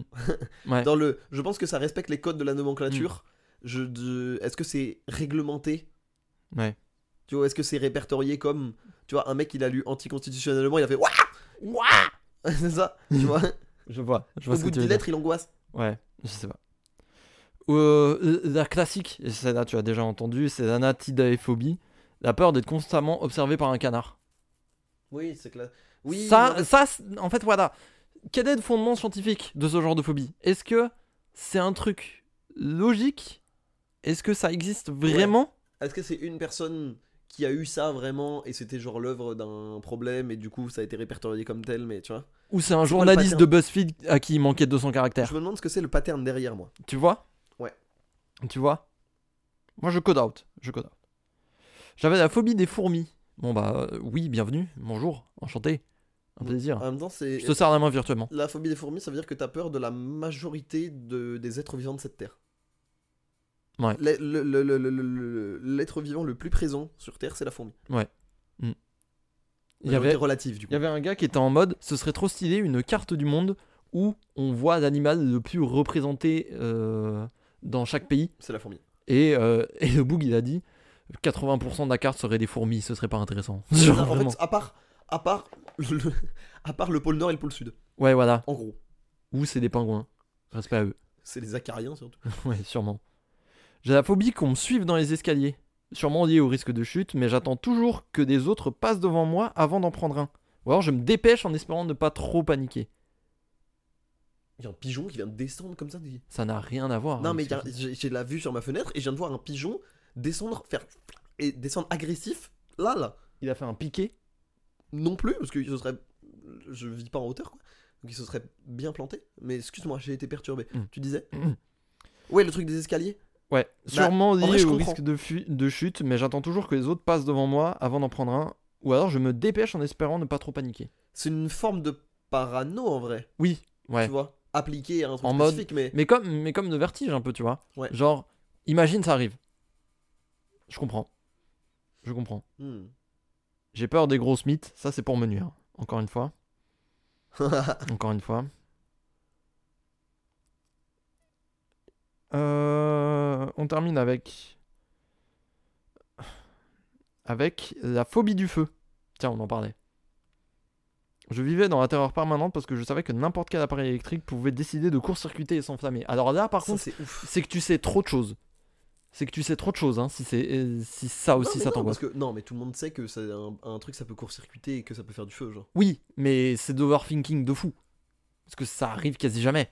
Speaker 2: Ouais. Hmm.
Speaker 1: Dans le, je pense que ça respecte les codes de la nomenclature. Je, de- est-ce que c'est réglementé
Speaker 2: Ouais.
Speaker 1: Tu vois, est-ce que c'est répertorié comme, tu vois, un mec il a lu anticonstitutionnellement, il a fait Ouah Ouah C'est ça, tu vois.
Speaker 2: Je vois. Je
Speaker 1: Au
Speaker 2: vois ce que
Speaker 1: bout de
Speaker 2: tu veux
Speaker 1: 10
Speaker 2: dire.
Speaker 1: lettres, il angoisse.
Speaker 2: Ouais, je sais pas. Euh, la classique, et celle-là tu as déjà entendu, c'est l'anatidaephobie, la peur d'être constamment observé par un canard.
Speaker 1: Oui, c'est clair. Oui.
Speaker 2: ça,
Speaker 1: non, mais-
Speaker 2: ça, c'est- en fait, voilà. Quel est le fondement scientifique de ce genre de phobie Est-ce que c'est un truc logique Est-ce que ça existe vraiment
Speaker 1: Est-ce que c'est une personne qui a eu ça vraiment et c'était genre l'œuvre d'un problème et du coup ça a été répertorié comme tel, mais tu vois.
Speaker 2: Ou c'est un
Speaker 1: quoi le
Speaker 2: journaliste de BuzzFeed à qui il manquait 200 caractères
Speaker 1: Je me demande ce que c'est le pattern derrière moi.
Speaker 2: Tu vois
Speaker 1: Ouais.
Speaker 2: Tu vois Moi, je code out. Je code out. J'avais la phobie des fourmis. Bon, bah, euh, oui, bienvenue. Bonjour. Enchanté. Un plaisir.
Speaker 1: En même temps, c'est.
Speaker 2: Je te sers la main virtuellement.
Speaker 1: La phobie des fourmis, ça veut dire que t'as peur de la majorité de- des êtres vivants de cette terre.
Speaker 2: Ouais.
Speaker 1: Le- le- le- le- le- le- le- L'être vivant le plus présent sur Terre, c'est la fourmi.
Speaker 2: Il y avait,
Speaker 1: relative du
Speaker 2: il
Speaker 1: coup.
Speaker 2: y avait un gars qui était en mode ce serait trop stylé une carte du monde où on voit l'animal le plus représenté euh, dans chaque pays.
Speaker 1: C'est la fourmi.
Speaker 2: Et, euh, et le boug, il a dit 80% de la carte serait des fourmis, ce serait pas intéressant. Genre,
Speaker 1: Non, en
Speaker 2: vraiment.
Speaker 1: fait, à part, à part, le, à part le pôle Nord et le pôle Sud,
Speaker 2: Ouais, voilà.
Speaker 1: en gros,
Speaker 2: Ou c'est des pingouins. Respect à eux.
Speaker 1: c'est les acariens surtout.
Speaker 2: Ouais, sûrement. J'ai la phobie qu'on me suive dans les escaliers. Sûrement lié au risque de chute, mais j'attends toujours que des autres passent devant moi avant d'en prendre un. Ou alors je me dépêche en espérant ne pas trop paniquer.
Speaker 1: Il y a un pigeon qui vient de descendre comme ça. des-
Speaker 2: Ça n'a rien à voir. hein,
Speaker 1: non,
Speaker 2: avec
Speaker 1: mais il
Speaker 2: ce
Speaker 1: y a-
Speaker 2: qui-
Speaker 1: j'ai j'ai la vue sur ma fenêtre et je viens de voir un pigeon descendre, faire et descendre agressif. Là, là,
Speaker 2: il a fait un piqué.
Speaker 1: non plus parce que ce serait, je vis pas en hauteur quoi. Donc il se serait bien planté. Mais excuse-moi, j'ai été perturbé.
Speaker 2: Mm.
Speaker 1: Tu disais
Speaker 2: Mm.
Speaker 1: Ouais, le truc des escaliers.
Speaker 2: Ouais, sûrement lié
Speaker 1: Bah, vrai, je
Speaker 2: au
Speaker 1: comprends.
Speaker 2: risque de, fu- de chute, mais j'attends toujours que les autres passent devant moi avant d'en prendre un Ou alors je me dépêche en espérant ne pas trop paniquer.
Speaker 1: C'est une forme de parano en vrai,
Speaker 2: Oui, ouais.
Speaker 1: tu vois, appliquée à un truc
Speaker 2: En mode-
Speaker 1: spécifique, mais
Speaker 2: Mais comme, mais comme de vertige un peu, tu vois.
Speaker 1: Ouais.
Speaker 2: Genre, imagine ça arrive. Je comprends. Je comprends.
Speaker 1: Hmm.
Speaker 2: J'ai peur des grosses mythes, ça c'est pour me nuire. Encore une fois. Encore une fois. Euh, on termine avec. Avec la phobie du feu. Tiens, on en parlait. Je vivais dans la terreur permanente parce que je savais que n'importe quel appareil électrique pouvait décider de court-circuiter et s'enflammer. Alors là, par
Speaker 1: ça
Speaker 2: contre,
Speaker 1: c'est ouf.
Speaker 2: c'est que tu sais trop de choses. C'est que tu sais trop de choses, hein, si, c'est, euh, si ça
Speaker 1: Non,
Speaker 2: aussi
Speaker 1: mais
Speaker 2: ça
Speaker 1: non,
Speaker 2: t'angoisse.
Speaker 1: parce que non mais tout le monde sait que c'est un, un truc ça peut court-circuiter et que ça peut faire du feu genre.
Speaker 2: Oui, mais c'est d'overthinking de fou. Parce que ça arrive quasi jamais.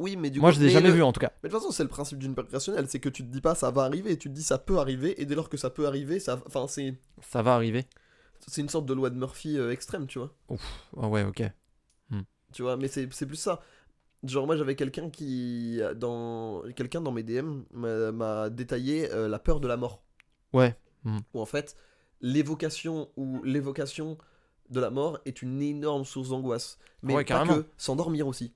Speaker 1: Oui mais du
Speaker 2: Moi,
Speaker 1: coup,
Speaker 2: je l'ai
Speaker 1: mais
Speaker 2: jamais
Speaker 1: le-
Speaker 2: vu en tout cas.
Speaker 1: Mais de toute façon c'est le principe d'une perte rationnelle, c'est que tu te dis pas ça va arriver, tu te dis ça peut arriver et dès lors que ça peut arriver, ça, enfin c'est
Speaker 2: Ça va arriver.
Speaker 1: c'est une sorte de loi de Murphy euh, extrême tu vois.
Speaker 2: Ah ouais, ok.
Speaker 1: tu vois mais c'est c'est plus ça genre moi j'avais quelqu'un qui dans quelqu'un dans mes DM m'a- m'a détaillé euh, la peur de la mort
Speaker 2: Ouais, hmm.
Speaker 1: où en fait l'évocation ou l'évocation de la mort est une énorme source d'angoisse mais
Speaker 2: Ouais,
Speaker 1: pas
Speaker 2: carrément.
Speaker 1: que s'endormir aussi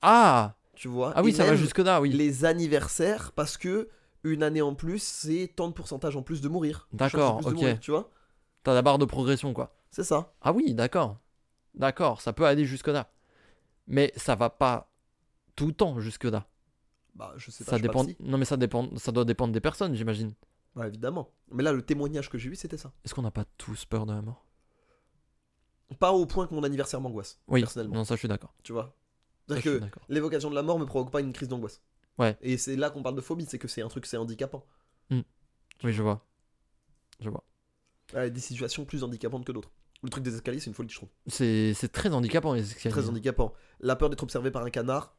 Speaker 2: Ah
Speaker 1: tu vois
Speaker 2: Ah oui,
Speaker 1: Et
Speaker 2: ça va
Speaker 1: même
Speaker 2: jusque-là, oui.
Speaker 1: les anniversaires parce que une année en plus c'est tant de pourcentage en plus de mourir Une chance de
Speaker 2: D'accord,
Speaker 1: plus de
Speaker 2: ok.
Speaker 1: mourir, tu vois
Speaker 2: T'as la barre de progression, quoi.
Speaker 1: c'est ça
Speaker 2: Ah oui, d'accord. D'accord, ça peut aller jusque-là. Mais ça va pas tout le temps jusque-là.
Speaker 1: bah je sais pas
Speaker 2: Ça
Speaker 1: je suis pas
Speaker 2: dépend.
Speaker 1: psy.
Speaker 2: Non, mais ça dépend. Ça doit dépendre des personnes, j'imagine.
Speaker 1: Bah, évidemment mais là le témoignage que j'ai eu c'était ça
Speaker 2: Est-ce qu'on n'a pas tous peur de la mort
Speaker 1: pas au point que mon anniversaire m'angoisse
Speaker 2: Oui.
Speaker 1: personnellement
Speaker 2: Non, ça, je suis d'accord.
Speaker 1: tu vois
Speaker 2: Ça, je
Speaker 1: c'est-à-dire
Speaker 2: suis
Speaker 1: que
Speaker 2: d'accord.
Speaker 1: l'évocation de la mort me provoque pas une crise d'angoisse.
Speaker 2: Ouais.
Speaker 1: Et c'est là qu'on parle de phobie, c'est que c'est un truc, c'est handicapant.
Speaker 2: Oui, je vois.
Speaker 1: Ouais, des situations plus handicapantes que d'autres. Le truc des escaliers, c'est une folie, je trouve.
Speaker 2: C'est c'est très handicapant, les escaliers.
Speaker 1: Très handicapant. La peur d'être observé par un canard,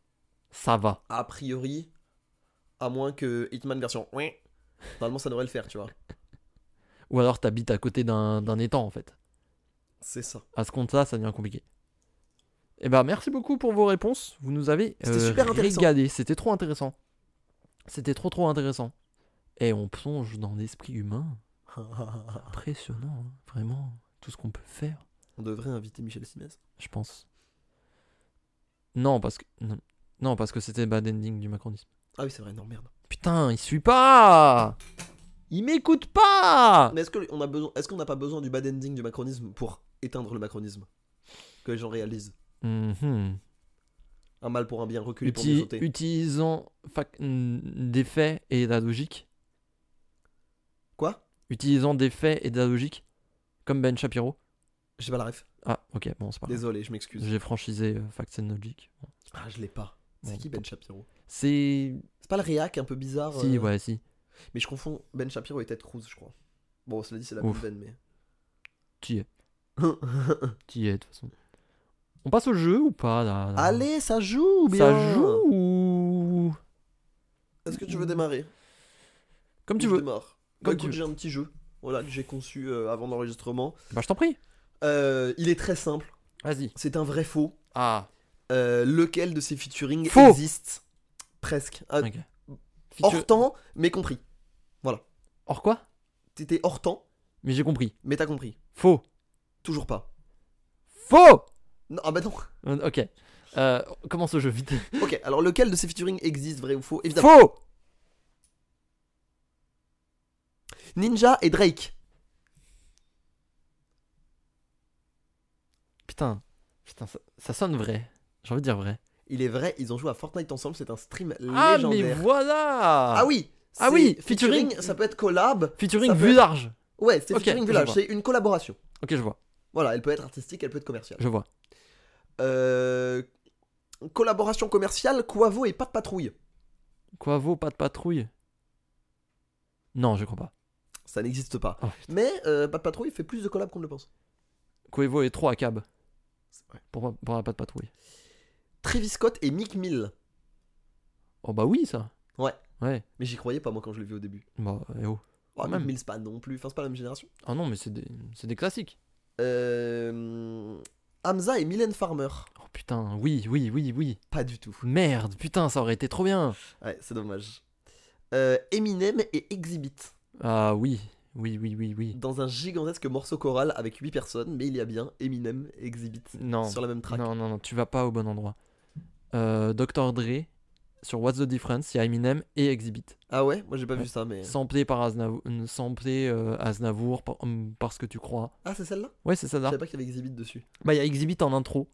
Speaker 2: Ça va.
Speaker 1: a priori, à moins que Hitman version. ouin, Normalement, ça devrait le faire, tu vois.
Speaker 2: Ou alors t'habites à côté d'un d'un étang, en fait.
Speaker 1: C'est ça.
Speaker 2: À ce compte-là, ça devient compliqué. Eh ben, merci beaucoup pour vos réponses. Vous nous avez euh,
Speaker 1: C'était super intéressant.
Speaker 2: régalé. C'était trop intéressant. C'était trop trop intéressant. Et on plonge dans l'esprit humain. Impressionnant, hein. vraiment. Tout ce qu'on peut faire,
Speaker 1: On devrait inviter Michel Simès.
Speaker 2: je pense. Non, parce que non, non parce que c'était bad ending du macronisme.
Speaker 1: Ah oui, c'est vrai, non, merde.
Speaker 2: Putain, il suit pas. Il m'écoute pas.
Speaker 1: Mais est-ce qu'on a besoin, est-ce qu'on n'a pas besoin du bad ending du macronisme pour éteindre le macronisme Que les gens réalisent.
Speaker 2: Mhm.
Speaker 1: Un mal pour un bien, reculer pour mieux
Speaker 2: Uti-
Speaker 1: sauter.
Speaker 2: utilisant fac- n- des faits et de la logique.
Speaker 1: Quoi
Speaker 2: Utilisant des faits et de la logique. Comme Ben Shapiro.
Speaker 1: J'ai pas la ref.
Speaker 2: Ah, ok, bon, c'est pas grave.
Speaker 1: Désolé, je m'excuse.
Speaker 2: J'ai franchisé euh, Facts and Logic.
Speaker 1: Ah, je l'ai pas. C'est
Speaker 2: Bon,
Speaker 1: qui Ben Shapiro
Speaker 2: C'est.
Speaker 1: C'est pas le réac un peu bizarre
Speaker 2: Si,
Speaker 1: euh,
Speaker 2: ouais, si.
Speaker 1: Mais je confonds Ben Shapiro et Ted Cruz, je crois. Bon, cela dit, c'est la
Speaker 2: Ouf.
Speaker 1: même veine, mais. Ah.
Speaker 2: Tu y es. Tu y es, de toute façon. On passe au jeu ou pas là, là
Speaker 1: Allez, ça joue bien
Speaker 2: Ça joue ou-
Speaker 1: Est-ce que tu veux démarrer
Speaker 2: Comme tu
Speaker 1: Je
Speaker 2: veux.
Speaker 1: démarre.
Speaker 2: Comme
Speaker 1: Comme
Speaker 2: tu veux.
Speaker 1: j'ai un petit jeu. Voilà, que j'ai conçu euh, avant l'enregistrement.
Speaker 2: Bah, je t'en prie.
Speaker 1: Euh, il est très simple.
Speaker 2: Vas-y.
Speaker 1: C'est un vrai faux.
Speaker 2: Ah,
Speaker 1: Euh, lequel de ces featuring
Speaker 2: Faux.
Speaker 1: existe Presque. Ah,
Speaker 2: ok. Feature-
Speaker 1: Hors temps, mais compris.
Speaker 2: Hors quoi
Speaker 1: T'étais hors temps,
Speaker 2: Mais j'ai compris.
Speaker 1: mais t'as compris.
Speaker 2: Faux.
Speaker 1: Toujours pas.
Speaker 2: Faux
Speaker 1: Non, ah bah non.
Speaker 2: Euh, Ok. Euh, commence le jeu vite.
Speaker 1: Ok, alors lequel de ces featuring existe, vrai ou faux Évidemment.
Speaker 2: Faux
Speaker 1: Ninja et Drake.
Speaker 2: Putain, putain, ça, ça sonne vrai. J'ai envie de dire vrai.
Speaker 1: Il est vrai, ils ont joué à Fortnite ensemble, c'est un stream
Speaker 2: Ah, mais
Speaker 1: légendaire.
Speaker 2: voilà
Speaker 1: Ah oui
Speaker 2: Ah
Speaker 1: c'est
Speaker 2: oui,
Speaker 1: featuring,
Speaker 2: featuring.
Speaker 1: ça peut être collab.
Speaker 2: Featuring
Speaker 1: ça peut
Speaker 2: vue
Speaker 1: être-
Speaker 2: large.
Speaker 1: Ouais, c'est
Speaker 2: Ok,
Speaker 1: featuring
Speaker 2: je
Speaker 1: village,
Speaker 2: vois.
Speaker 1: c'est une collaboration.
Speaker 2: Ok, je vois,
Speaker 1: Voilà, elle peut être artistique, elle peut être commerciale.
Speaker 2: je vois.
Speaker 1: Euh, collaboration commerciale, Quavo et Pas de Patrouille.
Speaker 2: Quoi vaut pas de patrouille Non, je crois pas.
Speaker 1: Ça n'existe pas.
Speaker 2: Oh,
Speaker 1: Mais euh, Pas de Patrouille fait plus de collab qu'on ne le pense.
Speaker 2: Quavo est trop à cab
Speaker 1: C'est vrai.
Speaker 2: pour, pour la pas de patrouille.
Speaker 1: Travis Scott et Mick Mill.
Speaker 2: Oh bah oui, ça.
Speaker 1: Ouais.
Speaker 2: Ouais.
Speaker 1: Mais j'y croyais pas moi quand je l'ai vu au début.
Speaker 2: Bah, eh oh.
Speaker 1: Oh, Mick
Speaker 2: Même.
Speaker 1: Mill, c'est pas non plus. Enfin, c'est pas la même génération.
Speaker 2: Ah non, mais c'est des, c'est des classiques.
Speaker 1: Euh, Hamza et Mylène Farmer.
Speaker 2: Oh putain, oui, oui, oui, oui.
Speaker 1: Pas du tout.
Speaker 2: Merde, putain, ça aurait été trop bien.
Speaker 1: Ouais, c'est dommage. Euh, Eminem et Exhibit.
Speaker 2: Ah oui, oui, oui, oui, oui.
Speaker 1: dans un gigantesque morceau choral avec 8 personnes, mais il y a bien Eminem et Exhibit
Speaker 2: Non.
Speaker 1: sur la même track.
Speaker 2: Non, non, non, tu vas pas au bon endroit. Euh, Dr. Dre, sur What's the Difference, il y a Eminem et Exhibit.
Speaker 1: Ah ouais, moi j'ai pas
Speaker 2: Ouais.
Speaker 1: vu ça, mais.
Speaker 2: Samplé par Aznavour, euh, samplé, euh, Aznavour par- hum, parce que tu crois.
Speaker 1: Ah, c'est celle-là
Speaker 2: Ouais, c'est ça.
Speaker 1: Je
Speaker 2: là.
Speaker 1: savais pas qu'il y avait Exhibit dessus.
Speaker 2: Bah, il y a Exhibit en intro.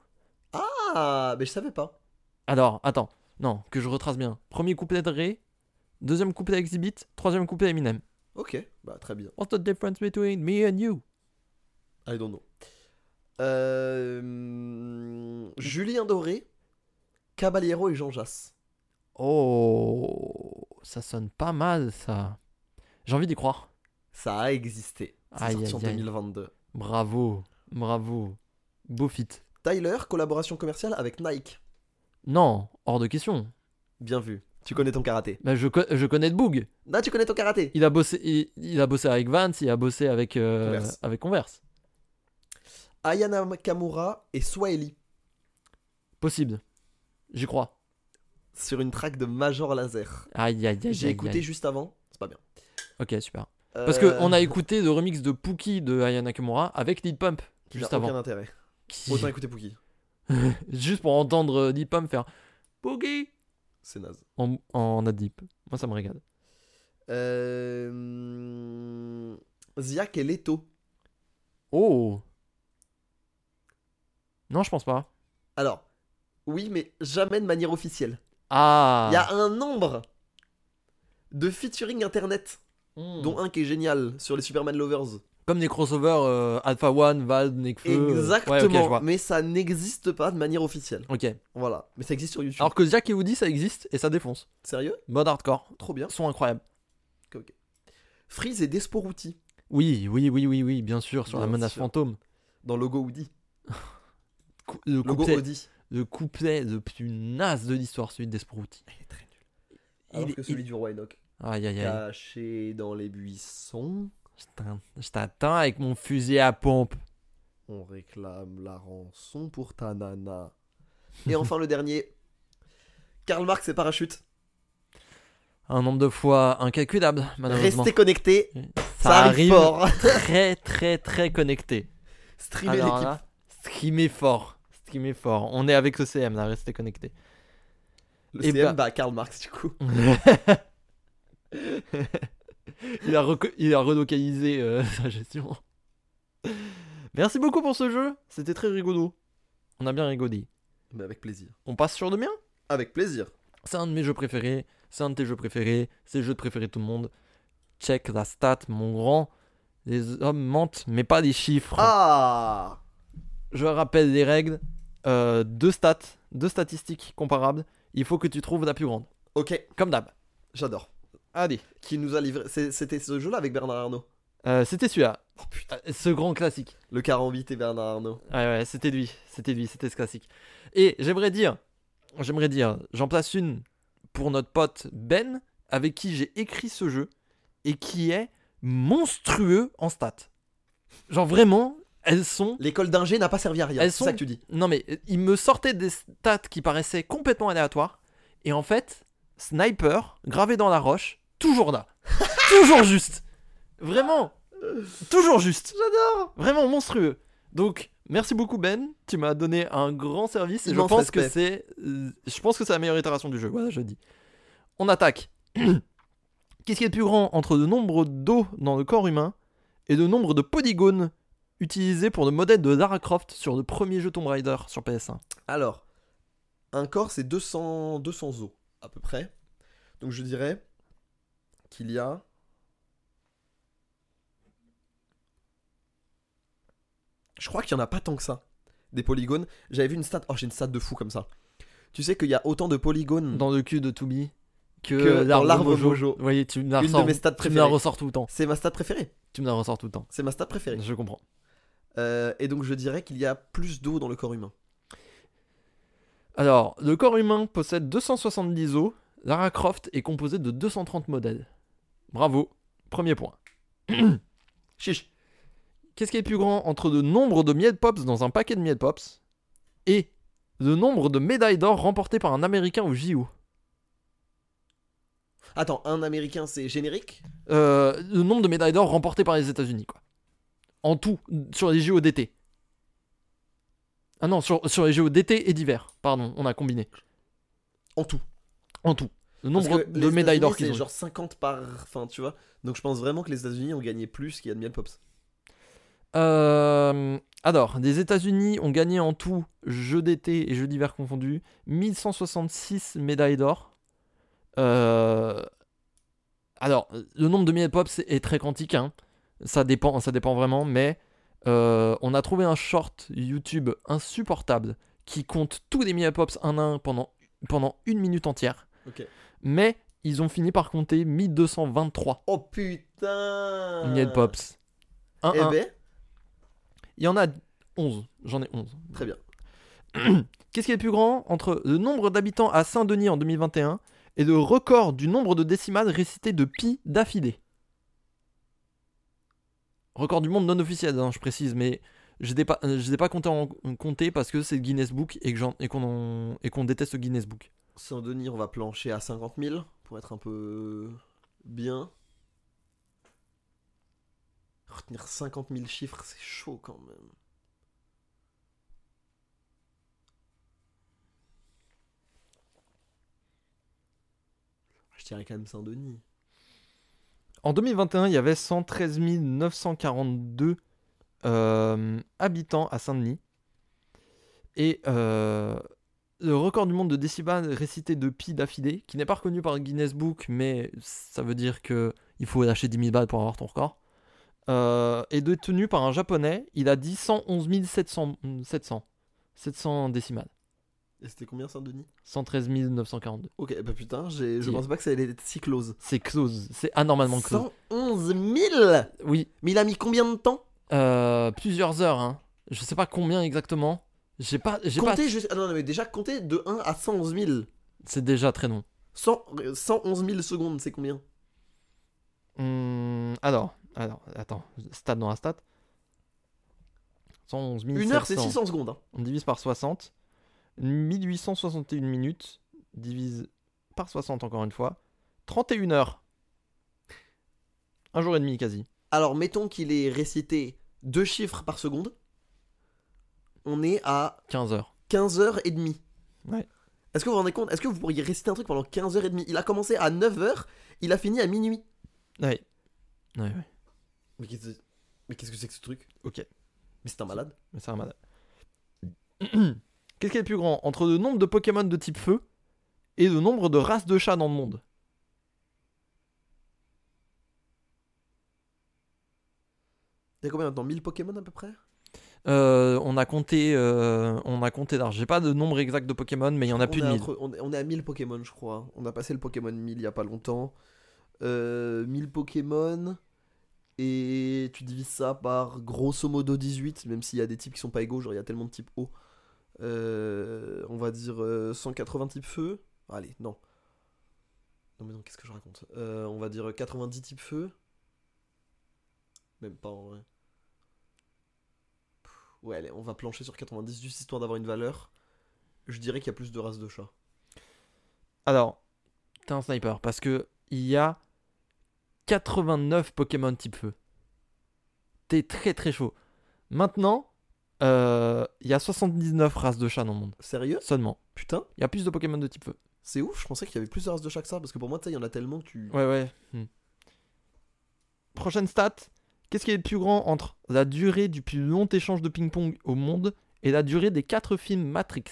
Speaker 1: Ah, mais je savais pas.
Speaker 2: Alors, attends, non, que je retrace bien. Premier couplet de Dre, deuxième couplet Exhibit, troisième couplet Eminem.
Speaker 1: Ok, bah très bien.
Speaker 2: What's the difference between me and you?
Speaker 1: I don't know. Euh, Julien Doré, Caballero et Jean Jass.
Speaker 2: Oh, ça sonne pas mal ça. J'ai envie d'y croire.
Speaker 1: Ça a existé. C'est
Speaker 2: Aïe,
Speaker 1: sorti en
Speaker 2: aïe, aïe.
Speaker 1: 2022.
Speaker 2: Bravo, bravo. Beau fit.
Speaker 1: Tyler, collaboration commerciale avec Nike.
Speaker 2: Non, hors de question.
Speaker 1: Bien vu. Tu connais ton karaté.
Speaker 2: Bah, je, co- je connais de Boog.
Speaker 1: Là, tu connais ton karaté.
Speaker 2: Il a bossé, il, il a bossé avec Vance, il a bossé avec euh,
Speaker 1: Converse.
Speaker 2: avec Converse.
Speaker 1: Ayana Kamura et Swahili
Speaker 2: Possible. J'y crois.
Speaker 1: sur une track de Major Laser.
Speaker 2: Aïe aïe aïe.
Speaker 1: J'ai
Speaker 2: aïe,
Speaker 1: écouté
Speaker 2: aïe.
Speaker 1: juste avant. C'est pas bien.
Speaker 2: Ok super. Parce
Speaker 1: Euh,
Speaker 2: que on a écouté le remix de Pookie de Aya Nakamura avec Lil Pump
Speaker 1: qui
Speaker 2: juste
Speaker 1: n'a
Speaker 2: avant.
Speaker 1: Aucun intérêt.
Speaker 2: Qui-
Speaker 1: Autant écouter Pookie.
Speaker 2: juste pour entendre euh, Lil Pump faire Pookie
Speaker 1: C'est naze.
Speaker 2: en, en adip. Moi ça me regarde.
Speaker 1: Euh... Ziak et Leto.
Speaker 2: Oh. Non je pense pas.
Speaker 1: Alors, oui, mais jamais de manière officielle.
Speaker 2: Ah.
Speaker 1: Il y a un nombre de featuring internet,
Speaker 2: Hmm.
Speaker 1: dont un qui est génial sur les Superman Lovers.
Speaker 2: Comme des crossovers euh, Alpha One, Val, Nekfeu. euh,
Speaker 1: Exactement,
Speaker 2: Ouais, ok, je vois.
Speaker 1: mais ça n'existe pas de manière officielle.
Speaker 2: Ok.
Speaker 1: Voilà, mais ça existe sur YouTube.
Speaker 2: Alors que Jack et Woody ça existe et ça défonce.
Speaker 1: Sérieux
Speaker 2: Mode hardcore.
Speaker 1: Trop bien.
Speaker 2: sont incroyables.
Speaker 1: Freeze et Desporuti
Speaker 2: Oui, oui, oui, oui, oui, bien sûr, sur la
Speaker 1: Bien
Speaker 2: menace
Speaker 1: sûr.
Speaker 2: fantôme.
Speaker 1: dans Logo Audi.
Speaker 2: Cou- le,
Speaker 1: Logo
Speaker 2: couplet,
Speaker 1: Audi.
Speaker 2: le couplet le plus naze de l'histoire, celui de Desprouti.
Speaker 1: Il est très nul. Alors
Speaker 2: Il-
Speaker 1: que celui Ah.
Speaker 2: il-
Speaker 1: du roi Enoch.
Speaker 2: Aïe, aïe, aïe.
Speaker 1: Caché dans les buissons,
Speaker 2: Je t'in- Je t'attends avec mon fusil à pompe.
Speaker 1: on réclame la rançon pour ta nana. Et enfin le dernier. Karl Marx et Parachute.
Speaker 2: Un nombre de fois incalculable, malheureusement.
Speaker 1: Restez connectés, ça, arrive fort.
Speaker 2: très, très, très connecté.
Speaker 1: Streamer
Speaker 2: Alors
Speaker 1: l'équipe.
Speaker 2: là, streamer fort. Streamer fort. On est avec le CM, là, restez connectés.
Speaker 1: Le
Speaker 2: Eh
Speaker 1: CM, bah...
Speaker 2: bah-
Speaker 1: Karl Marx du coup.
Speaker 2: il, a reco- il a relocalisé euh, sa gestion. Merci beaucoup pour ce jeu, c'était très rigolo. On a bien rigolé.
Speaker 1: Mais avec plaisir.
Speaker 2: On passe sur le mien
Speaker 1: Avec plaisir.
Speaker 2: C'est un de mes jeux préférés, c'est un de tes jeux préférés, c'est le jeu de préféré de tout le monde. Check la stat, mon grand. Les hommes mentent, mais pas les chiffres.
Speaker 1: Ah
Speaker 2: Je rappelle les règles. Euh, deux stats, deux statistiques comparables. Il faut que tu trouves la plus grande.
Speaker 1: Ok,
Speaker 2: Comme d'hab.
Speaker 1: j'adore.
Speaker 2: Allez.
Speaker 1: Qui nous a livré. c'est- C'était ce jeu-là avec Bernard Arnault.
Speaker 2: Euh, c'était celui-là.
Speaker 1: Oh putain.
Speaker 2: Euh, Ce grand classique.
Speaker 1: Le 48 et Bernard Arnault.
Speaker 2: Ouais, ouais, c'était lui, c'était lui, c'était ce classique. Et j'aimerais dire, j'aimerais dire, j'en place une pour notre pote Ben, avec qui j'ai écrit ce jeu et qui est monstrueux en stats. Genre vraiment, elles sont.
Speaker 1: L'école d'ingé n'a pas servi à rien.
Speaker 2: Elles
Speaker 1: C'est
Speaker 2: sont-
Speaker 1: ça que tu dis.
Speaker 2: Non mais euh, il me sortait des stats qui paraissaient complètement aléatoires et en fait, sniper gravé dans la roche, toujours là, toujours juste, vraiment, toujours juste.
Speaker 1: J'adore
Speaker 2: Vraiment monstrueux. Donc, merci beaucoup Ben, tu m'as donné un grand service et je
Speaker 1: Immense
Speaker 2: pense que
Speaker 1: respect.
Speaker 2: c'est euh, je pense que c'est la meilleure itération du jeu. Voilà, je le dis. On attaque. Qu'est-ce qui est le plus grand entre le nombre d'os dans le corps humain et le nombre de polygones utilisés pour le modèle de Lara Croft sur le premier jeu Tomb Raider sur PS1
Speaker 1: Alors, un corps, c'est 200, 200 os, à peu près. Donc je dirais qu'il y a. Je crois qu'il n'y en a pas tant que ça. Des polygones. J'avais vu une stat. Oh, j'ai une stat de fou comme ça. Tu sais qu'il y a autant de polygones.
Speaker 2: dans le cul de Toubi que,
Speaker 1: Hmm. Que dans
Speaker 2: l'arbre
Speaker 1: l'arbre
Speaker 2: Mojo.
Speaker 1: Mojo.
Speaker 2: Vous voyez, tu me la
Speaker 1: Une
Speaker 2: ressors,
Speaker 1: de mes stats
Speaker 2: tu me la
Speaker 1: préférées.
Speaker 2: ressors tout le temps.
Speaker 1: C'est ma stat préférée.
Speaker 2: Tu me la ressors tout le temps.
Speaker 1: C'est ma stat préférée.
Speaker 2: Je comprends.
Speaker 1: Euh, et donc je dirais qu'il y a plus d'eau dans le corps humain.
Speaker 2: Alors, le corps humain possède 270 os. Lara Croft est composée de 230 modèles. Bravo, premier point.
Speaker 1: Chiche.
Speaker 2: Qu'est-ce qui est le plus grand entre le nombre de miel pops dans un paquet de miel pops et le nombre de médailles d'or remportées par un Américain au JO
Speaker 1: Attends, un américain c'est générique
Speaker 2: Euh, le nombre de médailles d'or remportées par les États-Unis, quoi. En tout, sur les JO d'été. Ah non, sur, sur les JO d'été et d'hiver, pardon, on a combiné.
Speaker 1: En tout.
Speaker 2: En tout. Le
Speaker 1: Parce
Speaker 2: nombre
Speaker 1: que
Speaker 2: de
Speaker 1: les
Speaker 2: médailles d'or
Speaker 1: États-Unis,
Speaker 2: qu'ils ont.
Speaker 1: C'est
Speaker 2: eu.
Speaker 1: genre 50 par. Enfin, tu vois. Donc je pense vraiment que les États-Unis ont gagné plus qu'Admiral Pops.
Speaker 2: Euh, alors, les États-Unis ont gagné en tout, jeux d'été et jeux d'hiver confondus, 1166 médailles d'or. Euh, alors, le nombre de médailles pop c'est- est très quantique, hein. ça, dépend, ça dépend vraiment, mais euh, on a trouvé un short YouTube insupportable qui compte tous les médailles pops un à un pendant, pendant une minute entière.
Speaker 1: Ok.
Speaker 2: Mais ils ont fini par compter 1223
Speaker 1: Oh putain
Speaker 2: médailles pops. Un,
Speaker 1: Euh. Eh
Speaker 2: un.
Speaker 1: ben,
Speaker 2: Il y en a 11, j'en ai 11.
Speaker 1: très bien.
Speaker 2: Qu'est-ce qui est le plus grand entre le nombre d'habitants à Saint-Denis en 2021 et le record du nombre de décimales récitées de pi d'affilée Record du monde non officiel, hein, je précise, mais je ne pas, euh, je les ai pas compté, en, compté parce que c'est le Guinness Book et que j'en- et qu'on en- et qu'on déteste le Guinness Book.
Speaker 1: Saint-Denis, on va plancher à 50 000 pour être un peu bien. Retenir 50 000 chiffres, c'est chaud quand même. Je dirais quand même Saint-Denis.
Speaker 2: En 2021, il y avait 113 942 euh, habitants à Saint-Denis. Et euh, le record du monde de décibels récités de pi d'affilée, qui n'est pas reconnu par le Guinness Book, mais ça veut dire que il faut lâcher 10 000 balles pour avoir ton record, euh, est détenu par un japonais. Il a dit 111 700, 700, 700 décimales.
Speaker 1: Et c'était combien Saint-Denis
Speaker 2: 113 942.
Speaker 1: Ok, bah putain, j'ai- je
Speaker 2: Si.
Speaker 1: pense pas que ça allait être si close.
Speaker 2: C'est close, c'est anormalement close.
Speaker 1: 111 000
Speaker 2: Oui,
Speaker 1: Mais il a mis combien de temps
Speaker 2: Euh, plusieurs heures. Hein. Je sais pas combien exactement. J'ai pas, j'ai pas.
Speaker 1: Comptez juste- ah non, non, mais déjà, comptez de 1 à 111 000.
Speaker 2: C'est déjà très long.
Speaker 1: 100 euh, 111 000 secondes, c'est combien
Speaker 2: Hum, alors, alors, attends. Stat dans la stat. 111
Speaker 1: Une heure, c'est
Speaker 2: 700.
Speaker 1: 600 secondes. hein.
Speaker 2: On divise par 60. 1861 minutes. Divise par 60 encore une fois. 31 heures. Un jour et demi quasi.
Speaker 1: Alors, mettons qu'il est récité deux chiffres par seconde. On est à
Speaker 2: 15 heures.
Speaker 1: 15h30.
Speaker 2: Ouais.
Speaker 1: Est-ce que vous vous rendez compte Est-ce que vous pourriez réciter un truc pendant 15h30 Il a commencé à 9h, il a fini à minuit.
Speaker 2: Ouais. Ouais, ouais.
Speaker 1: Mais qu'est-ce mais qu'est-ce que c'est que ce truc
Speaker 2: Ok.
Speaker 1: Mais c'est un malade.
Speaker 2: Mais c'est un malade. Qu'est-ce qui est le plus grand entre le nombre de Pokémon de type feu et le nombre de races de chats dans le monde
Speaker 1: Il y a combien maintenant 1000 Pokémon à peu près
Speaker 2: Euh, On a compté, euh, on a compté d'argent. J'ai pas de nombre exact de Pokémon, mais il y en a
Speaker 1: On
Speaker 2: plus
Speaker 1: est
Speaker 2: de 1000.
Speaker 1: entre- on, est- on est à 1000 Pokémon, je crois. On a passé le Pokémon 1000 il y a pas longtemps. Euh, 1000 Pokémon. Et tu divises ça par grosso modo 18, même s'il y a des types qui sont pas égaux, genre il y a tellement de types hauts. Euh, on va dire euh, 180 types feu. Allez, non. Non mais non, qu'est-ce que je raconte Euh, On va dire 90 types feu. Même pas en vrai. Pff, Ouais, allez, on va plancher sur 90 juste histoire d'avoir une valeur. Je dirais qu'il y a plus de races de chats.
Speaker 2: Alors, t'es un sniper parce que il y a 89 Pokémon type feu. T'es très très chaud. Maintenant, euh, il y a 79 races de chats dans le monde.
Speaker 1: Sérieux
Speaker 2: Seulement.
Speaker 1: Putain,
Speaker 2: Il y a plus de Pokémon de type feu.
Speaker 1: c'est ouf, je pensais qu'il y avait plus de races de chats que ça, parce que pour moi, tu sais, il y en a tellement que tu...
Speaker 2: Ouais, ouais. Hmm. Prochaine stat. Qu'est-ce qui est le plus grand entre la durée du plus long échange de ping-pong au monde et la durée des quatre films Matrix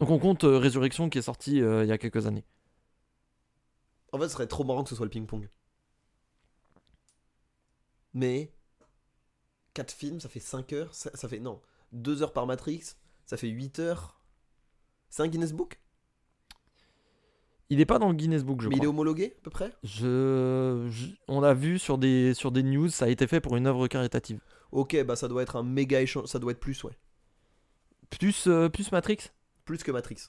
Speaker 2: Donc on compte euh, Résurrection qui est sorti euh, il y a quelques années.
Speaker 1: En fait, ce serait trop marrant que ce soit le ping-pong. Mais... 4 films, ça fait 5 heures, ça, ça fait... Non, 2 heures par Matrix, ça fait 8 heures. C'est un Guinness Book
Speaker 2: Il n'est pas dans le Guinness Book, je
Speaker 1: Mais il est
Speaker 2: crois.
Speaker 1: homologué, à peu près
Speaker 2: Je... je- On l'a vu sur des... sur des news, ça a été fait pour une œuvre caritative.
Speaker 1: Ok, bah ça doit être un méga échange, ça doit être plus, ouais.
Speaker 2: Plus, euh, plus Matrix
Speaker 1: Plus que Matrix.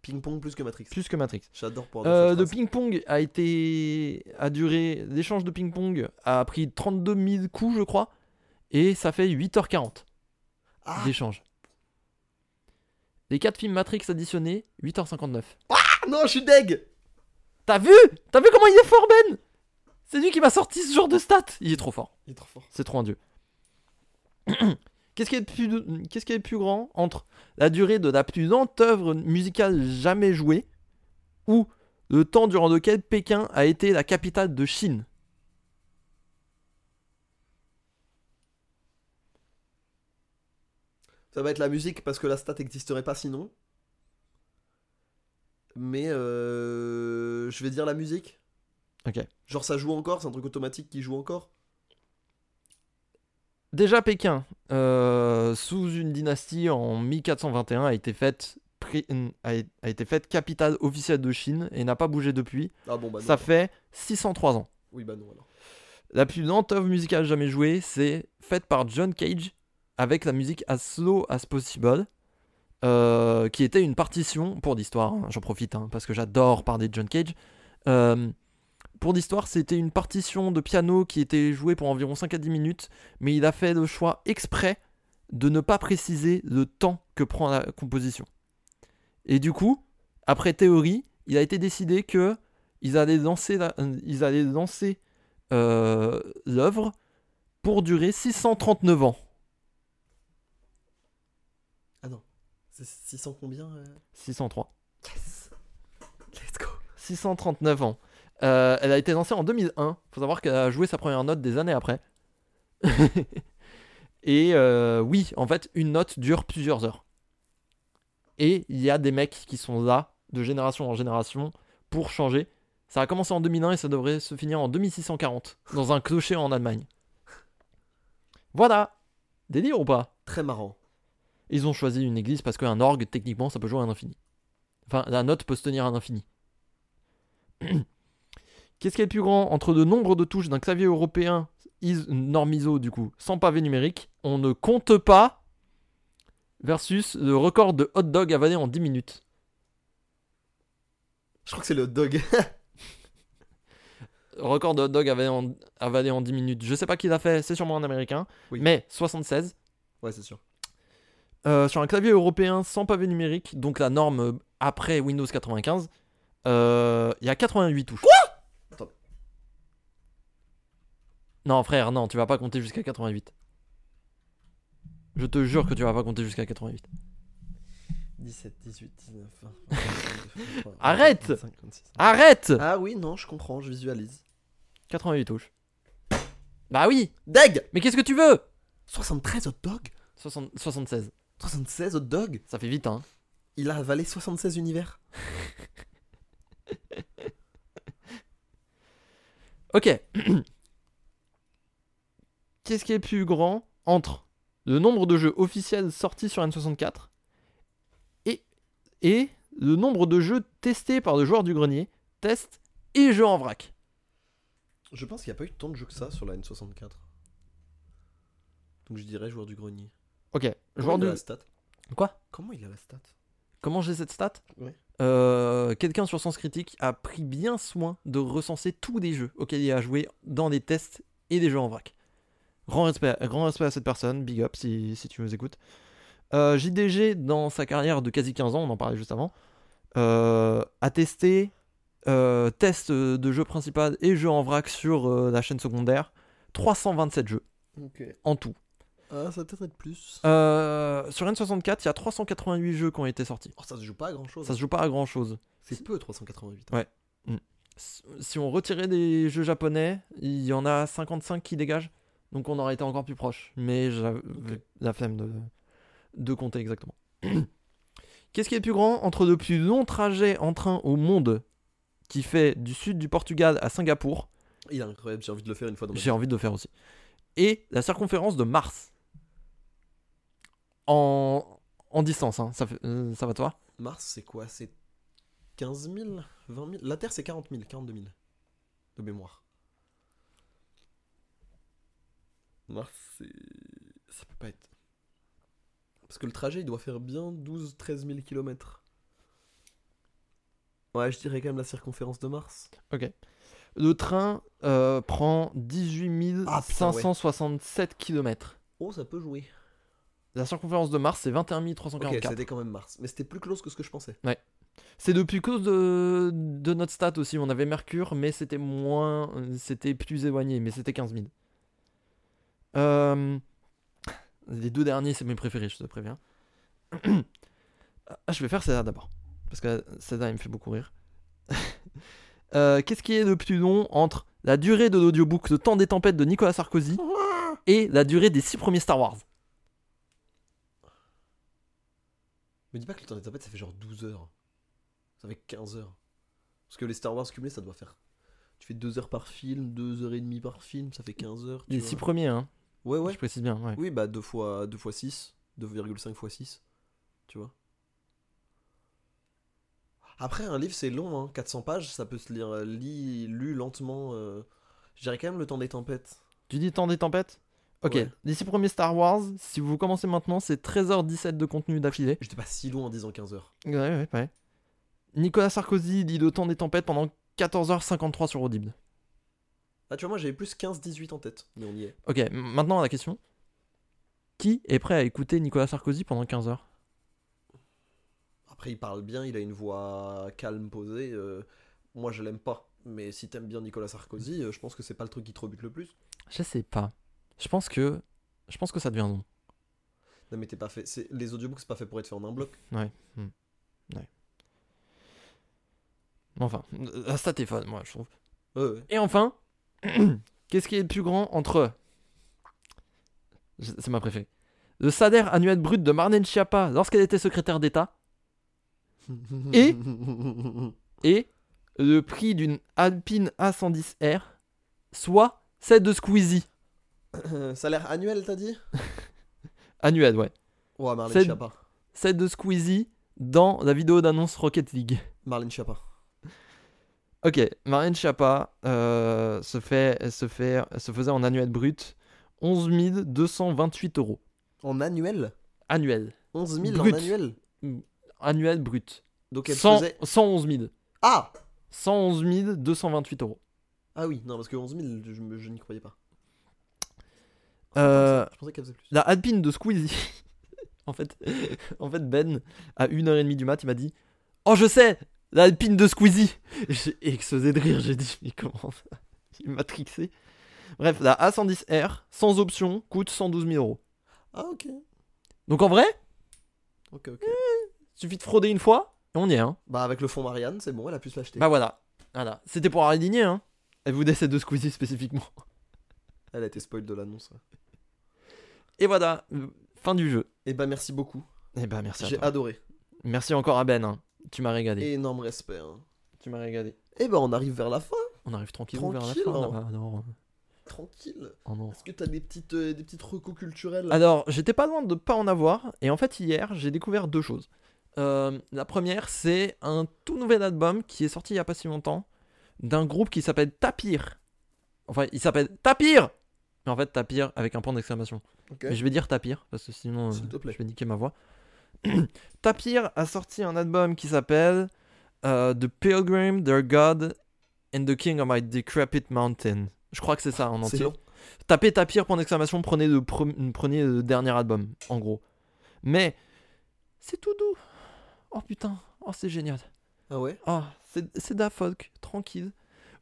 Speaker 1: Ping-pong plus que Matrix.
Speaker 2: Plus que Matrix.
Speaker 1: J'adore pour adorer
Speaker 2: Euh,
Speaker 1: cette
Speaker 2: le
Speaker 1: phrase.
Speaker 2: ping-pong a été a duré l'échange de ping-pong a pris 32 000 coups je crois et ça fait 8h40
Speaker 1: Ah,
Speaker 2: d'échange. Les 4 films Matrix additionnés 8h59.
Speaker 1: Non, je suis deg
Speaker 2: T'as vu T'as vu comment il est fort, Ben C'est lui qui m'a sorti ce genre de stats. Il est trop fort.
Speaker 1: Il est trop fort.
Speaker 2: C'est trop un dieu. Qu'est-ce qui est de plus, qu'est-ce qui est de plus grand entre la durée de la plus lente œuvre musicale jamais jouée ou le temps durant lequel Pékin a été la capitale de Chine
Speaker 1: Ça va être la musique parce que la stat n'existerait pas sinon. Mais euh, je vais dire la musique.
Speaker 2: Ok.
Speaker 1: Genre ça joue encore, c'est un truc automatique qui joue encore.
Speaker 2: Déjà, Pékin, euh, sous une dynastie en 1421, a été faite, pri- a a été faite capitale officielle de Chine et n'a pas bougé depuis.
Speaker 1: Ah bon bah non.
Speaker 2: Ça fait 603 ans.
Speaker 1: Oui bah non alors.
Speaker 2: La plus lente œuvre musicale jamais jouée, c'est faite par John Cage avec la musique As Slow as Possible, euh, qui était une partition pour l'histoire. hein, J'en profite hein, parce que j'adore parler de John Cage. Euh, pour l'histoire, c'était une partition de piano qui était jouée pour environ 5 à 10 minutes, mais il a fait le choix exprès de ne pas préciser le temps que prend la composition. Et du coup, après théorie, il a été décidé que ils allaient lancer, la- ils allaient lancer euh, l'œuvre pour durer 639 ans.
Speaker 1: Ah non. C'est 600 combien euh
Speaker 2: 603.
Speaker 1: Yes Let's go
Speaker 2: 639 ans. Euh, elle a été lancée en 2001. Faut savoir qu'elle a joué sa première note des années après. Et euh, oui, en fait, une note dure plusieurs heures. Et il y a des mecs qui sont là, de génération en génération, pour changer. Ça a commencé en 2001 et ça devrait se finir en 2640, dans un clocher en Allemagne. Voilà Délire ou pas
Speaker 1: Très marrant.
Speaker 2: Ils ont choisi une église parce qu'un orgue, techniquement, ça peut jouer à l'infini. Enfin, la note peut se tenir à l'infini. Qu'est-ce qui est le plus grand entre le nombre de touches d'un clavier européen is- norm ISO, du coup, sans pavé numérique On ne compte pas versus le record de hot dog avalé en 10 minutes.
Speaker 1: Je crois que c'est le hot dog.
Speaker 2: Record de hot dog avalé en, avalé en 10 minutes. Je sais pas qui l'a fait, c'est sûrement un américain.
Speaker 1: Oui.
Speaker 2: Mais 76.
Speaker 1: ouais, c'est sûr.
Speaker 2: Euh, sur un clavier européen sans pavé numérique, donc la norme euh, après Windows 95, euh, il y a 88 touches. Quoi
Speaker 1: Attends.
Speaker 2: Non, frère, non, tu vas pas compter jusqu'à 88. Je te jure que tu vas pas compter jusqu'à 88.
Speaker 1: 17, 18, 19, 20.
Speaker 2: Arrête Arrête
Speaker 1: Ah oui, non, je comprends, je visualise.
Speaker 2: 88 touches. Bah oui
Speaker 1: Deg
Speaker 2: Mais qu'est-ce que tu veux
Speaker 1: 73 hot dog
Speaker 2: 60 76.
Speaker 1: 76 hot dog
Speaker 2: Ça fait vite, hein.
Speaker 1: Il a avalé 76 univers.
Speaker 2: Ok. Qu'est-ce qui est le plus grand entre le nombre de jeux officiels sortis sur N64 et, et le nombre de jeux testés par le joueur du grenier, tests et jeux en vrac
Speaker 1: Je pense qu'il n'y a pas eu tant de jeux que
Speaker 2: Mm.
Speaker 1: ça sur la N64. Donc je dirais joueur du grenier.
Speaker 2: Ok.
Speaker 1: Comment
Speaker 2: Joueur
Speaker 1: il
Speaker 2: du...
Speaker 1: a la stat
Speaker 2: Quoi
Speaker 1: Comment il a la stat
Speaker 2: Comment j'ai cette stat
Speaker 1: Ouais.
Speaker 2: Euh, Quelqu'un sur Sens Critique a pris bien soin de recenser tous les jeux auxquels il a joué dans des tests et des jeux en vrac. Grand respect, grand respect à cette personne, big up si, si tu nous écoutes. Euh, JDG, dans sa carrière de quasi 15 ans, on en parlait juste avant, euh, a testé euh, test de jeux principal et jeux en vrac sur euh, la chaîne secondaire, 327 jeux
Speaker 1: Ok.
Speaker 2: en tout.
Speaker 1: Ah, ça va peut-être être plus.
Speaker 2: Euh, sur N64, il y a 388 jeux qui ont été sortis.
Speaker 1: Oh, ça se joue pas à grand chose.
Speaker 2: Ça se joue pas à grand chose.
Speaker 1: C'est peu 388.
Speaker 2: si on retirait des jeux japonais, il y en a 55 qui dégagent. Donc on aurait été encore plus proche. Mais j'avais la flemme de, de compter exactement. Qu'est-ce qui est le plus grand entre le plus long trajet en train au monde qui fait du sud du Portugal à Singapour
Speaker 1: Il est incroyable, j'ai envie de le faire une fois dans ma vie.
Speaker 2: J'ai envie de le faire aussi. Et la circonférence de Mars. En, en distance, hein. ça, fait- euh, ça va toi
Speaker 1: Mars, c'est quoi C'est 15 000 20 000 La Terre, c'est 40 000, 42 000. De mémoire. Mars, c'est. Ça peut pas être. Parce que le trajet, il doit faire bien 12 13 000 km. Ouais, je dirais quand même la circonférence de Mars.
Speaker 2: Le train euh, prend 18
Speaker 1: Ah, putain, ouais.
Speaker 2: 567 km.
Speaker 1: Oh, ça peut jouer.
Speaker 2: La circonférence de Mars, c'est 21
Speaker 1: Ok,
Speaker 2: 344.
Speaker 1: c'était quand même Mars. Mais c'était plus close que ce que je pensais.
Speaker 2: C'est depuis cause de, de notre stat aussi. On avait Mercure, mais c'était moins. C'était plus éloigné, mais c'était 15 000. Euh, Les deux derniers, c'est mes préférés, je te préviens. ah, je vais faire César d'abord. Parce que César, il me fait beaucoup rire. Euh, Qu'est-ce qui est le plus long entre la durée de l'audiobook Le temps des tempêtes de Nicolas Sarkozy et la durée des six premiers Star Wars
Speaker 1: Me dis pas que le temps des tempêtes ça fait genre 12 heures. Ça fait 15 heures. Parce que les Star Wars cumulés ça doit faire. Tu fais 2 heures par film, 2 heures et demie par film, ça fait 15 heures. tu
Speaker 2: Les
Speaker 1: vois.
Speaker 2: six premiers, hein.
Speaker 1: Ouais, ouais.
Speaker 2: Je précise bien. ouais.
Speaker 1: Oui, bah 2 fois, 2 fois 6, 2,5 fois 6, tu vois. Après, un livre, c'est long, hein. 400 pages, ça peut se lire euh, li- lu lentement. euh. Je dirais quand même le temps des tempêtes.
Speaker 2: Tu dis temps des tempêtes Ok,
Speaker 1: Ouais.
Speaker 2: les six premiers Star Wars, si vous commencez maintenant, c'est 13h17 de contenu d'affilée.
Speaker 1: J'étais pas si loin en disant 15 heures.
Speaker 2: Ouais, ouais, ouais. Nicolas Sarkozy dit le temps des tempêtes pendant 14h53 sur Audible.
Speaker 1: Ah, tu vois, moi j'avais plus 15-18 en tête, mais on y est.
Speaker 2: Ok, m- maintenant la question. Qui est prêt à écouter Nicolas Sarkozy pendant 15h
Speaker 1: Après, il parle bien, il a une voix calme, posée. euh, Moi, je l'aime pas. Mais si t'aimes bien Nicolas Sarkozy, euh, je pense que c'est pas le truc qui te rebute le plus.
Speaker 2: Je sais pas. Je pense que. Je pense que ça devient long.
Speaker 1: Non, mais t'es pas fait. c'est- Les audiobooks, c'est pas fait pour être fait en un bloc.
Speaker 2: Enfin, la stat est fun, moi, je trouve.
Speaker 1: Ouais, ouais.
Speaker 2: Et enfin, qu'est-ce qui est le plus grand entre. Je- C'est ma préférée. Le salaire annuel brut de Marlène Schiappa lorsqu'elle était secrétaire d'État Et et le prix d'une Alpine A110R, soit celle de Squeezie.
Speaker 1: Euh, Salaire annuel, t'as dit
Speaker 2: Annuel, ouais.
Speaker 1: Ouais, Marlène
Speaker 2: C'est-
Speaker 1: Schiappa.
Speaker 2: Celle de Squeezie dans la vidéo d'annonce Rocket League.
Speaker 1: Marlène Schiappa.
Speaker 2: Ok, Marine Chapa euh, se, fait, se, fait, se faisait en annuel brut 11 228 euros.
Speaker 1: En annuel
Speaker 2: Annuel.
Speaker 1: 11 000
Speaker 2: Brut.
Speaker 1: en annuel
Speaker 2: Annuel brut.
Speaker 1: Donc elle se
Speaker 2: 100
Speaker 1: faisait.
Speaker 2: 111 000.
Speaker 1: Ah
Speaker 2: 111 228 euros.
Speaker 1: Ah oui, non, parce que 11 000, je, me- je n'y croyais pas.
Speaker 2: Euh,
Speaker 1: Je pensais qu'elle faisait plus.
Speaker 2: la admin de Squeezie. en, fait, en fait, Ben, à 1h30 du mat, il m'a dit Oh, je sais La alpine de Squeezie Et J'ai explosé de rire, j'ai dit Mais comment ça Il m'a trixé. Bref, la A110R, sans option, coûte 112 000 euros.
Speaker 1: Ah, ok.
Speaker 2: Donc en vrai,
Speaker 1: Ok, ok.
Speaker 2: suffit de frauder une fois, et on y est, hein.
Speaker 1: Bah, avec le fond Marianne, c'est bon, elle a pu se l'acheter.
Speaker 2: Bah voilà. Voilà. C'était pour aligner, hein. Elle vous décède de Squeezie spécifiquement.
Speaker 1: Elle a été spoil de l'annonce. ouais.
Speaker 2: Et voilà, euh, fin du jeu.
Speaker 1: Eh bah, merci beaucoup.
Speaker 2: Et bah merci à
Speaker 1: J'ai
Speaker 2: toi.
Speaker 1: adoré.
Speaker 2: Merci encore à Ben, hein. Tu m'as régalé.
Speaker 1: Énorme respect. hein.
Speaker 2: Tu m'as régalé.
Speaker 1: Eh ben, on arrive vers la fin.
Speaker 2: On arrive tranquillement
Speaker 1: Tranquille,
Speaker 2: vers la fin.
Speaker 1: hein.
Speaker 2: là. Ah non,
Speaker 1: Tranquille.
Speaker 2: ah non.
Speaker 1: Est-ce que t'as des petites, euh, des petites recos culturelles
Speaker 2: Alors, j'étais pas loin de pas en avoir, et en fait, hier, j'ai découvert deux choses. Euh, la première, c'est un tout nouvel album qui est sorti il y a pas si longtemps d'un groupe qui s'appelle Tapir. Enfin, il s'appelle Tapir Mais en fait, Tapir avec un point d'exclamation.
Speaker 1: Ok.
Speaker 2: Mais je vais dire Tapir, parce que sinon, euh,
Speaker 1: S'il te plaît.
Speaker 2: je vais niquer ma voix. Tapir a sorti un album qui s'appelle euh, The Pilgrim, Their God, and the King of My Decrepit Mountain. Je crois que c'est ça en
Speaker 1: C'est
Speaker 2: Ah, entier.
Speaker 1: long.
Speaker 2: Tapez Tapir, point d'exclamation, prenez le, pre- prenez le dernier album, en gros. Mais c'est tout doux. Oh putain, oh c'est génial.
Speaker 1: Ah ouais
Speaker 2: Oh, c'est c'est Da Folk, tranquille,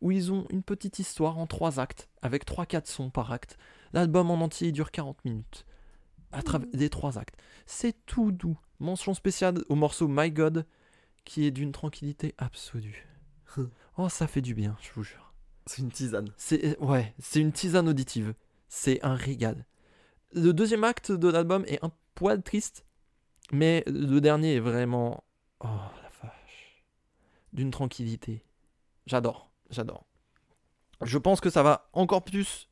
Speaker 2: où ils ont une petite histoire en trois actes, avec 3-4 sons par acte. L'album en entier il dure 40 minutes, à travers des trois actes. C'est tout doux. Mention spéciale au morceau My God, qui est d'une tranquillité absolue. oh, ça fait du bien, je vous jure.
Speaker 1: C'est une tisane.
Speaker 2: C'est euh, ouais, c'est une tisane auditive. C'est un régal. Le deuxième acte de l'album est un poil triste, mais le dernier est vraiment oh la vache, d'une tranquillité. J'adore, j'adore. Je pense que ça va encore plus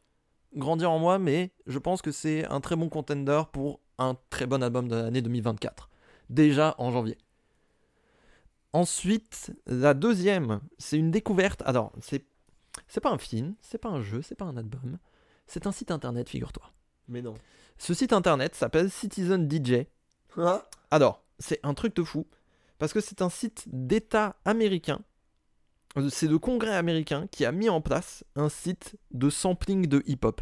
Speaker 2: grandir en moi, mais je pense que c'est un très bon contender pour un très bon album de l'année 2024. Déjà en janvier. Ensuite, la deuxième, c'est une découverte. Alors, c'est c'est pas un film, c'est pas un jeu, c'est pas un album. C'est un site internet, figure-toi.
Speaker 1: Mais non.
Speaker 2: Ce site internet s'appelle Citizen DJ.
Speaker 1: Ah
Speaker 2: Alors, c'est un truc de fou, parce que c'est un site d'État américain. Euh, C'est le Congrès américain qui a mis en place un site de sampling de hip-hop.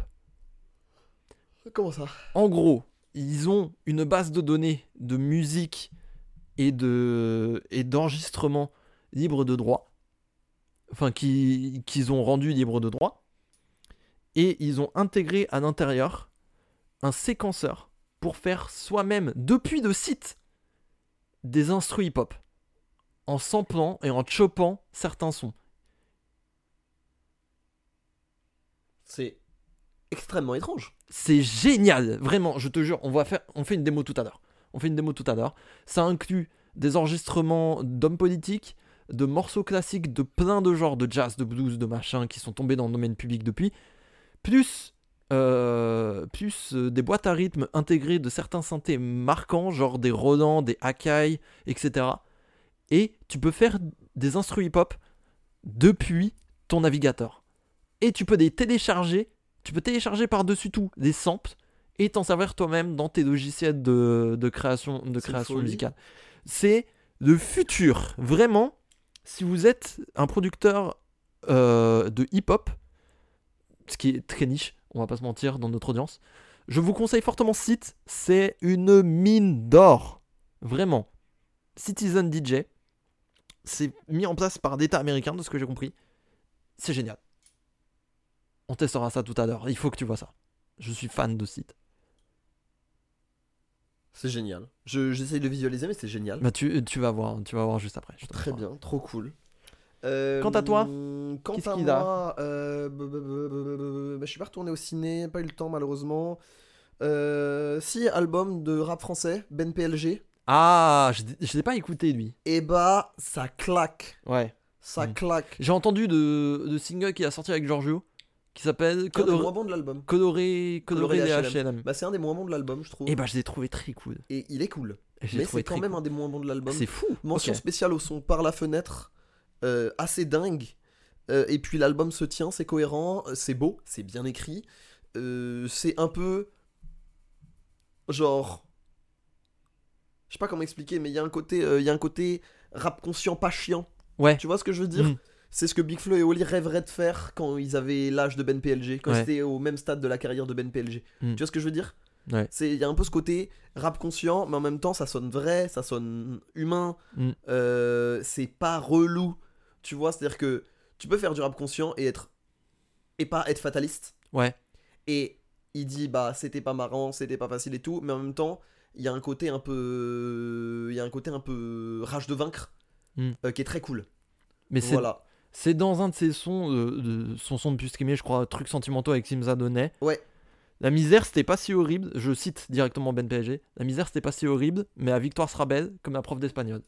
Speaker 1: Ah, Comment ça
Speaker 2: En gros, ils ont une base de données de musique et de et d'enregistrements libres de droit, enfin qui qu'ils ont rendu libres de droit, et ils ont intégré à l'intérieur un séquenceur pour faire soi-même depuis le site des instrus hip-hop en samplant et en chopant certains sons.
Speaker 1: C'est extrêmement étrange.
Speaker 2: C'est génial, vraiment, je te jure, on va faire on fait une démo tout à l'heure. On fait une démo tout à l'heure. Ça inclut des enregistrements d'hommes politiques, de morceaux classiques de plein de genres de jazz, de blues, de machin qui sont tombés dans le domaine public depuis, plus euh, plus euh, des boîtes à rythme intégrées de certains synthés marquants, genre des Roland, des Akai, etc. Et tu peux faire des instruments hip-hop depuis ton navigateur. Et tu peux les télécharger, tu peux télécharger par-dessus tout des samples et t'en servir toi-même dans tes logiciels de, de création, de
Speaker 1: C'est une
Speaker 2: création
Speaker 1: folie.
Speaker 2: musicale. C'est le futur, vraiment. Si vous êtes un producteur euh, de hip-hop, ce qui est très niche, on va pas se mentir, dans notre audience. Je vous conseille fortement ce site, c'est une mine d'or. Vraiment. Citizen DJ, c'est mis en place par d'États américains, de ce que j'ai compris. C'est génial. On testera ça tout à l'heure, il faut que tu vois ça. Je suis fan de ce site.
Speaker 1: C'est génial. Je- J'essaye de visualiser, mais c'est génial.
Speaker 2: Bah tu, tu vas voir, tu vas voir juste après. je te
Speaker 1: Très
Speaker 2: montre.
Speaker 1: bien, trop cool. Euh,
Speaker 2: Quant à toi,
Speaker 1: Quant
Speaker 2: qu'est-ce
Speaker 1: à
Speaker 2: qu'il a
Speaker 1: moi, euh, b- b- b- b- b- b- bah, je suis pas retourné au ciné, pas eu le temps malheureusement. Euh, si, album de rap français, Ben PLG.
Speaker 2: Ah, je, je l'ai pas écouté lui.
Speaker 1: Et bah, ça claque.
Speaker 2: Ouais.
Speaker 1: Ça
Speaker 2: Mm.
Speaker 1: claque.
Speaker 2: J'ai entendu de, de single qui a sorti avec Giorgio, qui s'appelle
Speaker 1: C'est un des
Speaker 2: Color-
Speaker 1: moins bons de l'album.
Speaker 2: Coloré, Coloré,
Speaker 1: Coloré des
Speaker 2: des
Speaker 1: H&M.
Speaker 2: H&M.
Speaker 1: Bah, c'est un des moins bons de l'album, je trouve.
Speaker 2: Et bah je l'ai trouvé très cool.
Speaker 1: Et il est cool.
Speaker 2: Je l'ai
Speaker 1: Mais
Speaker 2: trouvé
Speaker 1: c'est quand
Speaker 2: très
Speaker 1: même
Speaker 2: cool.
Speaker 1: un des moins bons de l'album.
Speaker 2: C'est fou.
Speaker 1: Mention
Speaker 2: Ok.
Speaker 1: spéciale au son par la fenêtre, euh, assez dingue. Euh, et puis l'album se tient, c'est cohérent, euh, c'est beau, c'est bien écrit. Euh, c'est un peu. Genre. Je sais pas comment expliquer, mais il y, a un côté, euh, il y a un côté rap conscient, pas chiant.
Speaker 2: Ouais.
Speaker 1: Tu vois ce que je veux dire
Speaker 2: Mm.
Speaker 1: C'est ce que Big Flo et Oli rêveraient de faire quand ils avaient l'âge de Ben PLG, quand
Speaker 2: Ouais.
Speaker 1: ils étaient au même stade de la carrière de Ben PLG.
Speaker 2: Mm.
Speaker 1: Tu vois ce que je veux dire
Speaker 2: Ouais.
Speaker 1: C'est Il y a un peu ce côté rap conscient, mais en même temps, ça sonne vrai, ça sonne humain.
Speaker 2: Mm.
Speaker 1: Euh, c'est pas relou. Tu vois, c'est-à-dire que tu peux faire du rap conscient et être. et pas être fataliste.
Speaker 2: Ouais.
Speaker 1: Et il dit, bah, c'était pas marrant, c'était pas facile et tout, mais en même temps, il y a un côté un peu. il y a un côté un peu rage de vaincre
Speaker 2: Mm.
Speaker 1: euh, qui est très cool.
Speaker 2: Mais c'est
Speaker 1: Voilà.
Speaker 2: c'est dans un de ses sons, euh, de, son son de plus streamé, je crois, Truc sentimentaux avec Simza Donnet.
Speaker 1: Ouais.
Speaker 2: La misère, c'était pas si horrible. Je cite directement Ben PSG. La misère, c'était pas si horrible, mais la victoire sera belle, comme la prof d'espagnol.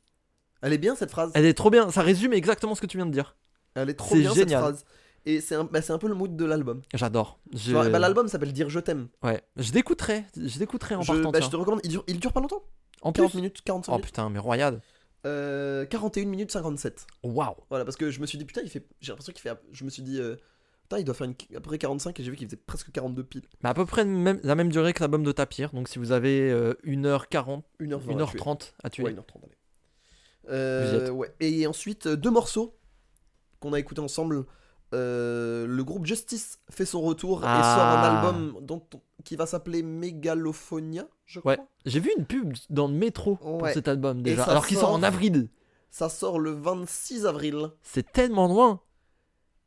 Speaker 1: Elle est bien cette phrase.
Speaker 2: Elle est trop bien. Ça résume exactement ce que tu viens de dire.
Speaker 1: Elle est trop
Speaker 2: C'est
Speaker 1: bien cette
Speaker 2: génial.
Speaker 1: phrase. Et c'est un, bah, c'est un peu le mood de l'album.
Speaker 2: J'adore.
Speaker 1: Tu
Speaker 2: Je...
Speaker 1: vois, bah, l'album s'appelle Dire Je t'aime.
Speaker 2: Ouais. Je l'écouterai. Je l'écouterai en
Speaker 1: Je,
Speaker 2: partant.
Speaker 1: bah, je
Speaker 2: tiens.
Speaker 1: te recommande, il dure, il dure pas longtemps.
Speaker 2: En plus.
Speaker 1: 40 minutes, 45
Speaker 2: Oh
Speaker 1: minutes.
Speaker 2: putain, mais royal.
Speaker 1: Euh, 41 minutes 57.
Speaker 2: Waouh.
Speaker 1: Voilà, parce que je me suis dit, putain, il fait. J'ai l'impression qu'il fait. Je me suis dit, euh, putain, il doit faire une... après 45 et j'ai vu qu'il faisait presque 42 piles.
Speaker 2: Mais à peu près même- la même durée que l'album de Tapir. Donc si vous avez euh, 1h40,
Speaker 1: 1h20.
Speaker 2: 1h30 à tuer.
Speaker 1: Ouais, 1h30, allez. Euh,
Speaker 2: Vous y êtes.
Speaker 1: ouais. Et ensuite, euh, deux morceaux qu'on a écoutés ensemble. Euh, le groupe Justice fait son retour et
Speaker 2: Ah.
Speaker 1: sort un album dont on- qui va s'appeler Megalophonia, je crois.
Speaker 2: Ouais. J'ai vu une pub dans le métro pour
Speaker 1: Ouais.
Speaker 2: cet album déjà.
Speaker 1: ça
Speaker 2: Alors qu'il sort en
Speaker 1: sort-
Speaker 2: avril.
Speaker 1: Ça sort le 26 avril.
Speaker 2: C'est tellement loin.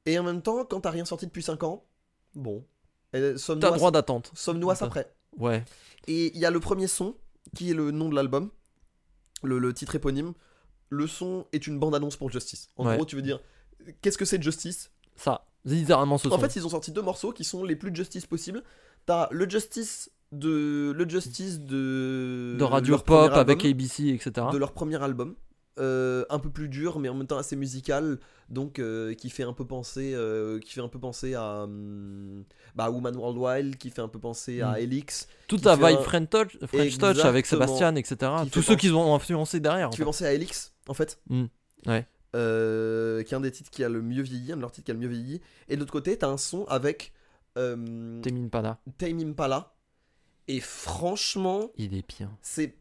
Speaker 1: Et en même temps, quand t'as rien sorti depuis 5 ans, bon. euh, Sommes-nous
Speaker 2: T'as
Speaker 1: à,
Speaker 2: droit d'attente.
Speaker 1: sommes-nous à ça près.
Speaker 2: Ouais.
Speaker 1: Et il y a le premier son, qui est le nom de l'album, le, le titre éponyme. Le son est une bande-annonce pour Justice. En
Speaker 2: Ouais.
Speaker 1: gros, tu veux dire, qu'est-ce que c'est Justice
Speaker 2: Ça. Littéralement ce
Speaker 1: En
Speaker 2: son.
Speaker 1: fait, ils ont sorti deux morceaux qui sont les plus Justice possibles. T'as le Justice de. Le Justice de.
Speaker 2: de radio
Speaker 1: leur premier
Speaker 2: pop avec
Speaker 1: album,
Speaker 2: ABC, etc.
Speaker 1: De leur premier album. Euh, un peu plus dur, mais en même temps assez musical. Donc, euh, qui fait un peu penser. euh, qui fait un peu penser à. hum, bah, Woman World Wild, qui fait un peu penser
Speaker 2: Mm.
Speaker 1: à Elix.
Speaker 2: Toute
Speaker 1: qui
Speaker 2: la
Speaker 1: fait
Speaker 2: vibe
Speaker 1: un-
Speaker 2: French Touch, French Touch
Speaker 1: Exactement.
Speaker 2: avec Sébastien, etc.
Speaker 1: Qui fait
Speaker 2: Tous ceux
Speaker 1: penser-
Speaker 2: qu'ils ont influencé derrière. en
Speaker 1: qui
Speaker 2: fait.
Speaker 1: fait penser à Elix en fait.
Speaker 2: Mm, ouais.
Speaker 1: Euh, qui est un des titres qui a le mieux vieilli, un de leurs titres qui a le mieux vieilli. Et de l'autre côté, t'as un son avec euh,
Speaker 2: Tame Impala,
Speaker 1: Tame Impala. Et franchement,
Speaker 2: il est bien.
Speaker 1: c'est.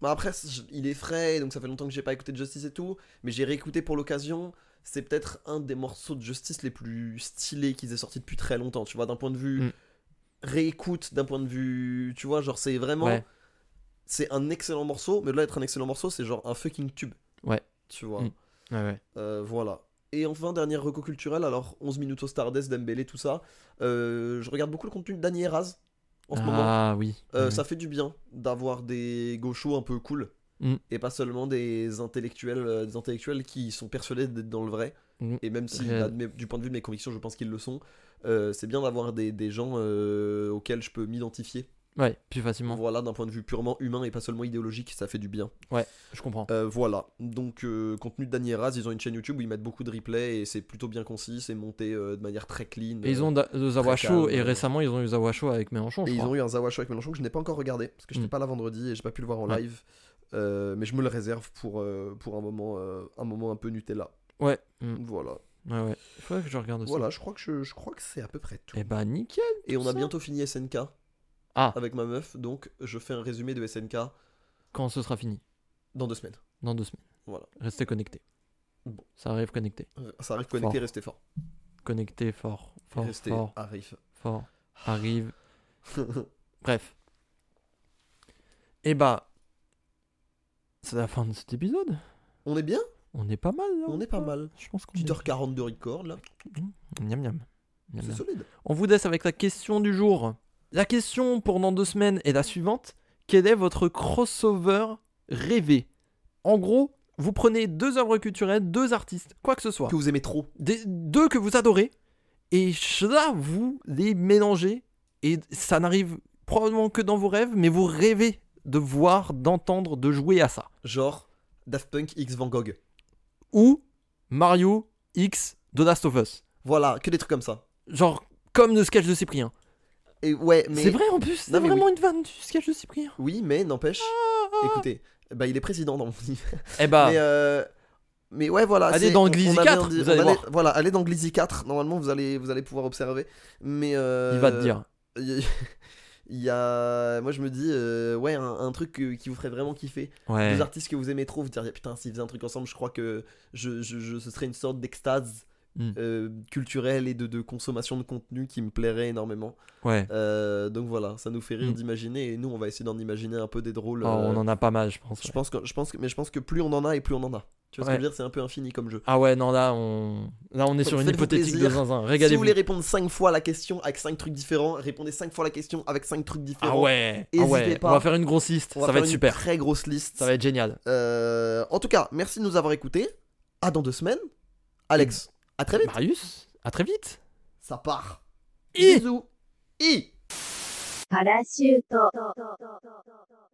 Speaker 1: Bah après, c'est- je- il est frais, donc ça fait longtemps que j'ai pas écouté de Justice et tout, mais j'ai réécouté pour l'occasion. C'est peut-être un des morceaux de Justice les plus stylés qu'ils aient sortis depuis très longtemps, tu vois, d'un point de vue
Speaker 2: Mm.
Speaker 1: réécoute, d'un point de vue. Tu vois, genre, c'est vraiment.
Speaker 2: Ouais.
Speaker 1: c'est un excellent morceau, mais de là, être un excellent morceau, c'est genre un fucking tube.
Speaker 2: Ouais.
Speaker 1: Tu vois.
Speaker 2: Mm. Ouais, ouais.
Speaker 1: Euh, voilà. Et enfin, dernière reco culturelle, alors 11 minutes au Stardust, Dembélé, tout ça. Euh, je regarde beaucoup le contenu d'Annie Eraz en ce moment.
Speaker 2: Ah oui.
Speaker 1: Euh,
Speaker 2: Ouais.
Speaker 1: Ça fait du bien d'avoir des gauchos un peu cool
Speaker 2: Mm.
Speaker 1: et pas seulement des intellectuels, euh, des intellectuels qui sont persuadés d'être dans le vrai.
Speaker 2: Mm.
Speaker 1: Et même si,
Speaker 2: Réel.
Speaker 1: à de mes- du point de vue de mes convictions, je pense qu'ils le sont, euh, c'est bien d'avoir des, des gens euh, auxquels je peux m'identifier.
Speaker 2: Ouais, plus facilement.
Speaker 1: Voilà, d'un point de vue purement humain et pas seulement idéologique, ça fait du bien.
Speaker 2: Je comprends.
Speaker 1: Euh, voilà, donc euh, contenu de Dany Eras, ils ont une chaîne YouTube où ils mettent beaucoup de replays et c'est plutôt bien concis, c'est monté euh, de manière très clean.
Speaker 2: Et ils
Speaker 1: euh,
Speaker 2: ont Da- Zawa
Speaker 1: très
Speaker 2: Show,
Speaker 1: calme.
Speaker 2: et récemment ils ont eu Zawa Show avec Mélenchon.
Speaker 1: Et
Speaker 2: je
Speaker 1: ils
Speaker 2: crois.
Speaker 1: ont eu un Zawa Show avec Mélenchon que je n'ai pas encore regardé parce que j'étais
Speaker 2: Mm.
Speaker 1: pas là vendredi et j'ai pas pu le voir en
Speaker 2: Ouais.
Speaker 1: live. Euh, mais je me le réserve pour, euh, pour un, moment, euh, un moment un peu Nutella.
Speaker 2: Ouais. mm,
Speaker 1: Voilà,
Speaker 2: Ouais, ouais. Faudrait que je regarde aussi.
Speaker 1: voilà je crois que, je, je crois que c'est à peu près tout.
Speaker 2: Et bah nickel.
Speaker 1: Et on a
Speaker 2: ça.
Speaker 1: bientôt fini SNK
Speaker 2: Ah.
Speaker 1: avec ma meuf, donc je fais un résumé de SNK
Speaker 2: Quand ce sera fini
Speaker 1: dans deux semaines.
Speaker 2: Dans deux semaines.
Speaker 1: Voilà.
Speaker 2: Restez connectés.
Speaker 1: Bon.
Speaker 2: Ça arrive connecté.
Speaker 1: Euh, Ça arrive connecté,
Speaker 2: Fort.
Speaker 1: restez fort.
Speaker 2: Connecté fort. Fort,
Speaker 1: restez
Speaker 2: fort,
Speaker 1: arrive.
Speaker 2: fort. Arrive. Bref. Et bah. C'est la fin de cet épisode.
Speaker 1: on est bien
Speaker 2: On est pas mal là.
Speaker 1: On est pas mal.
Speaker 2: Je pense qu'on est.
Speaker 1: 8h40 de record là,
Speaker 2: Miam, miam. Miam,
Speaker 1: c'est
Speaker 2: miam.
Speaker 1: solide.
Speaker 2: On vous laisse avec la question du jour. La question pour dans deux semaines est la suivante. Quel est votre crossover rêvé En gros, vous prenez deux œuvres culturelles, deux artistes, quoi que ce soit,
Speaker 1: Que vous aimez trop.
Speaker 2: des- deux que vous adorez, et là, vous les mélangez, et ça n'arrive probablement que dans vos rêves, mais vous rêvez de voir, d'entendre, de jouer à ça.
Speaker 1: Genre Daft Punk X Van Gogh.
Speaker 2: Ou Mario X The Last of Us.
Speaker 1: Voilà, que des trucs comme ça.
Speaker 2: Genre comme le sketch de Cyprien.
Speaker 1: Et ouais, mais.
Speaker 2: C'est vrai en plus, c'est
Speaker 1: Non, mais
Speaker 2: vraiment une vanne du sketch de Cyprien.
Speaker 1: Oui, mais n'empêche. Écoutez, bah il est président dans mon univers.
Speaker 2: Eh bah...
Speaker 1: Mais, euh, mais ouais, voilà.
Speaker 2: Allez
Speaker 1: c'est-
Speaker 2: dans
Speaker 1: on- on
Speaker 2: Glizzy
Speaker 1: avait
Speaker 2: 4,
Speaker 1: un di- on
Speaker 2: vous allez
Speaker 1: allait-
Speaker 2: voir.
Speaker 1: Voilà, allez dans Glizzy 4. Normalement, vous allez, vous allez pouvoir observer. Mais. euh,
Speaker 2: Il va te dire.
Speaker 1: Il il y a. Moi, je me dis, euh, ouais, un, un truc que- qui vous ferait vraiment kiffer.
Speaker 2: Ouais.
Speaker 1: Deux artistes que vous aimez trop, vous diriez, putain, s'ils faisaient un truc ensemble, je crois que je, je- je- ce serait une sorte d'extase.
Speaker 2: Mm.
Speaker 1: euh, culturelle et de, de consommation de contenu qui me plairait énormément.
Speaker 2: Ouais.
Speaker 1: Euh, donc voilà, ça nous fait rire
Speaker 2: Mm.
Speaker 1: d'imaginer et nous on va essayer d'en imaginer un peu des drôles.
Speaker 2: Oh,
Speaker 1: euh,
Speaker 2: on en a pas mal, je pense.
Speaker 1: je
Speaker 2: ouais.
Speaker 1: pense que, je pense que, mais je pense que plus on en a et plus on en a. Tu vois ce que je
Speaker 2: Ouais.
Speaker 1: veux dire C'est un peu infini comme jeu.
Speaker 2: Ah ouais, non, là, on, là, on est sur une
Speaker 1: Faites-vous
Speaker 2: hypothétique de
Speaker 1: plaisir.
Speaker 2: zinzin.
Speaker 1: si vous
Speaker 2: Régalez-vous.
Speaker 1: voulez répondre 5 fois à la question avec 5 trucs différents, répondez 5 fois à la question avec 5 trucs différents.
Speaker 2: ah ouais. Ah
Speaker 1: Hésitez
Speaker 2: ouais.
Speaker 1: pas.
Speaker 2: On va faire une grosse liste.
Speaker 1: On va
Speaker 2: Ça va
Speaker 1: faire
Speaker 2: être
Speaker 1: une
Speaker 2: super.
Speaker 1: Très grosse liste.
Speaker 2: Ça va être génial.
Speaker 1: Euh, en tout cas, merci de nous avoir écoutés. À dans deux semaines.
Speaker 2: Mm.
Speaker 1: Alex, à très
Speaker 2: Bah.
Speaker 1: vite.
Speaker 2: Marius, à très vite.
Speaker 1: Ça part.
Speaker 2: Et-
Speaker 1: Bisous. I.
Speaker 3: パラシュート。